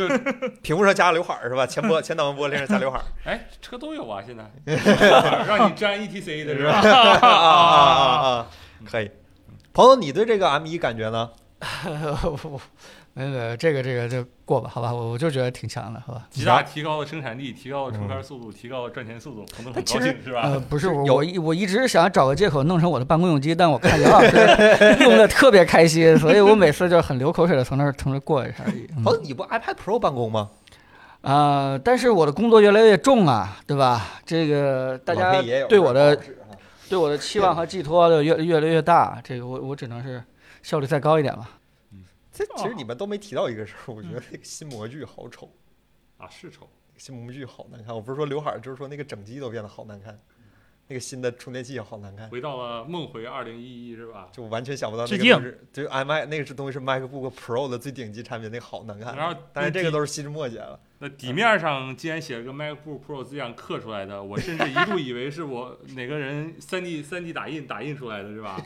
屏幕上加个刘海儿是吧？前波前挡风玻璃上加刘海儿
哎，车都有啊，现在让你粘 ETC 的是吧？
啊啊啊啊啊！可以。朋友，你对这个 M 一感觉呢？
我 没有没有，这个这个就过吧，好吧，我我就觉得挺强的，好吧。
极大提高了生产力，提高了充
嗯
片速度，提高了赚钱速度，彭总很
但其
高
实
兴是吧？
呃，不是我，
有
我一我一直想找个借口弄成我的办公用机，但我看杨老 师用的特别开心，所以我每次就很流口水的从那儿从那儿过一下而已。嗯
朋友，你不 iPad Pro 办公吗？
啊、但是我的工作越来越重啊，对吧？这个大
老
家
天爷有
对
这
我的
好事啊
对我的期望和寄托的越越来越大，这个我我只能是效率再高一点吧。
这其实你们都没提到一个事儿，我觉得那个新模具好丑，
啊，是丑，
新模具好难看。我不是说刘海儿，就是说那个整机都变得好难看，那个新的充电器也好难看，
回到了梦回二零一一是吧？
就完全想不到那
致
个
敬
东西，就是 M I 那个是东西是 MacBook Pro 的最顶级产品，那个好难
然
看。
后，
呃但是这个都是细枝末节了，
那底面上竟然写了个 MacBook Pro 字样刻出来的，我甚至一度以为 是我哪个人三 D 三 D 打印打印出来的是吧？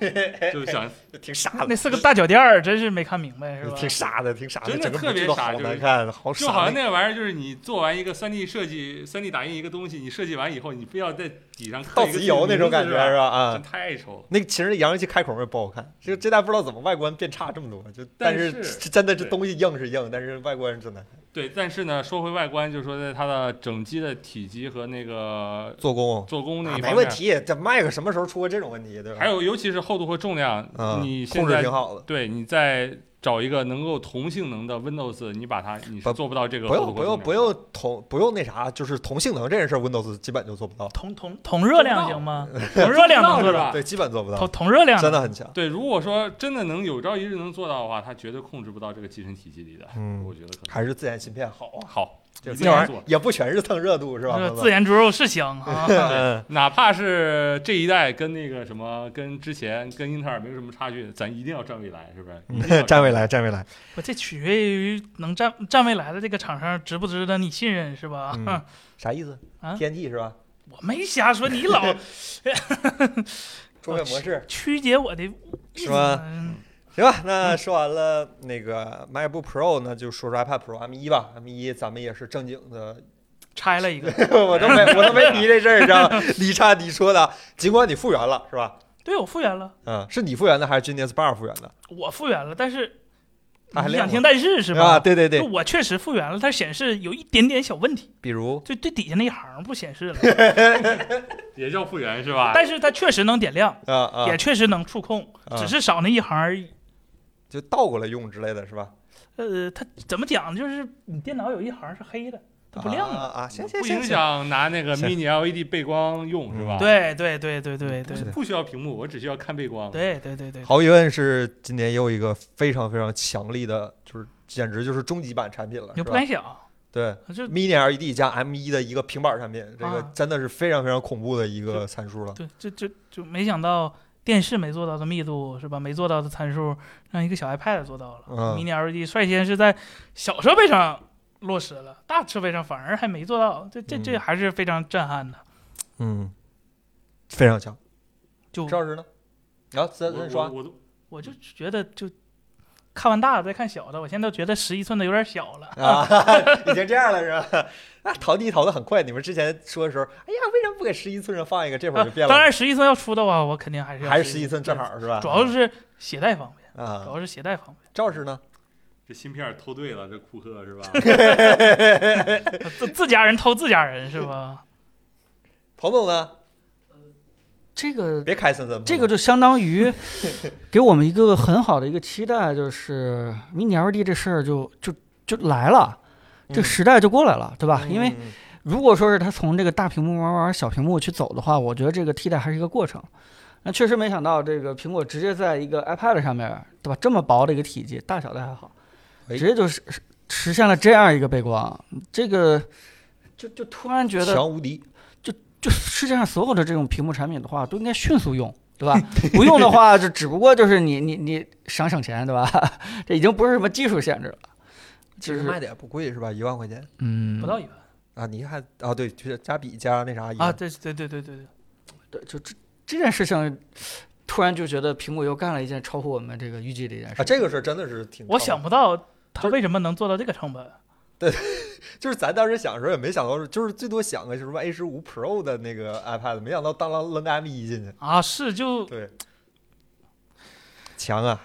就想
挺傻
那
的，
四个大脚垫儿真是没看明白，是吧？
挺傻的，挺傻的，
真的
整个
特别
模具都
傻
好
就是
难看，好
就好
傻
像。那个玩意儿就是你做完一个三 D 设计，三 D 打印一个东西，你设计完以后，你非要在底上刻
到
一个
此一游那种感觉
是
是
吧？
吧？啊
真，太丑了。
那个其实扬声器开孔也不好看，这这代不知道怎么外观变差这么多，就
但
但是
是
这真的这
对
东西硬是硬，但是外观是真难看。
对，但是呢，说回外观，就是说在它的整机的体积和那个
做工
做工那
啊
一方
没
面，
问题，这 Mac 什么时候出过这种问题，对吧？
还有尤其是厚度和重量，
嗯，
你现
控制
在
挺好的，
对你再找一个能够同性能的 Windows，你把它你
不
是做不到这个
不
厚度
用不
和重量
用
的
不用同不用那啥，就是同性能这件事儿，Windows 基本就做不到，
同同同热量行 吗？同热量能做
啊
到，
对，基本做不
同
到，
同热量
真的很强。
对，如果说真的能有朝一日能做到的话，它绝对控制不到这个集成体积里的。
嗯
我，觉得可能
还是自研芯片好啊，
好，
这
一
自
定要
研
做。
也不全是蹭热度是吧
这？
朋友
自
们
研猪肉是香啊，
嗯，
哪怕是这一代跟那个什么，跟之前跟英特尔没有什么差距，咱一定要站未来，是不是？一定
嗯
要
嗯站未来，站未来。
我这取决于能站站未来的这个厂商值不值得你信任，是吧？
嗯啥意思
啊
？TNT 是吧？
我没瞎说，你老
桌面模式
曲解我的意
是
思
吧
呢。
行吧，那说完了那个 MacBook Pro 呢，就说说 iPad Pro M 一吧。M 一咱们也是正经 的
拆了 一个，
我都没我都没提这事儿，你知 道吗？你差你说的，尽管你复原了是吧？
对我复原了，
嗯，是你复原的还是 Genius Bar 复原的？
我复原了，但是
他还
你
练
想
过
听但是是
啊，
吧？
对对
就
对，
我确实复原了，它显示有一点点小问题，
比如
就最底下那一行不显示了，
也叫复原是吧？
但是它确实能点亮，
啊啊
也，确实能触控，
啊
只是少那一行而已。
就倒过来用之类的是吧？
呃，它怎么讲？就是你电脑有一行是黑的，它不亮
啊
啊。
啊啊，行行
不
行
影
行，
响拿那个
行
Mini LED 背光用是吧？，
对对对对对对
啊是的
不需要屏幕，我只需要看背光。
对对对对，
毫无疑问是今年又一个非常非常强力的，就是简直就是终极版产品了，
你
是
不
吧嗯
敢？想，
对。
就
Mini LED E 加 M 一的一个平板产品，这个
啊
真的是非常非常恐怖的一个参数了。
对，就就就没想到电视没做到的密度是吧？没做到的参数，让一个小 iPad 做到了。
嗯
Mini LED E 率先是在小设备上落实了，大设备上反而还没做到，这这这
嗯
还是非常震撼的。
嗯，非常强。
就
赵老师呢？啊，咱
我
咱说啊
我，我都
我就觉得就。看完大的再看小的，我现在都觉得十一寸的有点小了。
啊， 已经这样了是吧？啊，淘地淘的很快。你们之前说的时候，哎呀，为什么不给十一寸上放一个？这会儿就变了。
啊当然，十一寸要出的话，我肯定还是要
还是十
11
一寸正，好是吧？
主要是携带方便，主
啊，
要是携带方便。
赵氏呢？
这芯片偷对了，这库克是吧？
自自家人偷自家人是吧？
彭总呢？
这个
别开森森，
这个就相当于
嗯
给我们一个很好的一个期待，就是明年 LED 这事儿就就就来了，这个时代就过来了，对吧？因为
嗯
如果说是它从这个大屏幕慢慢往小屏幕去走的话，我觉得这个替代还是一个过程。那确实没想到，这个苹果直接在一个 iPad 上面，对吧？这么薄的一个体积，大小都还好，
哎
直接就是实实现了这样一个背光，这个就就突然觉得
强无敌，
就世界上所有的这种屏幕产品的话，都应该迅速用，对吧？不用的话，就只不过就是你你你想省钱，对吧？ 这已经不是什么技术限制了，
其
就
实
是
卖的也不贵是吧？一万块钱
嗯，
不到一万
啊，你还啊对，就是加笔加那啥一
啊！
万，
对对对对对对，
对，就这这件事情，突然就觉得苹果又干了一件超乎我们这个预计的一件事。
啊，这个事儿真的是挺，
我想不到他为什么能做到这个成本。
就是咱当时想的时候也没想到，就是最多想个什么 A 十五 Pro 的那个 iPad，没想到当啷扔个 M E 一进去，
啊，是就
对，强 啊！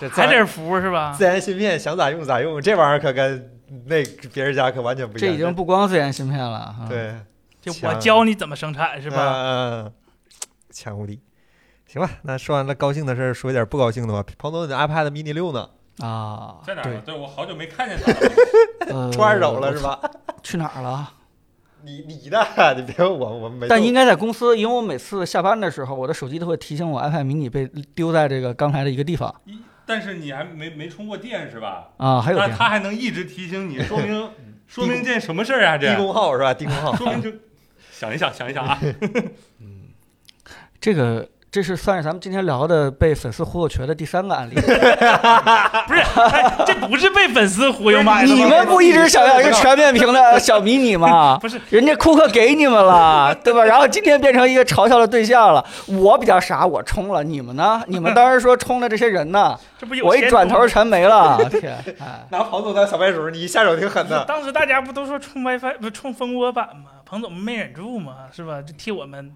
这自
还
然
得是服是吧
自？然芯片想咋用咋用，这玩意儿可跟那别人家可完全不一
这
样。
已经不光自研芯片了，啊，
对
就我
强
教你怎么生产是吧？
嗯、嗯嗯强无力。行吧，那说完了高兴的事儿，说一点不高兴的吧。彭总，你的 iPad mini 六呢？
啊，
在哪儿
对
呢？，对我好久没看见它了。
呃
出二手了是？吧？
去哪儿了？
你你的，你别我我们没动。
但应该在公司，因为我每次下班的时候，我的手机都会提醒我 iPad mini 被丢在这个刚才的一个地方
一，但是你还没没充过电是吧？
啊，还有
那
电
它还能一直提醒你，说明说明件什么事儿啊？这
低功耗是吧？低功 耗。
说明就想一想，想一想啊。
这个这是算是咱们今天聊的被粉丝忽悠瘸的第三个案例。
不是，哎
嗯
这不是被粉丝忽悠买的
你
吗？
们不一直想要一个全面 屏的小迷你吗？
不是，
人家库克给你们了，对吧？然后今天变成一个嘲笑的对象了。我比较傻，我充了，你们呢？你们当时说充了这些人呢？
这不 有
我
前
一转
途
头全没 了，天！哎，
拿彭总当小白鼠，你下手挺狠的。
当时大家不都说冲 WiFi 不冲蜂窝版吗？彭总没忍住嘛，是吧？就替我们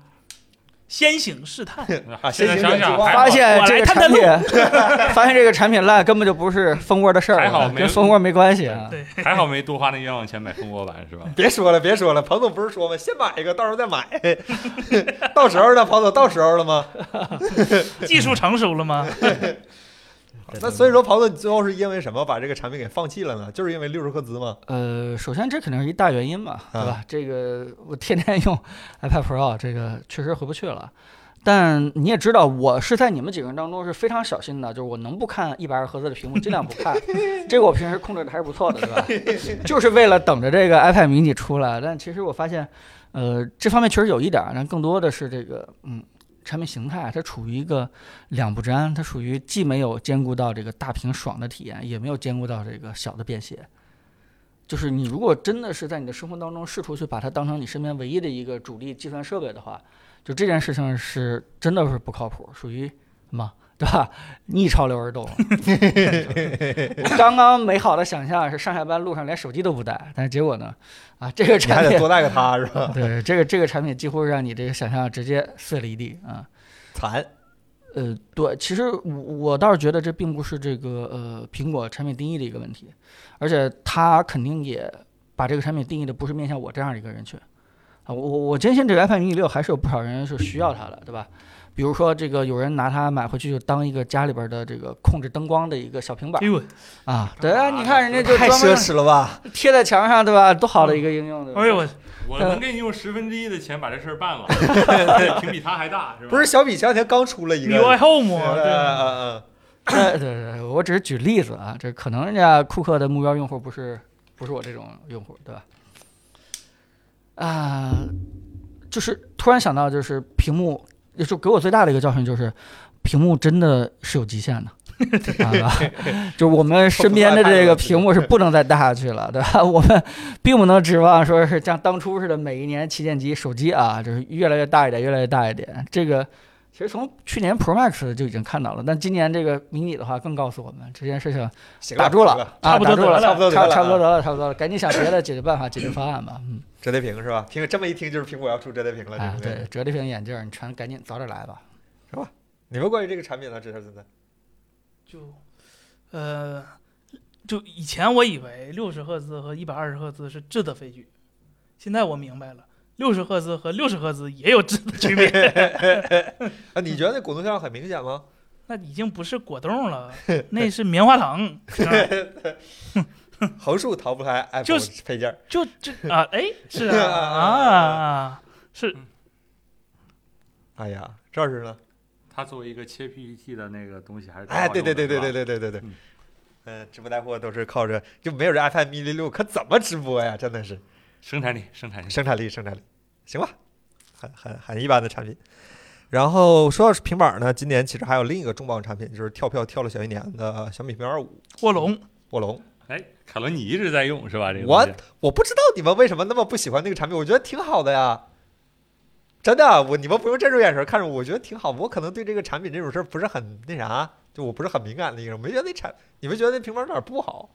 先行试探，
啊
现在
先行
想
远
想，还
之
好
发现
我
这
来
个
探
产
探路
品，发现这个产品 烂根本就不是蜂窝的事儿
还好
啊，
没
跟蜂窝没关系啊。
对，
还好没多花那冤枉钱买蜂窝版 是吧？
别说了，别说了，彭总不是说吗？先买一个，到时候再买。 到时候呢，彭总，到时候了吗？
技术成熟了吗？
那所以说，彭总，你最后是因为什么把这个产品给放弃了呢？就是因为六十赫兹吗？
呃，首先这肯定是一大原因嘛，对吧？这个我天天用 iPad Pro，这个确实回不去了。但你也知道，我是在你们几个人当中是非常小心的，就是我能不看一百二赫兹的屏幕，尽量不看。这个我平时控制的还是不错的，对吧？就是为了等着这个 iPad mini 出来。但其实我发现，呃，这方面确实有一点儿，但更多的是这个，嗯，产品形态啊它处于一个两不沾，它属于既没有兼顾到这个大屏爽的体验，也没有兼顾到这个小的便携。就是你如果真的是在你的生活当中试图去把它当成你身边唯一的一个主力计算设备的话，就这件事情是真的是不靠谱，属于什么对吧？逆潮流而动了。我刚刚美好的想象是上下班路上连手机都不带，但是结果呢？啊，这个
你还
产
得
品
多带个它是吧？
对这个这个产品几乎让你这个想象直接碎了一地啊。
惨，
呃，对，其实我我倒是觉得这并不是这个呃苹果产品定义的一个问题，而且它肯定也把这个产品定义的不是面向我这样一个人群啊，我我我坚信这个 iPad mini 六还是有不少人是需要它的，对吧？比如说这个有人拿它买回去就当一个家里边的这个控制灯光的一个小平板
哎呦，
啊，对啊，你看人家就
太
专
奢
门
侈嗯了吧？
贴在墙上，对吧？多好的一个应用，对吧
哎呦我，
我
呃
能给你用十分之一的钱把这事儿办了，屏比它还大是吧？
不是，小米前两天刚出了一个，
you at
嗯
home，
嗯
对啊
嗯
对对对，我只是举例子啊，这可能人家库克的目标用户不是不是我这种用户，对吧？啊、就是突然想到，就是屏幕，就给我最大的一个教训就是，屏幕真的是有极限的。啊，对吧 就是我们身边的这个屏幕是不能再大下去了，对吧？ 我们并不能指望说是像当初似的，每一年旗舰机、手机啊，就是越来越大一点，越来越大一点。这个其实从去年 Pro Max 就已经看到了，但今年这个迷你的话更告诉我们这件事情
行
打住了
行了，
啊
差不多
打住了，
得了差不多得
差
了啊
差不多得了，差不多了，赶紧想别的解决办法、解决方案吧。嗯，
折叠屏是吧？苹这么一听就是苹果要出折叠屏了，
啊，
不
对
对？，
折叠屏眼镜儿，你全赶紧早点来吧。
你们关于这个产品呢，这是真的？
就呃，就以前我以为六十赫兹和一百二十赫兹是质的飞举，现在我明白了，六十赫兹和六十赫兹也有质的区别，
啊，你觉得那滚动效应很明显吗？
那已经不是果冻了，那是棉花糖，是吧
横竖逃不开 iPhone
就是
配件儿，
就这啊，哎，是啊啊，是
哎呀，这是呢？
它作为一个切 PPT 的那个东西还是挺好
哎，
用
对
的
对对对对对
是吧
对对对
嗯，
嗯，直播带货都是靠着，就没有这 iPad mini 六，可怎么直播呀？真的是
生产力生产力
生产力，生产力，行吧，很很很一般的产品。然后说到平板儿呢，今年其实还有另一个重磅产品，就是跳票跳了小一年的小米平二五
卧龙，
卧龙。
哎，凯伦你一直在用是吧？这个东
What？
西
我不知道你们为什么那么不喜欢那个产品，我觉得挺好的呀。真的，啊我你们不用这种眼神看着我，我觉得挺好。我可能对这个产品这种事儿不是很那啥，就我不是很敏感的一个人，我没觉得那产，你们觉得那平板儿哪儿不好？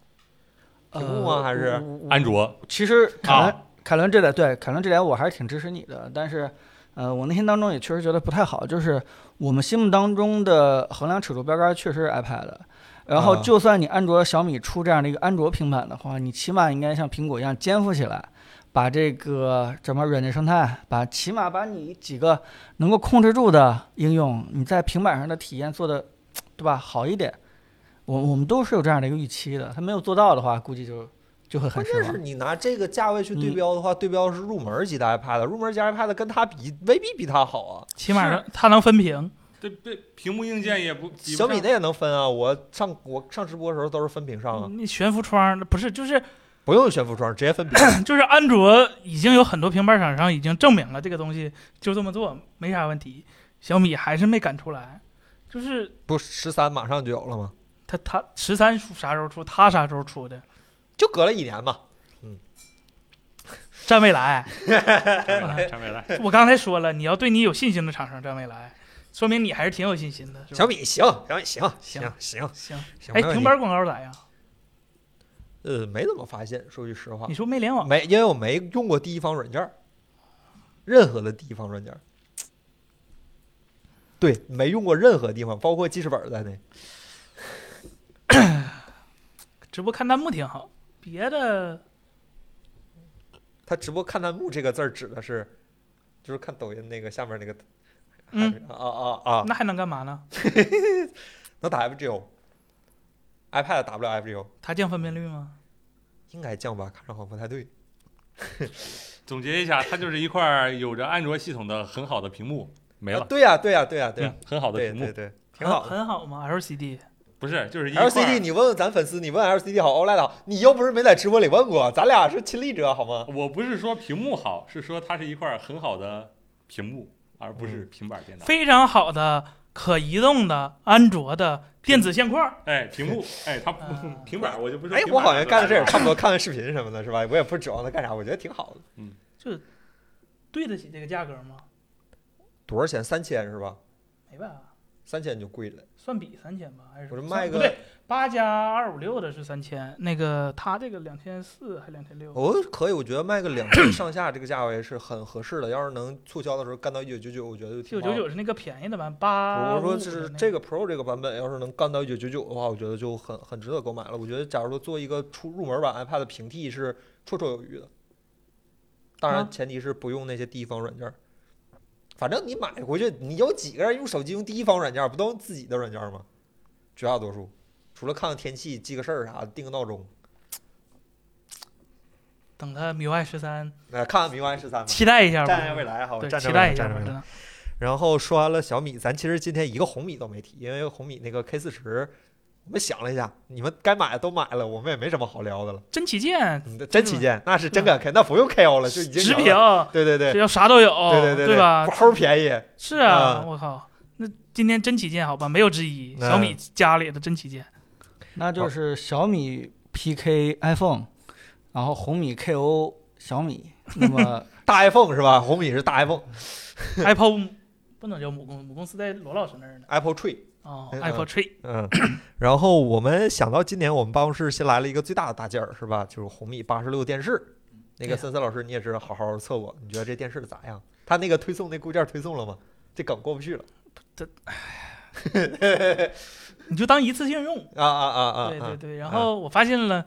屏幕吗
呃
还是
我我
安卓
其实凯伦、
啊
凯伦这点对凯伦这点我还是挺支持你的，但是呃，我那天当中也确实觉得不太好，就是我们心目当中的衡量尺度标杆确实是 iPad 的。然后，
啊
就算你安卓、小米出这样的一个安卓平板的话，你起码应该像苹果一样肩负起来，把这个什么软件生态，把起码把你几个能够控制住的应用，你在平板上的体验做的，对吧？好一点。我我们都是有这样的一个预期的，他没有做到的话，估计就就会很
关
失
键
望
是。你拿这个价位去对
嗯
标的话，对标是入门级的 iPad，入门级 iPad 跟它比未必比它好啊。
起码能它能分屏，
对对，屏幕硬件也不比不
小米
上
的也能分啊，我上我上直播的时候都是分屏上啊，
那悬浮窗不是就是
不用悬浮窗，直接分屏。
就是安卓已经有很多平板厂商已经证明了这个东西就这么做没啥问题，小米还是没赶出来，就是
不，十三马上就有了吗？
它它十三啥时候出，它啥时候出的，
就隔了一年嘛。
站 未来。
产品来产品来，
我刚才说了，你要对你有信心的厂商站未来，说明你还是挺有信心的。是吧
小米行，小米行，行行
行，
行。没
哎，
问
平
题
板广告咋样？
呃，没怎么发现，说句实话
你，说没联网，
没，因为我没用过第一方软件儿，任何的第一方软件儿，对，没用过任何地方，包括记事本儿在内。
直播看弹幕挺好，别的
他直播看弹幕这个字儿指的是，就是看抖音那个下面那个，还
嗯
是啊啊啊啊，
那还能干嘛呢？
能打 FGO，iPad 打不了 FGO，
它降分辨率吗？
应该降吧？看上好像不太对。
总结一下，它就是一块有着安卓系统的很好的屏幕，没
啊
了，
对呀，对呀，对呀，对呀
嗯，，很好的
对
屏
对
幕，
对，挺好的。
很很好吗？LCD
不是就是一块
LCD，你问问咱粉丝，你问 LCD 好，OLED 好，你又不是没在直播里问过，咱俩是亲历者好吗？
我不是说屏幕好，是说它是一块很好的屏幕，而不
嗯
是平板电脑。
非常好的可移动的安卓的电
嗯
子相框，
哎，屏幕，哎，它
啊
平板我就不是。
哎，我好像干的事也差不多，看看视频什么的，是吧？我也不指望它干啥，我觉得挺好的。
对得起这个价格吗？
多少钱？三千是吧？
没办法，
三千就贵了。
算比三千吧，还是
我这
算
卖
不
个
对，，八加二五六的是三千，那个它这个两千四还两千六，
我可以，我觉得卖个两千上下这个价位是很合适的。要是能促销的时候干到一九九九，我觉得就
九
挺
九
棒
九
的。
是那个便宜的版，八
我
五
说
五
就
的
是
啊那
这
个
个 Pro 这个版本，要是能干到一九九九的话，我觉得就很很值得购买了。我觉得，假如说做一个出入门版 iPad 的平替是绰绰有余的，当
啊
然前提是不用那些第一方软件儿。反正你买回去，你有几个人用手机用第一方软件儿？不都用自己的软件儿吗？绝大多数，除了看看天气、记个事儿啥的，定个闹钟，
等它 MIUI 十三，
呃，看看 MIUI 十三吧。
期待一下吧，
站在未来，好，
对，
站
期
着
待一下
站着
吧，
未
真
来。
的。
然后说完了小米，咱其实今天一个红米都没提，因为红米那个 K 四十，我们想了一下，你们该买的都买了，我们也没什么好聊的了。
真旗舰
嗯真旗舰，那是真啊敢开，那不用 KO 了，就已经
直
赢了
屏，
对对对
这，要啥都有，
对对啊哦对，
吧？
齁便宜，
是啊，
啊
我靠，那今天真旗舰好吧，没有之一，
那
小米家里的真旗舰，
那就是小米 PK iPhone，然后红米 KO 小米。那么
大 iPhone 是吧？红米是大
，Apple 不能叫母公，母公司在罗老师那儿呢。
iPhone，Apple Tree，
哦
嗯
，Apple Tree，
嗯。然后我们想到今年我们办公室新来了一个最大的大件儿，是吧？就是红米八十六电视。那
对
个
呀
森森老师，你也是好好测过，你觉得这电视咋样？他那个推送那固件推送了吗？这梗过不去了。
你就当一次性用。
啊啊啊啊！
对
啊
对对，然后我发现了，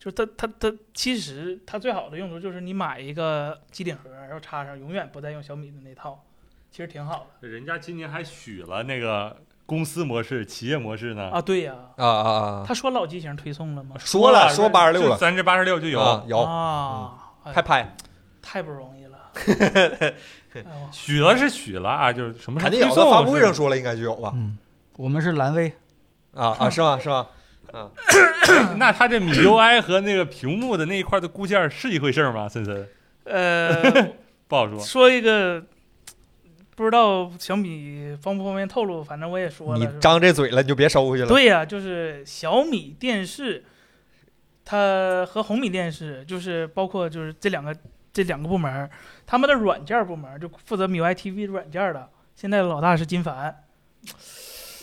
就是它它它其实它最好的用途就是你买一个机顶盒，然后插上，永远不再用小米的那套，其实挺好
人家今年还许了那个公司模式、企业模式
的
呢。
啊。对呀、
啊啊啊！
他说老机型推送了吗？
说了说八十六
就
了，
三至八十六就有、
啊有，嗯
啊，哎
快拍，
太不容易 了。哎呦
许了是许了啊，就是什么时
肯
候
定有
推
的。
送
发布会上
是
说了，应该就有 吧？
嗯，我们是蓝威，
啊啊，是吗？是吗？
那它这米 UI 和那个屏幕的那一块的固件是一回事儿吗？森森
呃，
不好说。
说一个，不知道小米方不方便透露，反正我也说了。
你
是吧
张这嘴了，你就别收回去了。
对呀、就是小米电视，它和红米电视，就是包括就是这两个这两个部门儿，他们的软件部门儿就负责 MIUI TV 软件的，现在的老大是金凡。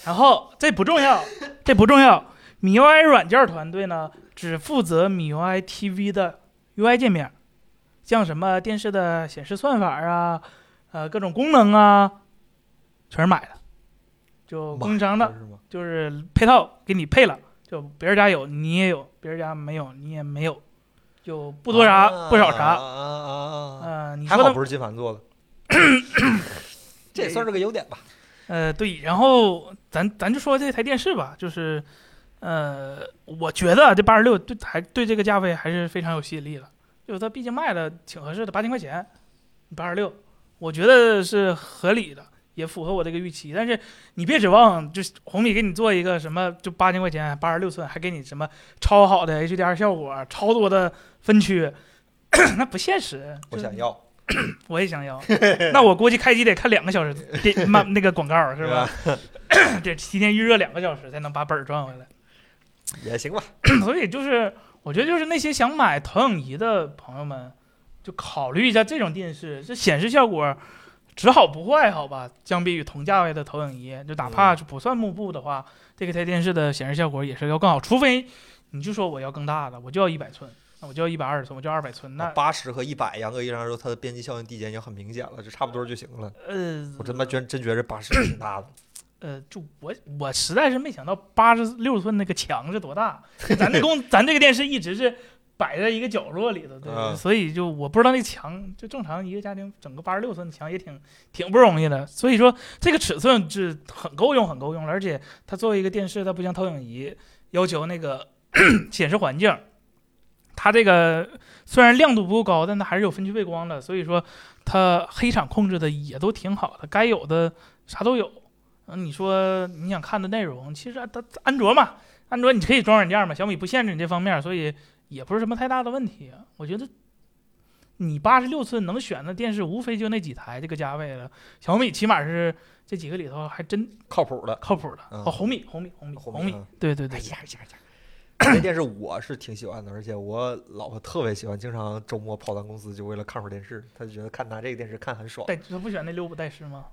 然后这不重要，这不重要。MIUI 软件团队呢，只负责 MIUI TV 的 UI 界面，像什么电视的显示算法啊，呃，各种功能啊，全是买的，就供应商的。
是吗？
就是配套给你配了，就别人家有你也有，别人家没有你也没有，就不多啥、
啊
不少啥。
啊啊啊啊啊！
呃，你
还
说
好
的
不是金凡做的， 这也算是个优点吧？
呃对，然后咱咱就说这台电视吧，就是呃，我觉得这八十六对还对这个价位还是非常有吸引力的，就是它毕竟卖的挺合适的，八千块钱，八十六，我觉得是合理的。也符合我这个预期，但是你别指望就是红米给你做一个什么，就八千块钱八十六寸，还给你什么超好的 HDR 效果，超多的分区， 那不现实。
我
就是
想要，
我也想要，那我估计开机得看两个小时 电漫那个广告是吧？得提前预热两个小时才能把本儿赚回来。
也行吧？
所以就是，我觉得就是那些想买投影仪的朋友们，就考虑一下这种电视，这显示效果只好不坏，好吧？相比于同价位的投影仪，就哪怕是不算幕布的话，这个台电视的显示效果也是要更好，除非你就说我要更大的，我就要一百寸，那我就要一百二十寸，我就要二百寸，那
啊八十和一百，严格意义上说，它的边际效应递减已经很明显了，就差不多就行了。
呃，
我真他妈觉真觉得八十挺大的，
呃，就我我实在是没想到八十六寸那个墙是多大，咱这公咱这个电视一直是摆在一个角落里头，对，
啊
所以就我不知道那墙就正常一个家庭整个八十六寸的墙也挺挺不容易的，所以说这个尺寸是很够用很够用了，而且它作为一个电视，它不像投影仪要求那个 显示环境，它这个虽然亮度不够高，但它还是有分区背光的，所以说它黑场控制的也都挺好的，该有的啥都有。嗯，你说你想看的内容，其实啊它它安卓嘛，安卓你可以装软件嘛，小米不限制你这方面，所以也不是什么太大的问题。啊我觉得你八十六寸能选的电视，无非就那几台这个价位了。小米起码是这几个里头还真
靠谱的。
靠谱的。
嗯
哦，红米，红米，红米，
红
红
米
米
嗯，
对对对
哎，呀呀呀！那电视我是挺喜欢的，而且我老婆特别喜欢，经常周末跑咱公司就为了看会儿电视。她就觉得看拿这个电视看很爽，
带他不选那六五代师吗？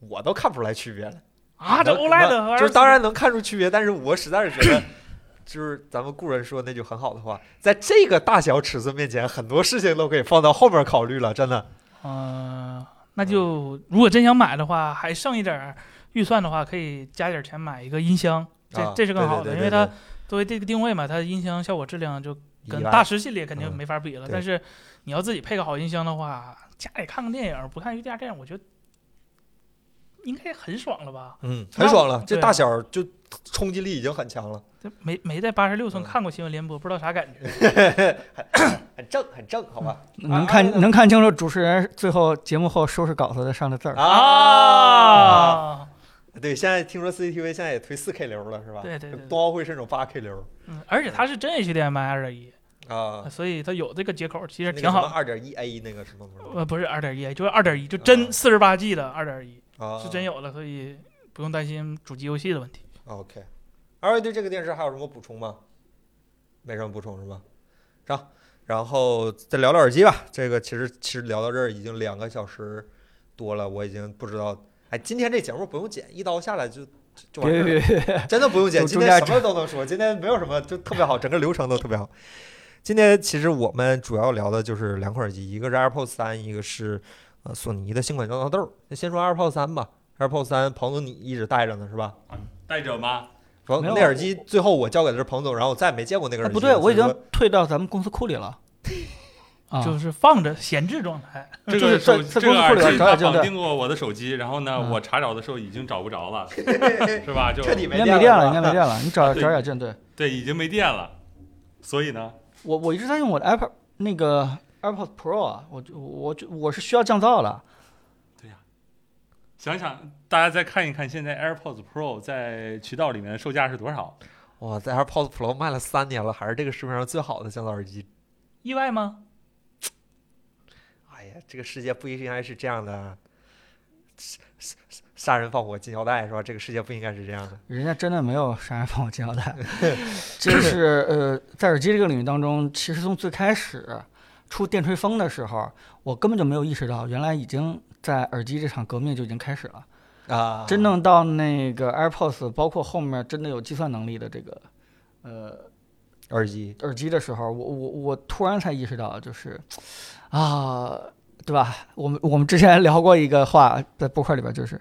我都看不出来区别了。
啊，这
能
OLED 和
就是当然能看出区别，但是我实在是觉得， 就是咱们故人说那句很好的话，在这个大小尺寸面前，很多事情都可以放到后面考虑了，真的。
嗯，那就如果真想买的话，还剩一点儿预算的话，可以加点儿钱买一个音箱，
啊
这这是更好
对
的，
对
因
对对
为它作为这个定位嘛，它音箱效果质量就跟
一般
大师系列肯定
嗯
没法比了。
对
但是你要自己配个好音箱的话，家里看个电影，不看瑜伽电影，我觉得应该很爽了吧？
嗯，
那
很爽了，这
对啊
大小就冲击力已经很强了，
这没没在八十六寸
嗯
看过新闻联播，不知道啥感觉。
很正很正，好吧？
能
啊
看能看清楚主持人最后节目后收拾稿子的上的
嗯
字儿。
啊
啊，对，现在听说 CCTV 现在也推四 K 流了，是吧？
对对对对
冬奥会是那种八 K 流
嗯，而且它是真 HDMI 二点一，
啊，
所以它有这个接口，其实挺好的。
二点一 A 那个什么什么
呃，不是二点一，就是二点一，就真四十八 G 的二点一
啊，
呃是真有的，所以不用担心主机游戏的问题。
OK，二位对这个电视还有什么补充吗？没什么补充是吗？上，然后再聊聊耳机吧。这个其实其实聊到这儿已经两个小时多了，我已经不知道。哎，今天这节目不用剪，一刀下来就就就完事
别
儿了
别 别，
真的不用剪，
就
今
中
天
间
什么都能说，今天没有什么就特别好，整个流程都特别好。今天其实我们主要聊的就是两款耳机，一个是 AirPods 三，一个是呃索尼的新款降噪豆儿。那先说 AirPods 三吧，AirPods 三，庞总你一直戴着呢是吧？
戴着吗？
冯
没有
那耳机最后我交给的是彭总，然后我再也没见过那个
哎
耳机。
不对，我
所以
已经
说
退到咱们公司库里了。啊，
就是放着闲置状态。
这
就是在
个手
在
这
公
个
司
耳
库里边
机
找找
它
就
绑
对
定过我的手机，然后呢，
嗯
我查找的时候已经找不着了， 是吧？就
彻底
应该没电了，应该没
了。
电了。你找
对
找点劲，对
对，已经没电了。所以呢，
我我一直在用我的 Apple 那个 AirPods Pro 啊，我就我就我是需要降噪了。
想想大家再看一看，现在 AirPods Pro 在渠道里面的售价是多少？
哇，在 AirPods Pro 卖了三年了，还是这个市面上最好的降噪耳机。
意外吗？
哎呀，这个世界不应该是这样的，杀杀杀人放火金腰带是吧？这个世界不应该是这样的。
人家真的没有啥人帮我接腰带，就是呃，在耳机这个领域当中，其实从最开始出电吹风的时候，我根本就没有意识到，原来已经在耳机这场革命就已经开始了。
啊，
真正到那个 AirPods，包括后面真的有计算能力的这个呃
耳机，
耳机的时候，我我我突然才意识到，就是啊，对吧？我们我们之前聊过一个话，在播客里边就是，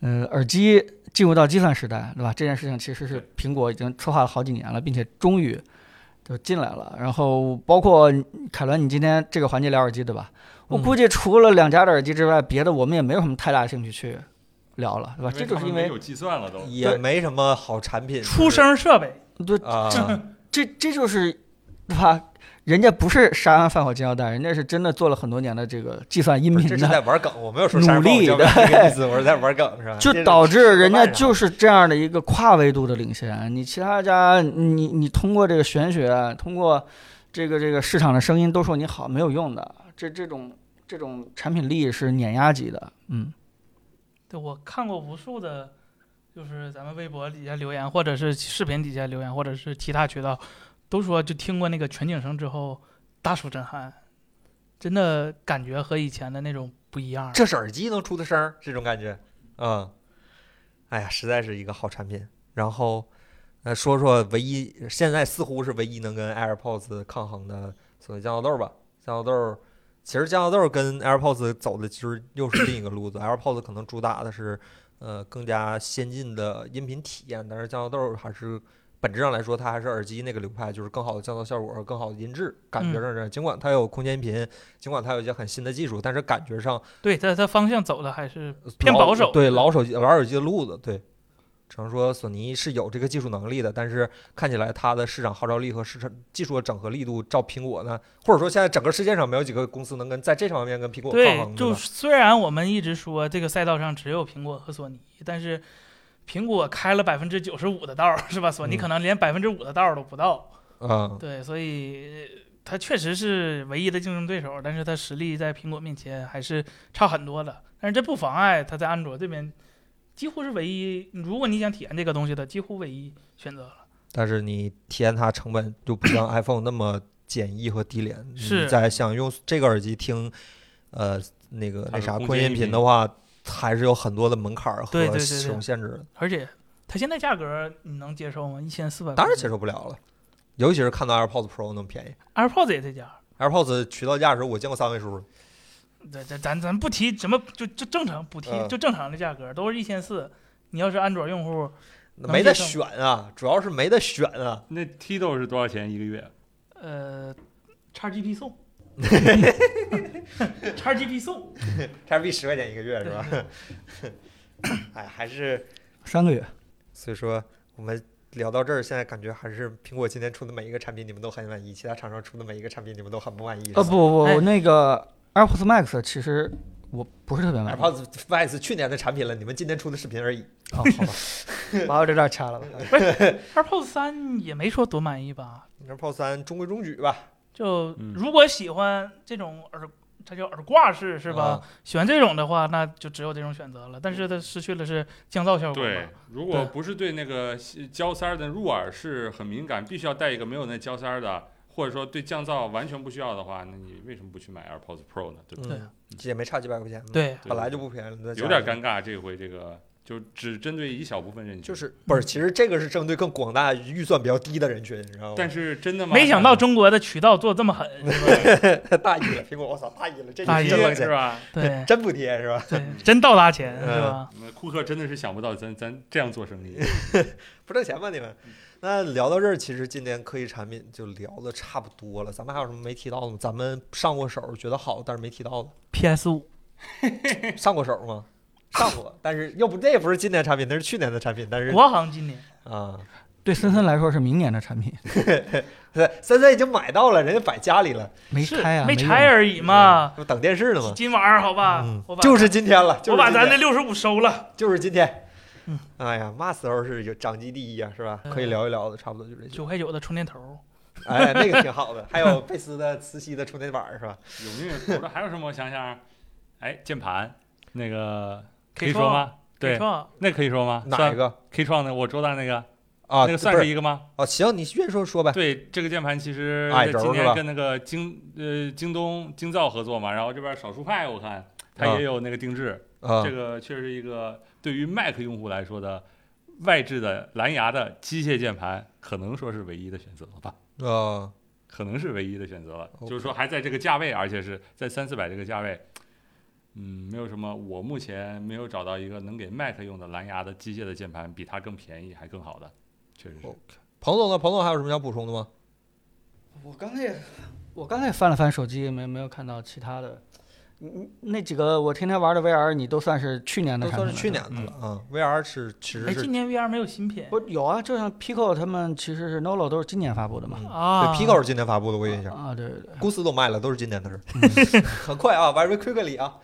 嗯、耳机进入到计算时代，对吧？这件事情其实是苹果已经策划了好几年了，并且终于就进来了。然后包括凯伦，你今天这个环节聊耳机，对吧？我
嗯
估计除了两家的耳机之外，别的我们也没有什么太大兴趣去聊了，对吧？啊这
他
就是
们
因
没
为
有计算了都。
也没什么好产品。
出声设备，
对
啊，
这这就是，对吧？人家不是杀人放火金腰带，人家是真的做了很多年的这个计算音
不是
频
这是在
的，
玩梗，我没有说
努
杀人放火
力
金腰带这个意思，我是在玩梗是吧？
就
这是
导致人家
慢上
就是这样的一个跨维度的领先。你其他家，你你通过这个玄学，啊通过这个这个市场的声音都说你好，没有用的。这这种这种产品力是碾压级的，嗯，
对我看过无数的，就是咱们微博底下留言，或者是视频底下留言，或者是其他渠道，都说就听过那个全景声之后大受震撼，真的感觉和以前的那种不一样。
这是耳机能出的声儿，这种感觉，嗯，哎呀，实在是一个好产品。然后，呃，说说唯一现在似乎是唯一能跟 AirPods 抗衡的所谓降噪豆儿吧。降噪豆儿其实降噪豆儿跟 AirPods 走的其实又是另一个路子。AirPods 可能主打的是呃更加先进的音频体验，但是降噪豆儿还是本质上来说，它还是耳机那个流派，就是更好的降噪效果、更好的音质，感觉上是。尽管它有空间音频，尽管它有一些很新的技术，但是感觉上。
对，它它方向走的还是偏
老
保守
对老手机老耳机的路子，对。只能说索尼是有这个技术能力的，但是看起来它的市场号召力和市场技术的整合力度，照苹果呢，或者说现在整个世界上没有几个公司能跟在这方面跟苹果抗
对，
衡，
就
对吧
虽然我们一直说这个赛道上只有苹果和索尼，但是苹果开了百分之九十五的道儿，是吧？索尼
嗯
可能连百分之五的道儿都不到。
嗯，
对，所以呃它确实是唯一的竞争对手，但是它实力在苹果面前还是差很多的。但是这不妨碍它在安卓这边几乎是唯一，如果你想体验这个东西的，几乎唯一选择了。
但是你体验它成本就不像 iPhone 那么简易和低廉。
是
你在想用这个耳机听，呃，那个那
它的
啥
空
扩
间
音
音
频
频
的话，还是有很多的门槛儿
对对
和
对对
使用限制的。
而且它现在价格你能接受吗？一千四百，
当然接受不了了，尤其是看到 AirPods Pro 那么便宜。
，AirPods 也这价。
AirPods 渠道价的时候，我见过三位数。
对，咱咱咱不提什么，就就正常不提，
嗯
就正常的价格都是一千四。你要是安卓用户，能
没得
接受
选啊，主要是没得选啊。
那 Tido 是多少钱一个月？
呃，x GP 送，x GP 送，
叉 B 十块钱一个月是吧
对？
哎，还是
三个月。
所以说我们聊到这儿，现在感觉还是苹果今天出的每一个产品你们都很满意，其他厂商出的每一个产品你们都很不满意。
呃，不不
哎
不，那个 AirPods Max 其实我不是特别满意，啊，
，AirPods Max 去年的产品了，你们今天出的视频而已。
好吧，把我这段掐了 吧。
AirPods 三也没说多满意吧？
AirPods 三中规中矩吧，
就
嗯
如果喜欢这种耳，它叫耳挂式是吧？喜欢这种的话，那就只有这种选择了。但是它失去了是降噪效果
对
嘛？，
如果
对
不是对那个胶塞儿的入耳是很敏感，必须要带一个没有那胶塞儿的，或者说对降噪完全不需要的话，那你为什么不去买 AirPods Pro 呢？对吧？
嗯
对
也没差几百块钱。，
对，
本来就不便宜了，
有点尴尬，这回这个就只针对一小部分人群。
就是不是？其实这个是针对更广大、预算比较低的人群，你知道吗？
但是真的吗？
没想到中国的渠道做这么 狠，是吧
大意了，苹果，我操，大意了，这
大
就是
意
真
了
扔
这
钱
是，吧？
对
真不贴是吧？
对，真倒拉钱是
嗯
吧？
嗯库克真的是想不到咱咱这样做生意，
不挣钱吧你
嗯
们？那聊到这儿，其实今天科技产品就聊的差不多了。咱们还有什么没提到的吗？咱们上过手觉得好，但是没提到的，
PS 五
上过手吗？上过，但是又不这也不是今年产品，那是去年的产品，但是
国行今年
啊，
对森森来说是明年的产品，
对，森森已经买到了，人家摆家里了，
没
是
拆啊，
没
用
拆而已嘛。
不等电视呢吗？
今晚上好吧
嗯，
啊我把
就是今天了，
我把咱
的
的六十五收了。
就是今天
嗯。
哎呀，嘛时候是有掌机第一呀，是吧？
嗯
可以聊一聊的，差不多就这些。
九块九的充电头，
哎，那个挺好的，还有贝斯的磁吸的充电板儿是吧？
有那个头的还有什么？我想想，哎，键盘那个可
以
以说？吗？
可以
对，
说
那可以说吗？
哪
算
一个
K 创的我桌上那个，
啊？
那个算
不
是一个吗？
哦，行，你愿说说 呗。
对，这个键盘其实
矮
在
轴
今
是吧
年跟那个京呃京东京造合作嘛，然后这边少数派我看它
啊
也有那个定制，
啊
这个确实是一个对于 Mac 用户来说的外置的蓝牙的机械键盘，可能说是唯一的选择了吧。
啊，
可能是唯一的选择了，
OK
就是说还在这个价位，而且是在三四百这个价位，嗯，没有什么，我目前没有找到一个能给 Mac 用的蓝牙的机械的键盘比它更便宜还更好的，确实是。
哦彭总呢？彭总还有什么想补充的吗？
我刚才也，我刚才也翻了翻手机，没没有看到其他的。嗯，那几个我天天玩的 VR，你都算是去年的
都
产
算
品了，
是去年的了啊。VR 是其
哎，
实是
今年 VR 没有新品
不有啊？就像 Pico 他们其实是 Nolo 都是今年发布的嘛。
嗯对
啊。
Pico 是今年发布的，我有印象。
啊，对对对。
公司都卖了，都是今年的事儿，
嗯
很快啊，very quickly 啊，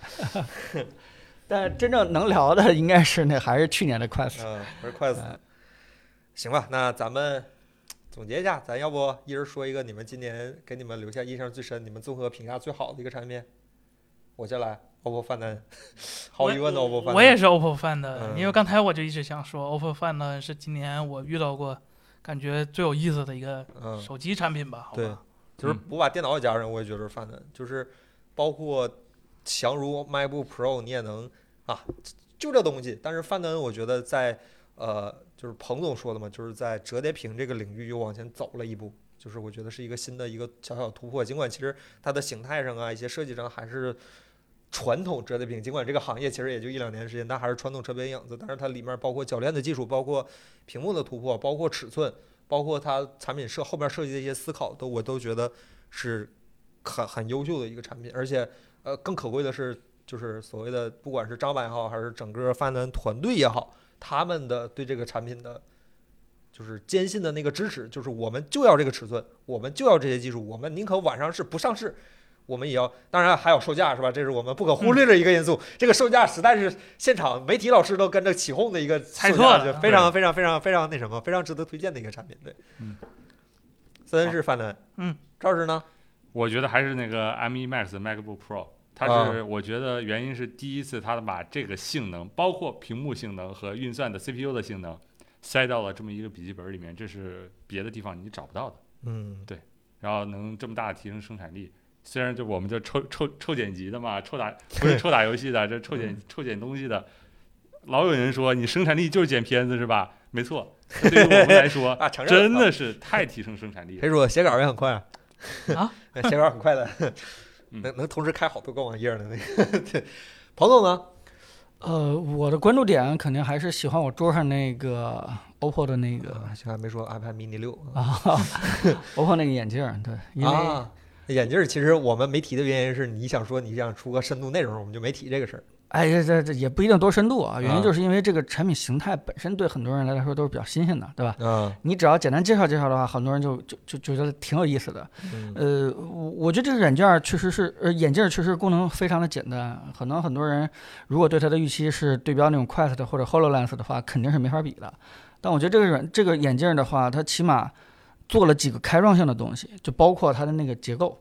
但真正能聊的应该是那还是去年的 Quest。
嗯，不是快死。
呃
行吧，那咱们总结一下，咱要不一人说一个你们今年给你们留下印象最深、你们综合评价最好的一个产品？我先来，OPPO Find，毫无疑问的 OPPO Find。
我也是 OPPO fan 的，
嗯
因为刚才我就一直想说，OPPO fan 呢是今年我遇到过感觉最有意思的一个
嗯，
手机产品吧，好
对
吧？，
就是
嗯
我把电脑也加上，我也觉得是 Find，就是包括强如 MacBook Pro，你也能啊，就这东西。但是 Find 我觉得在呃，就是彭总说的嘛，就是在折叠屏这个领域又往前走了一步。就是我觉得是一个新的一个小小突破，尽管其实它的形态上啊，一些设计上还是传统折叠屏，尽管这个行业其实也就一两年时间，但还是传统折叠影子。但是它里面包括铰链的技术，包括屏幕的突破，包括尺寸，包括它产品设后面设计的一些思考，都我都觉得是很很优秀的一个产品。而且呃，更可贵的是，就是所谓的不管是张板也好，还是整个范南团队也好，他们的对这个产品的。就是坚信的那个支持，就是我们就要这个尺寸，我们就要这些技术，我们宁可晚上市不上市，我们也要，当然还有售价是吧？这是我们不可忽略的一个因
嗯
素。 这个售价实在是现场媒体老师都跟着起哄的一个
猜
售
错
价
了
就非常非常非常非常那什么，非常值得推荐的一个产品。对，
嗯，
森是范南，
嗯，
赵师呢？
我觉得还是那个 M1 Max MacBook Pro，它
啊
是我觉得原因是第一次它把这个性能，包括屏幕性能和运算的 CPU 的性能，塞到了这么一个笔记本里面，这是别的地方你找不到的。
嗯，
然后能这么大的提升生产力，虽然就我们这臭臭臭剪辑的嘛，臭打不 是臭打游戏的，这臭
嗯
剪臭剪东西的，老有人说你生产力就是剪片子是吧？没错，对于我们来说，
啊，承认
真
了。
的是太提升生产力 了。
裴主写稿也很快
啊，
写稿很快的，
嗯
能能同时开好多个网页呢。那个， 对彭总呢？
呃，我的关注点肯定还是喜欢我桌上那个 OPPO 的那个
啊，现在没说 iPad mini 六
啊，OPPO 那个眼镜儿，对，因为
啊。眼镜儿其实我们没提的原因是，你想说你想出个深度内容，我们就没提这个事儿。
哎，这这这也不一定多深度啊，原
啊
因就是因为这个产品形态本身对很多人来说都是比较新鲜的，对吧？
啊，
你只要简单介绍介绍的话，很多人就就就就觉得挺有意思的。
嗯
呃，我我觉得这个软件儿确实是，呃，眼镜儿确实功能非常的简单，可能很多人如果对它的预期是对标那种 Quest 或者 Hololens 的话，肯定是没法比的。但我觉得这个软这个眼镜儿的话，它起码做了几个开创性的东西，就包括它的那个结构，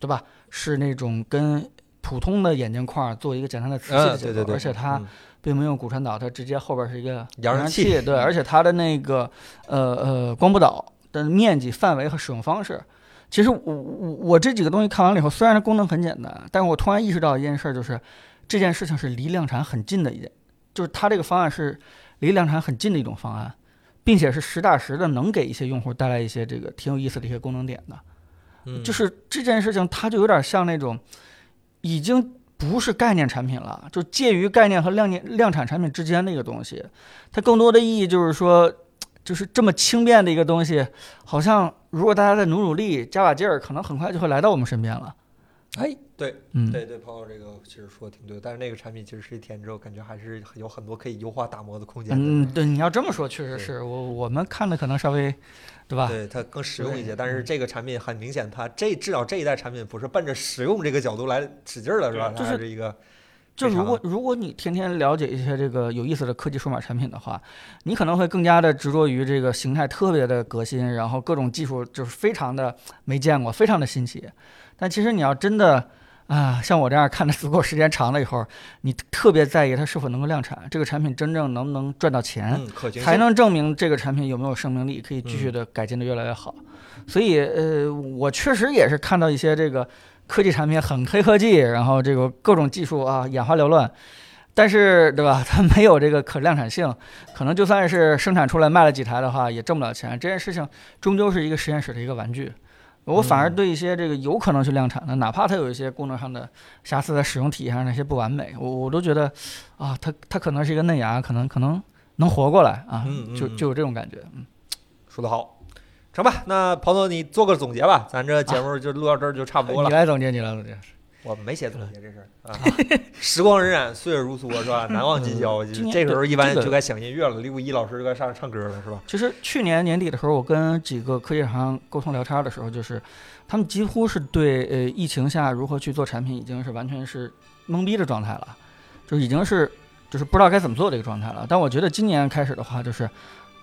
对吧？是那种跟普通的眼镜框儿做一个简单的瓷器
啊
的结构，
对对对，
而且它
嗯
并没用骨传导，它直接后边是一个
扬声
声
器
对，而且它的那个呃呃光波导的面积、范围和使用方式，其实我我我这几个东西看完了以后，虽然它功能很简单，但是我突然意识到一件事儿，就是这件事情是离量产很近的一件，就是它这个方案是离量产很近的一种方案，并且是实打实的能给一些用户带来一些这个挺有意思的一些功能点的。
嗯
就是这件事情，它就有点像那种已经不是概念产品了，就介于概念和量产量产产品之间的一个东西。它更多的意义就是说，就是这么轻便的一个东西，好像如果大家再努努力、加把劲儿，可能很快就会来到我们身边了。
哎，对
嗯，
对对，朋友这个其实说的挺对，但是那个产品其实实际体验之后，感觉还是有很多可以优化打磨的空间的。
嗯，对，你要这么说，确实是我我们看的可能稍微，对吧？
对它更实用一些，
啊对
但是这个产品很明显，它这至少这一代产品不是奔着实用这个角度来使劲儿了，是吧？它
对
就
还
是
是一个
就
非常
如果如果你天天了解一些这个有意思的科技数码产品的话，你可能会更加的执着于这个形态特别的革新，然后各种技术就是非常的没见过，非常的新奇。但其实你要真的啊，像我这样看的足够时间长了以后，你特别在意它是否能够量产，这个产品真正能不能赚到钱，
嗯可行
才
性。
能证明这个产品有没有生命力，可以继续的改进的越来越好。所以，呃，我确实也是看到一些这个科技产品很黑科技，然后这个各种技术啊眼花缭乱，但是对吧？它没有这个可量产性，可能就算是生产出来卖了几台的话，也挣不了钱。这件事情终究是一个实验室的一个玩具。我反而
嗯
对一些这个有可能去量产的，哪怕它有一些功能上的瑕疵，在使用体验上那些不完美，我我都觉得啊，它它可能是一个嫩芽，可能可能能活过来啊，
嗯嗯
就
嗯
就有这种感觉。嗯
说得好，成吧？那彭总你做个总结吧，咱这
啊
节目就录到这儿就差不多了
你。来总结，你来总结。
我没写总结这 事儿啊，时光荏苒，岁月如梭，是吧？难忘今宵，
嗯今年
这个时候一般
这个
就该想音乐了。李谷一老师就该上唱歌了，是吧？
其实去年年底的时候，我跟几个科技厂商沟通聊天的时候，就是他们几乎是对呃疫情下如何去做产品，已经是完全是懵逼的状态了，就是已经是就是不知道该怎么做这个状态了。但我觉得今年开始的话，就是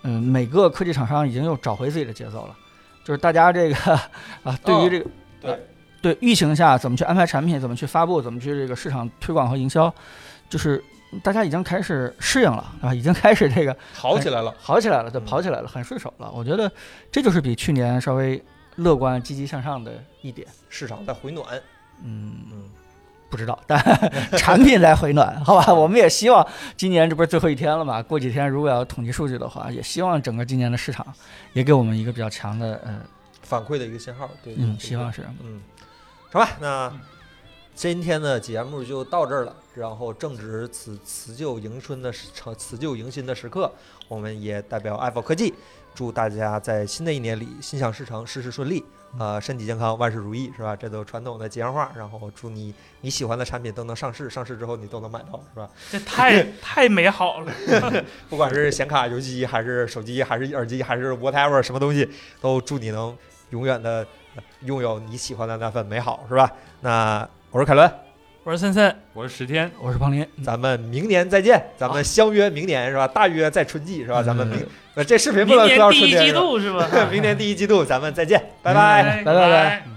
嗯、每个科技厂商已经又找回自己的节奏了，就是大家这个 啊，对于这个、
对
对疫情下怎么去安排产品，怎么去发布，怎么去这个市场推广和营销，就是大家已经开始适应了，啊，已经开始这个
好起来了。
好起来了，对，
嗯
跑起来了，很顺手了。我觉得这就是比去年稍微乐观、积极向上的一点。
市场在回暖，
嗯，
嗯，
不知道，但产品在回暖，好吧？我们也希望今年这不是最后一天了嘛？过几天如果要统计数据的话，也希望整个今年的市场也给我们一个比较强的呃
反馈的一个信号，对，
嗯，
对
希望，是
对嗯，成吧？那今天的节目就到这儿了。然后正值辞辞旧迎春的时成辞旧迎新的时刻，我们也代表爱否科技，祝大家在新的一年里心想事成，事事顺利，呃，身体健康，万事如意，是吧？这都传统的吉祥话。然后祝你你喜欢的产品都能上市，上市之后你都能买到，是吧？
这太太美好 了。
不管是显卡、游戏机，还是手机，还是耳机，还是 whatever 什么东西，都祝你能永远的拥有你喜欢的那份美好，是吧？那我是凯伦，
我是森森，
我是十天，
我是庞林，
嗯
咱们明年再见，咱们相约明年是吧？大约在春季是吧？咱们明呃这视频不
嗯明
能说到
年
春
第一
天
季
是吧，
度是吧？嗯哎
明年第一季度咱们再见，拜
明年
拜。
拜拜
拜。